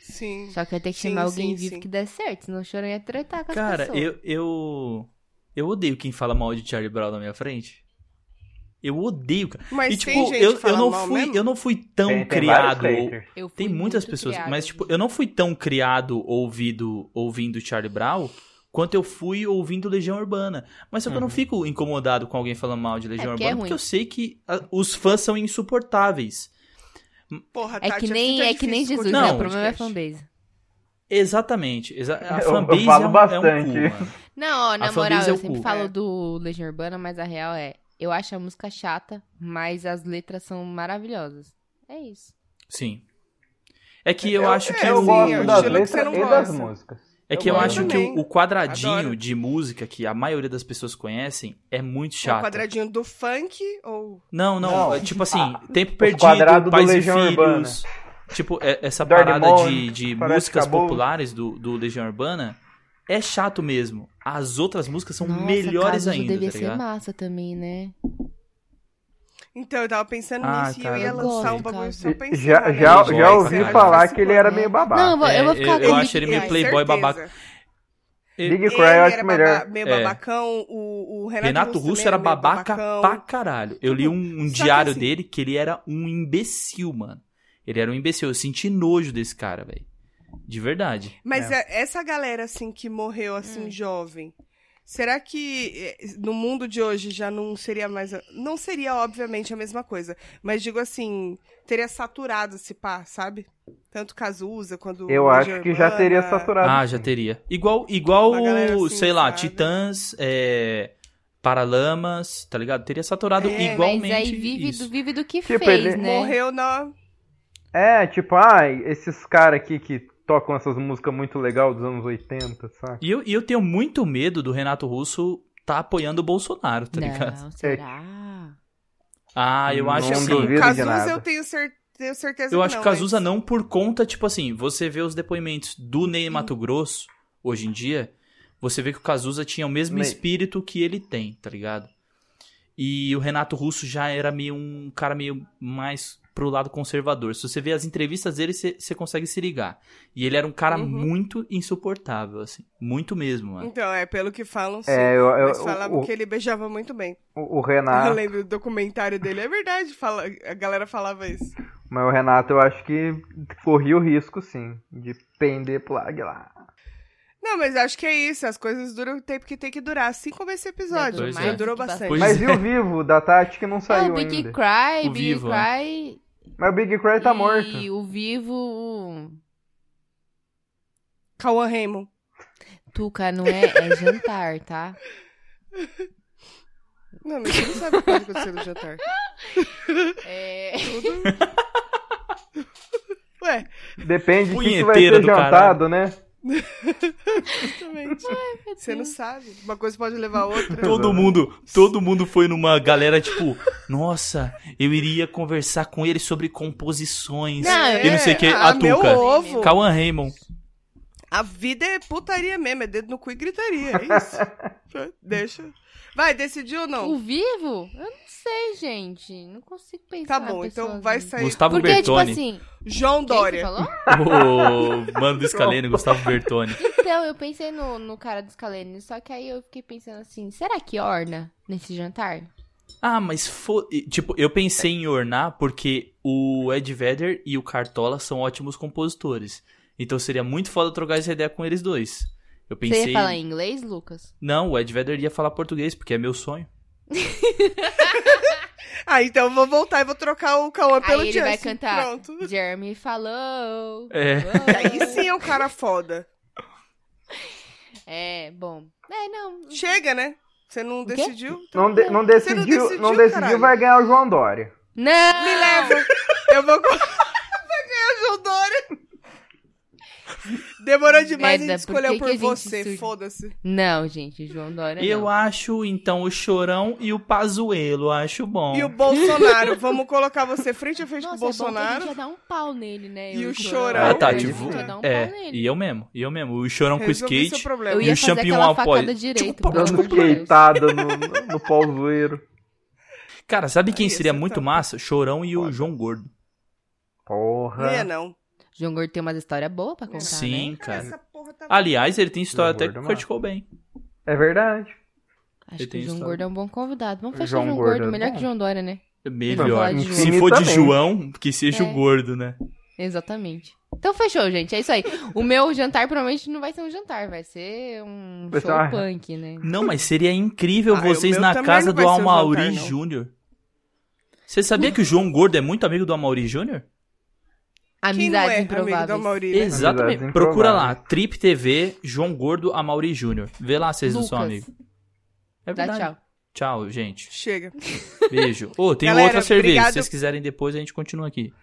[SPEAKER 1] Sim.
[SPEAKER 2] Só que eu ia ter que
[SPEAKER 1] Sim,
[SPEAKER 2] chamar alguém
[SPEAKER 1] sim,
[SPEAKER 2] vivo
[SPEAKER 1] sim.
[SPEAKER 2] que der certo, senão o Chorão ia tretar com as
[SPEAKER 4] Cara,
[SPEAKER 2] pessoas.
[SPEAKER 4] eu, eu. Eu odeio quem fala mal de Charlie Brown na minha frente. Eu odeio, cara.
[SPEAKER 1] Mas
[SPEAKER 4] e tipo,
[SPEAKER 1] tem gente
[SPEAKER 4] eu, eu
[SPEAKER 1] falando
[SPEAKER 4] não
[SPEAKER 1] mal
[SPEAKER 4] fui,
[SPEAKER 1] mesmo?
[SPEAKER 4] eu não fui tão
[SPEAKER 3] Tem, tem vários
[SPEAKER 4] criado.
[SPEAKER 3] haters.
[SPEAKER 2] Eu fui
[SPEAKER 4] Tem muitas
[SPEAKER 2] muito
[SPEAKER 4] pessoas,
[SPEAKER 2] criada,
[SPEAKER 4] mas tipo, eu não fui tão criado ouvido ouvindo Charlie Brown quanto eu fui ouvindo Legião Urbana. Mas só que eu não
[SPEAKER 3] Uhum.
[SPEAKER 4] fico incomodado com alguém falando mal de Legião
[SPEAKER 2] porque é
[SPEAKER 4] Urbana,
[SPEAKER 2] ruim.
[SPEAKER 4] porque eu sei que ah, os fãs são insuportáveis.
[SPEAKER 1] Porra,
[SPEAKER 2] É
[SPEAKER 1] Tati,
[SPEAKER 2] que
[SPEAKER 1] assim
[SPEAKER 2] nem,
[SPEAKER 1] tá
[SPEAKER 2] é que nem
[SPEAKER 1] difícil
[SPEAKER 2] Jesus,
[SPEAKER 1] escutar
[SPEAKER 2] né?
[SPEAKER 4] Não.
[SPEAKER 2] O problema é a
[SPEAKER 1] podcast.
[SPEAKER 2] fanbase.
[SPEAKER 4] Exatamente. exa- a
[SPEAKER 3] Eu- eu
[SPEAKER 4] fanbase
[SPEAKER 3] falo
[SPEAKER 4] é um, é um
[SPEAKER 3] bastante
[SPEAKER 4] cu,
[SPEAKER 3] isso.
[SPEAKER 4] mano.
[SPEAKER 2] Não, na
[SPEAKER 4] A
[SPEAKER 2] moral,
[SPEAKER 4] fanbase é
[SPEAKER 2] eu
[SPEAKER 4] o
[SPEAKER 2] sempre
[SPEAKER 4] cu.
[SPEAKER 2] falo
[SPEAKER 1] É.
[SPEAKER 2] do Legião Urbana, mas a real é, eu acho a música chata, mas as letras são maravilhosas. É isso.
[SPEAKER 4] Sim. É que eu,
[SPEAKER 1] Eu-
[SPEAKER 4] acho que
[SPEAKER 1] é,
[SPEAKER 4] o-
[SPEAKER 3] Eu
[SPEAKER 1] sim, é o
[SPEAKER 3] gosto das
[SPEAKER 1] estilo que você
[SPEAKER 3] letras
[SPEAKER 1] não
[SPEAKER 3] e das
[SPEAKER 1] gosta.
[SPEAKER 3] músicas.
[SPEAKER 4] É que eu,
[SPEAKER 3] Eu gosto
[SPEAKER 4] acho que
[SPEAKER 1] também.
[SPEAKER 4] o, o quadradinho
[SPEAKER 1] Adoro.
[SPEAKER 4] de música que a maioria das pessoas conhecem é muito
[SPEAKER 1] O
[SPEAKER 4] chato.
[SPEAKER 1] Um quadradinho do funk ou.
[SPEAKER 4] Não, não,
[SPEAKER 3] Não.
[SPEAKER 4] é tipo assim, tempo
[SPEAKER 3] quadrado do
[SPEAKER 4] perdido, pais e
[SPEAKER 3] Legião
[SPEAKER 4] filhos.
[SPEAKER 3] Urbana.
[SPEAKER 4] Tipo, é- essa
[SPEAKER 3] Dirty
[SPEAKER 4] parada de,
[SPEAKER 3] Monk,
[SPEAKER 4] de
[SPEAKER 3] Parece
[SPEAKER 4] músicas
[SPEAKER 3] Acabou.
[SPEAKER 4] populares do, do Legião Urbana é chato mesmo. As outras músicas são
[SPEAKER 2] Nossa,
[SPEAKER 4] melhores
[SPEAKER 2] Cazuza
[SPEAKER 4] ainda,
[SPEAKER 2] devia
[SPEAKER 4] tá
[SPEAKER 2] ser
[SPEAKER 4] ligado?
[SPEAKER 2] massa também, né?
[SPEAKER 1] Então, eu tava pensando
[SPEAKER 4] Ah,
[SPEAKER 1] nisso
[SPEAKER 4] cara,
[SPEAKER 1] e eu ia
[SPEAKER 4] eu
[SPEAKER 1] lançar
[SPEAKER 2] gosto,
[SPEAKER 1] um bagulho
[SPEAKER 2] cara.
[SPEAKER 1] só pensando.
[SPEAKER 3] Já,
[SPEAKER 1] né?
[SPEAKER 3] já,
[SPEAKER 4] Playboy,
[SPEAKER 3] já ouvi
[SPEAKER 4] cara.
[SPEAKER 3] falar
[SPEAKER 1] é
[SPEAKER 3] que ele era meio
[SPEAKER 2] Não, eu
[SPEAKER 3] babado.
[SPEAKER 2] vou, eu vou
[SPEAKER 4] É,
[SPEAKER 2] ficar
[SPEAKER 4] eu- eu
[SPEAKER 2] com
[SPEAKER 4] acho ele meio
[SPEAKER 2] Cry.
[SPEAKER 4] play- Playboy babaca.
[SPEAKER 3] Big
[SPEAKER 1] Ah, Ele
[SPEAKER 3] Cry eu
[SPEAKER 1] era
[SPEAKER 3] acho melhor.
[SPEAKER 1] baba- meio
[SPEAKER 4] É.
[SPEAKER 1] babacão, o, o Renato,
[SPEAKER 4] Renato Russo,
[SPEAKER 1] também
[SPEAKER 4] era
[SPEAKER 1] meio
[SPEAKER 4] babaca
[SPEAKER 1] babacão.
[SPEAKER 4] pra caralho. Eu li um, um
[SPEAKER 1] Só que
[SPEAKER 4] diário
[SPEAKER 1] assim-
[SPEAKER 4] dele que ele era um imbecil, mano. Ele era um imbecil. Eu senti nojo desse cara, velho. De verdade.
[SPEAKER 1] Mas
[SPEAKER 3] É.
[SPEAKER 1] a- essa galera, assim, que morreu, assim,
[SPEAKER 4] Hum.
[SPEAKER 1] jovem, será que eh, no mundo de hoje já não seria mais... a- Não seria, obviamente, a mesma coisa. Mas digo assim, teria saturado esse pá, sabe? Tanto Cazuza quanto...
[SPEAKER 3] Eu acho que já teria saturado.
[SPEAKER 4] Ah, já teria. Igual, igual
[SPEAKER 1] Uma galera assim,
[SPEAKER 4] sei lá,
[SPEAKER 1] sabe?
[SPEAKER 4] Titãs, é, Paralamas, tá ligado? Teria saturado
[SPEAKER 1] É,
[SPEAKER 4] igualmente
[SPEAKER 2] Mas aí vive do,
[SPEAKER 4] isso.
[SPEAKER 2] vive do que
[SPEAKER 3] Tipo,
[SPEAKER 2] fez,
[SPEAKER 3] ele
[SPEAKER 2] né?
[SPEAKER 1] Morreu na...
[SPEAKER 3] É, tipo, ah, esses caras aqui que tocam essas músicas muito legal dos anos 80, saca?
[SPEAKER 4] E eu, e eu tenho muito medo do Renato Russo tá apoiando o Bolsonaro, tá ligado?
[SPEAKER 2] Não, será?
[SPEAKER 4] Ah, eu
[SPEAKER 3] Não
[SPEAKER 4] acho assim.
[SPEAKER 3] duvido. de
[SPEAKER 1] Cazuza
[SPEAKER 3] nada.
[SPEAKER 1] eu tenho, cer- tenho certeza
[SPEAKER 4] Eu
[SPEAKER 1] que
[SPEAKER 4] acho
[SPEAKER 1] não,
[SPEAKER 4] que Cazuza
[SPEAKER 1] mas-
[SPEAKER 4] não por conta, tipo assim, você vê os depoimentos do
[SPEAKER 1] Hum.
[SPEAKER 4] Ney Mato Grosso hoje em dia, você vê que o Cazuza tinha o mesmo
[SPEAKER 3] Ney.
[SPEAKER 4] espírito que ele tem, tá ligado? E o Renato Russo já era meio um cara meio mais pro lado conservador. Se você vê as entrevistas dele, você você consegue se ligar. E ele era um cara
[SPEAKER 1] Uhum.
[SPEAKER 4] muito insuportável, assim. Muito mesmo, mano.
[SPEAKER 1] Então, é, pelo que falam, sim.
[SPEAKER 3] É, eu, eu-
[SPEAKER 1] mas falavam
[SPEAKER 3] o, Ah.
[SPEAKER 1] que ele beijava muito bem.
[SPEAKER 3] o- o
[SPEAKER 1] Eu
[SPEAKER 3] Renato,
[SPEAKER 1] lembro do documentário dele. É verdade, fala- a galera falava isso.
[SPEAKER 3] mas o Renato eu acho que corria o risco, sim, de pender plague lá.
[SPEAKER 1] Não, mas acho que é isso. As coisas duram o tempo que tem que durar. Assim como esse episódio.
[SPEAKER 4] Já durou
[SPEAKER 1] mas
[SPEAKER 4] mais,
[SPEAKER 1] durou
[SPEAKER 2] que
[SPEAKER 1] bastante.
[SPEAKER 4] Pois
[SPEAKER 3] mas
[SPEAKER 4] é.
[SPEAKER 3] e o vivo da Tati que
[SPEAKER 1] Ah,
[SPEAKER 3] não
[SPEAKER 2] É,
[SPEAKER 3] saiu
[SPEAKER 2] o Big
[SPEAKER 3] ainda?
[SPEAKER 2] Cry,
[SPEAKER 4] O
[SPEAKER 2] Big
[SPEAKER 4] Vivo, é.
[SPEAKER 2] Cry.
[SPEAKER 3] Mas o Big Cry tá morto.
[SPEAKER 2] E o vivo. o-
[SPEAKER 1] Cauã Raymond.
[SPEAKER 2] Tuca, não é, é jantar, tá?
[SPEAKER 1] Não, mas você não sabe o que pode acontecer no jantar.
[SPEAKER 2] É.
[SPEAKER 1] Ué,
[SPEAKER 3] Depende de que, que vai
[SPEAKER 4] Punheteira
[SPEAKER 3] ser
[SPEAKER 4] do
[SPEAKER 3] jantado, né?
[SPEAKER 1] Exatamente. Você não sabe. Uma coisa pode levar a outra.
[SPEAKER 4] Todo mundo, todo mundo foi numa galera tipo, nossa, eu iria conversar com ele sobre composições
[SPEAKER 2] Não,
[SPEAKER 4] e não sei o que,
[SPEAKER 1] Ah,
[SPEAKER 4] a
[SPEAKER 1] meu
[SPEAKER 4] Tuca.
[SPEAKER 1] ovo.
[SPEAKER 4] Cauan Raymond.
[SPEAKER 1] A vida é putaria mesmo, é dedo no cu e gritaria. É isso. Deixa. Vai, decidiu ou
[SPEAKER 2] O
[SPEAKER 1] não?
[SPEAKER 2] vivo? Eu não sei, gente. Não consigo
[SPEAKER 1] Tá
[SPEAKER 2] pensar.
[SPEAKER 1] bom,
[SPEAKER 2] na
[SPEAKER 1] então
[SPEAKER 2] pessoa
[SPEAKER 1] vai
[SPEAKER 2] assim.
[SPEAKER 1] sair.
[SPEAKER 4] Gustavo
[SPEAKER 2] Porque,
[SPEAKER 4] Bertoni.
[SPEAKER 2] tipo assim,
[SPEAKER 1] João
[SPEAKER 2] Dória.
[SPEAKER 1] Dória.
[SPEAKER 2] falou?
[SPEAKER 4] O mano do Scalene, Gustavo Bertoni.
[SPEAKER 2] Então, eu pensei no, no cara do Scalene, só que aí eu fiquei pensando assim, será que orna nesse jantar?
[SPEAKER 4] Ah, mas fo... e, tipo, eu pensei em ornar porque o Ed Vedder e o Cartola são ótimos compositores. Então seria muito foda trocar essa ideia com eles dois. Eu pensei.
[SPEAKER 2] Você ia falar em inglês, Lucas?
[SPEAKER 4] Não, o Ed Vedder ia falar português, porque é meu sonho.
[SPEAKER 1] Ah, então eu vou voltar e vou trocar o Cauã
[SPEAKER 2] Aí
[SPEAKER 1] pelo
[SPEAKER 2] ele
[SPEAKER 1] Justin.
[SPEAKER 2] vai cantar.
[SPEAKER 1] Pronto.
[SPEAKER 2] Jeremy falou.
[SPEAKER 4] É.
[SPEAKER 2] Oh.
[SPEAKER 1] Aí sim é um cara foda.
[SPEAKER 2] É, bom. É, não.
[SPEAKER 1] Chega, né? Você não
[SPEAKER 2] quê?
[SPEAKER 1] decidiu?
[SPEAKER 3] Não, de- não
[SPEAKER 1] Você não
[SPEAKER 3] decidiu,
[SPEAKER 1] decidiu,
[SPEAKER 3] não decidiu
[SPEAKER 1] caralho.
[SPEAKER 3] vai ganhar o João Dória.
[SPEAKER 2] Não!
[SPEAKER 1] Me leva. Eu vou. Vai ganhar o João Dória. Demorou demais,
[SPEAKER 2] Merda,
[SPEAKER 1] a gente escolheu
[SPEAKER 2] por
[SPEAKER 1] por,
[SPEAKER 2] que que a gente
[SPEAKER 1] você.
[SPEAKER 2] surge-
[SPEAKER 1] Foda-se.
[SPEAKER 2] Não, gente, João Dória
[SPEAKER 4] Eu
[SPEAKER 2] não.
[SPEAKER 4] acho, então, o Chorão e o Pazuelo, acho bom.
[SPEAKER 1] E o Bolsonaro. Vamos colocar você frente a frente
[SPEAKER 2] Nossa,
[SPEAKER 1] com o
[SPEAKER 2] é bom que a gente
[SPEAKER 1] Bolsonaro.
[SPEAKER 2] ia dar um pau nele, né?
[SPEAKER 1] E
[SPEAKER 2] eu
[SPEAKER 1] o
[SPEAKER 2] Chorão.
[SPEAKER 1] Chorão.
[SPEAKER 4] Ah, tá,
[SPEAKER 1] Eu
[SPEAKER 4] tipo,
[SPEAKER 1] vou
[SPEAKER 2] Eu ia dar um
[SPEAKER 4] é,
[SPEAKER 2] pau nele.
[SPEAKER 4] e eu mesmo, e eu mesmo. O Chorão com
[SPEAKER 1] Resolvi seu
[SPEAKER 4] skate
[SPEAKER 1] problema.
[SPEAKER 2] Eu
[SPEAKER 4] e
[SPEAKER 2] ia
[SPEAKER 4] o
[SPEAKER 2] fazer
[SPEAKER 4] Champion
[SPEAKER 2] aquela facada
[SPEAKER 4] apoio.
[SPEAKER 2] direita.
[SPEAKER 4] Tipo,
[SPEAKER 2] pelo
[SPEAKER 4] Dando
[SPEAKER 2] amor
[SPEAKER 3] Dando
[SPEAKER 2] de Deus.
[SPEAKER 3] peitada no, no pauzoeiro.
[SPEAKER 4] Cara, sabe quem
[SPEAKER 1] Aí,
[SPEAKER 4] seria
[SPEAKER 1] você
[SPEAKER 4] muito
[SPEAKER 1] tá-
[SPEAKER 4] massa? Chorão e o
[SPEAKER 3] Foda.
[SPEAKER 4] João Gordo.
[SPEAKER 1] Não ia,
[SPEAKER 3] Porra.
[SPEAKER 1] não.
[SPEAKER 2] João Gordo tem umas histórias boas pra contar,
[SPEAKER 4] Sim,
[SPEAKER 2] né?
[SPEAKER 4] cara.
[SPEAKER 1] Essa porra tá...
[SPEAKER 4] Aliás, ele tem história
[SPEAKER 3] João
[SPEAKER 4] até que
[SPEAKER 3] Gordo,
[SPEAKER 4] criticou bem.
[SPEAKER 3] É verdade.
[SPEAKER 2] Acho que
[SPEAKER 4] tem
[SPEAKER 2] o João
[SPEAKER 4] história.
[SPEAKER 2] Gordo é um bom convidado. Vamos fechar o
[SPEAKER 3] João
[SPEAKER 2] João
[SPEAKER 3] Gordo
[SPEAKER 2] Gordo,
[SPEAKER 3] é
[SPEAKER 2] melhor
[SPEAKER 3] bom.
[SPEAKER 2] que o João Dória, né?
[SPEAKER 4] Melhor.
[SPEAKER 2] Vamos falar de
[SPEAKER 4] Se
[SPEAKER 3] João.
[SPEAKER 4] for de
[SPEAKER 3] Infinitamente.
[SPEAKER 4] João, que seja
[SPEAKER 2] É.
[SPEAKER 4] o gordo, né?
[SPEAKER 2] Exatamente. Então fechou, gente. É isso aí. O meu jantar provavelmente não vai ser um jantar, vai ser um
[SPEAKER 3] Vai ser
[SPEAKER 2] show
[SPEAKER 3] uma-
[SPEAKER 2] punk, né?
[SPEAKER 4] Não, mas seria incrível
[SPEAKER 1] Ah,
[SPEAKER 4] vocês
[SPEAKER 1] o meu
[SPEAKER 4] na
[SPEAKER 1] também
[SPEAKER 4] casa
[SPEAKER 1] não
[SPEAKER 4] do
[SPEAKER 1] vai ser o
[SPEAKER 4] Amauri
[SPEAKER 1] jantar,
[SPEAKER 4] Júnior. Você sabia que o João Gordo é muito amigo do Amauri Júnior?
[SPEAKER 1] Quem não
[SPEAKER 2] Amizades
[SPEAKER 1] é amigo da
[SPEAKER 2] improváveis.
[SPEAKER 1] Mauri, né?
[SPEAKER 4] Exatamente.
[SPEAKER 3] Amizades
[SPEAKER 4] Procura lá,
[SPEAKER 3] improváveis.
[SPEAKER 4] Trip TV, João Gordo, Amauri Júnior. Vê lá, vocês não são
[SPEAKER 2] Lucas,
[SPEAKER 4] amigos. É
[SPEAKER 2] Dá
[SPEAKER 4] verdade.
[SPEAKER 2] tchau.
[SPEAKER 4] Tchau, gente.
[SPEAKER 1] Chega.
[SPEAKER 4] Beijo. Ô, tem
[SPEAKER 1] Galera,
[SPEAKER 4] outra cerveja.
[SPEAKER 1] obrigado.
[SPEAKER 4] Se vocês quiserem depois, a gente continua aqui.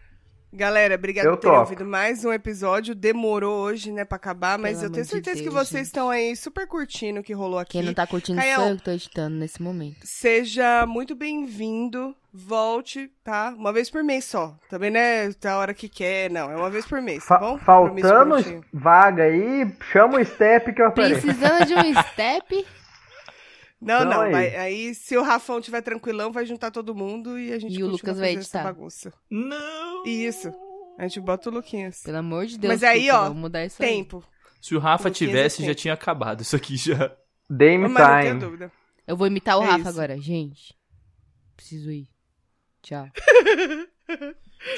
[SPEAKER 1] Galera, obrigado
[SPEAKER 3] Eu
[SPEAKER 1] por terem
[SPEAKER 3] topo.
[SPEAKER 1] ouvido mais um episódio. Demorou hoje, né, pra acabar, mas
[SPEAKER 2] Pelo
[SPEAKER 1] eu tenho
[SPEAKER 2] amor de
[SPEAKER 1] certeza que
[SPEAKER 2] Deus,
[SPEAKER 1] vocês
[SPEAKER 2] gente.
[SPEAKER 1] estão aí super curtindo o que rolou aqui.
[SPEAKER 2] Quem não tá curtindo
[SPEAKER 1] Caião.
[SPEAKER 2] sou eu que tô editando nesse momento.
[SPEAKER 1] Seja muito bem-vindo, volte, tá? Uma vez por mês só. Também não é a hora que quer, não. É uma vez por mês, tá
[SPEAKER 3] Fa-
[SPEAKER 1] bom?
[SPEAKER 3] faltando
[SPEAKER 1] Compromisso bonitinho.
[SPEAKER 3] vaga aí, chama o step que eu apareço.
[SPEAKER 2] Precisando de um step,
[SPEAKER 1] Não,
[SPEAKER 3] Então
[SPEAKER 1] não.
[SPEAKER 3] aí.
[SPEAKER 1] vai- aí, se o Rafão tiver tranquilão, vai juntar todo mundo e a gente
[SPEAKER 2] E
[SPEAKER 1] continua
[SPEAKER 2] o Lucas vai
[SPEAKER 1] fazendo essa
[SPEAKER 2] editar.
[SPEAKER 1] bagunça.
[SPEAKER 4] Não!
[SPEAKER 1] Isso. A gente bota o Luquinhas.
[SPEAKER 2] pelo amor de Deus.
[SPEAKER 1] Mas aí,
[SPEAKER 2] Cuca,
[SPEAKER 1] ó,
[SPEAKER 2] vamos mudar isso aí.
[SPEAKER 1] Tempo.
[SPEAKER 4] Se o Rafa
[SPEAKER 1] Luquinhas
[SPEAKER 4] tivesse,
[SPEAKER 1] é
[SPEAKER 4] já
[SPEAKER 1] tempo.
[SPEAKER 4] tinha acabado isso aqui já.
[SPEAKER 3] Dame
[SPEAKER 1] Mas não tenho
[SPEAKER 3] time.
[SPEAKER 1] dúvida.
[SPEAKER 2] Eu vou imitar o
[SPEAKER 1] É
[SPEAKER 2] Rafa
[SPEAKER 1] isso.
[SPEAKER 2] agora. Gente, preciso ir. Tchau.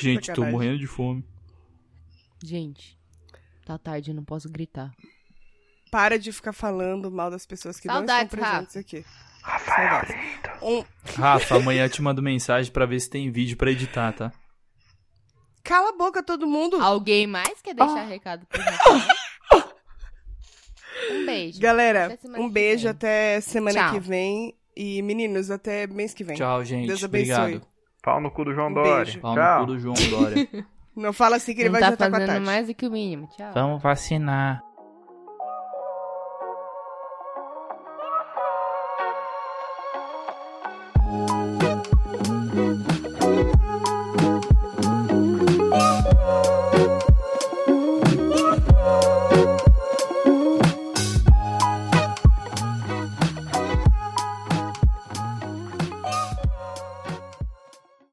[SPEAKER 4] Gente,
[SPEAKER 1] Sacanagem.
[SPEAKER 4] tô morrendo de fome.
[SPEAKER 2] Gente, tá tarde, eu não posso gritar.
[SPEAKER 1] Para de ficar falando mal das pessoas que
[SPEAKER 2] Saudades,
[SPEAKER 1] não estão presentes aqui.
[SPEAKER 3] Rafael
[SPEAKER 1] Saudades.
[SPEAKER 3] lindo.
[SPEAKER 1] Um...
[SPEAKER 4] Rafa, amanhã eu te mando mensagem pra ver se tem vídeo pra editar, tá?
[SPEAKER 1] Cala a boca, todo mundo.
[SPEAKER 2] Alguém mais quer
[SPEAKER 1] Ah.
[SPEAKER 2] deixar recado pro Rafael? Um beijo.
[SPEAKER 1] Galera,
[SPEAKER 2] Até semana
[SPEAKER 1] um
[SPEAKER 2] que
[SPEAKER 1] beijo
[SPEAKER 2] vem.
[SPEAKER 1] até semana
[SPEAKER 2] Tchau.
[SPEAKER 1] que vem. E, meninos, até mês que vem.
[SPEAKER 4] Tchau, gente.
[SPEAKER 1] Deus abençoe.
[SPEAKER 4] Obrigado.
[SPEAKER 3] Pau no cu do João
[SPEAKER 1] Um
[SPEAKER 3] Dória.
[SPEAKER 1] beijo.
[SPEAKER 4] Pau
[SPEAKER 3] Tchau.
[SPEAKER 4] no cu do João Dória.
[SPEAKER 1] Não fala assim que ele
[SPEAKER 2] não
[SPEAKER 1] vai
[SPEAKER 2] tá
[SPEAKER 1] jantar com a
[SPEAKER 2] fazendo
[SPEAKER 1] Tati.
[SPEAKER 4] Então
[SPEAKER 2] mais do que o mínimo. Tchau.
[SPEAKER 4] Vamos vacinar.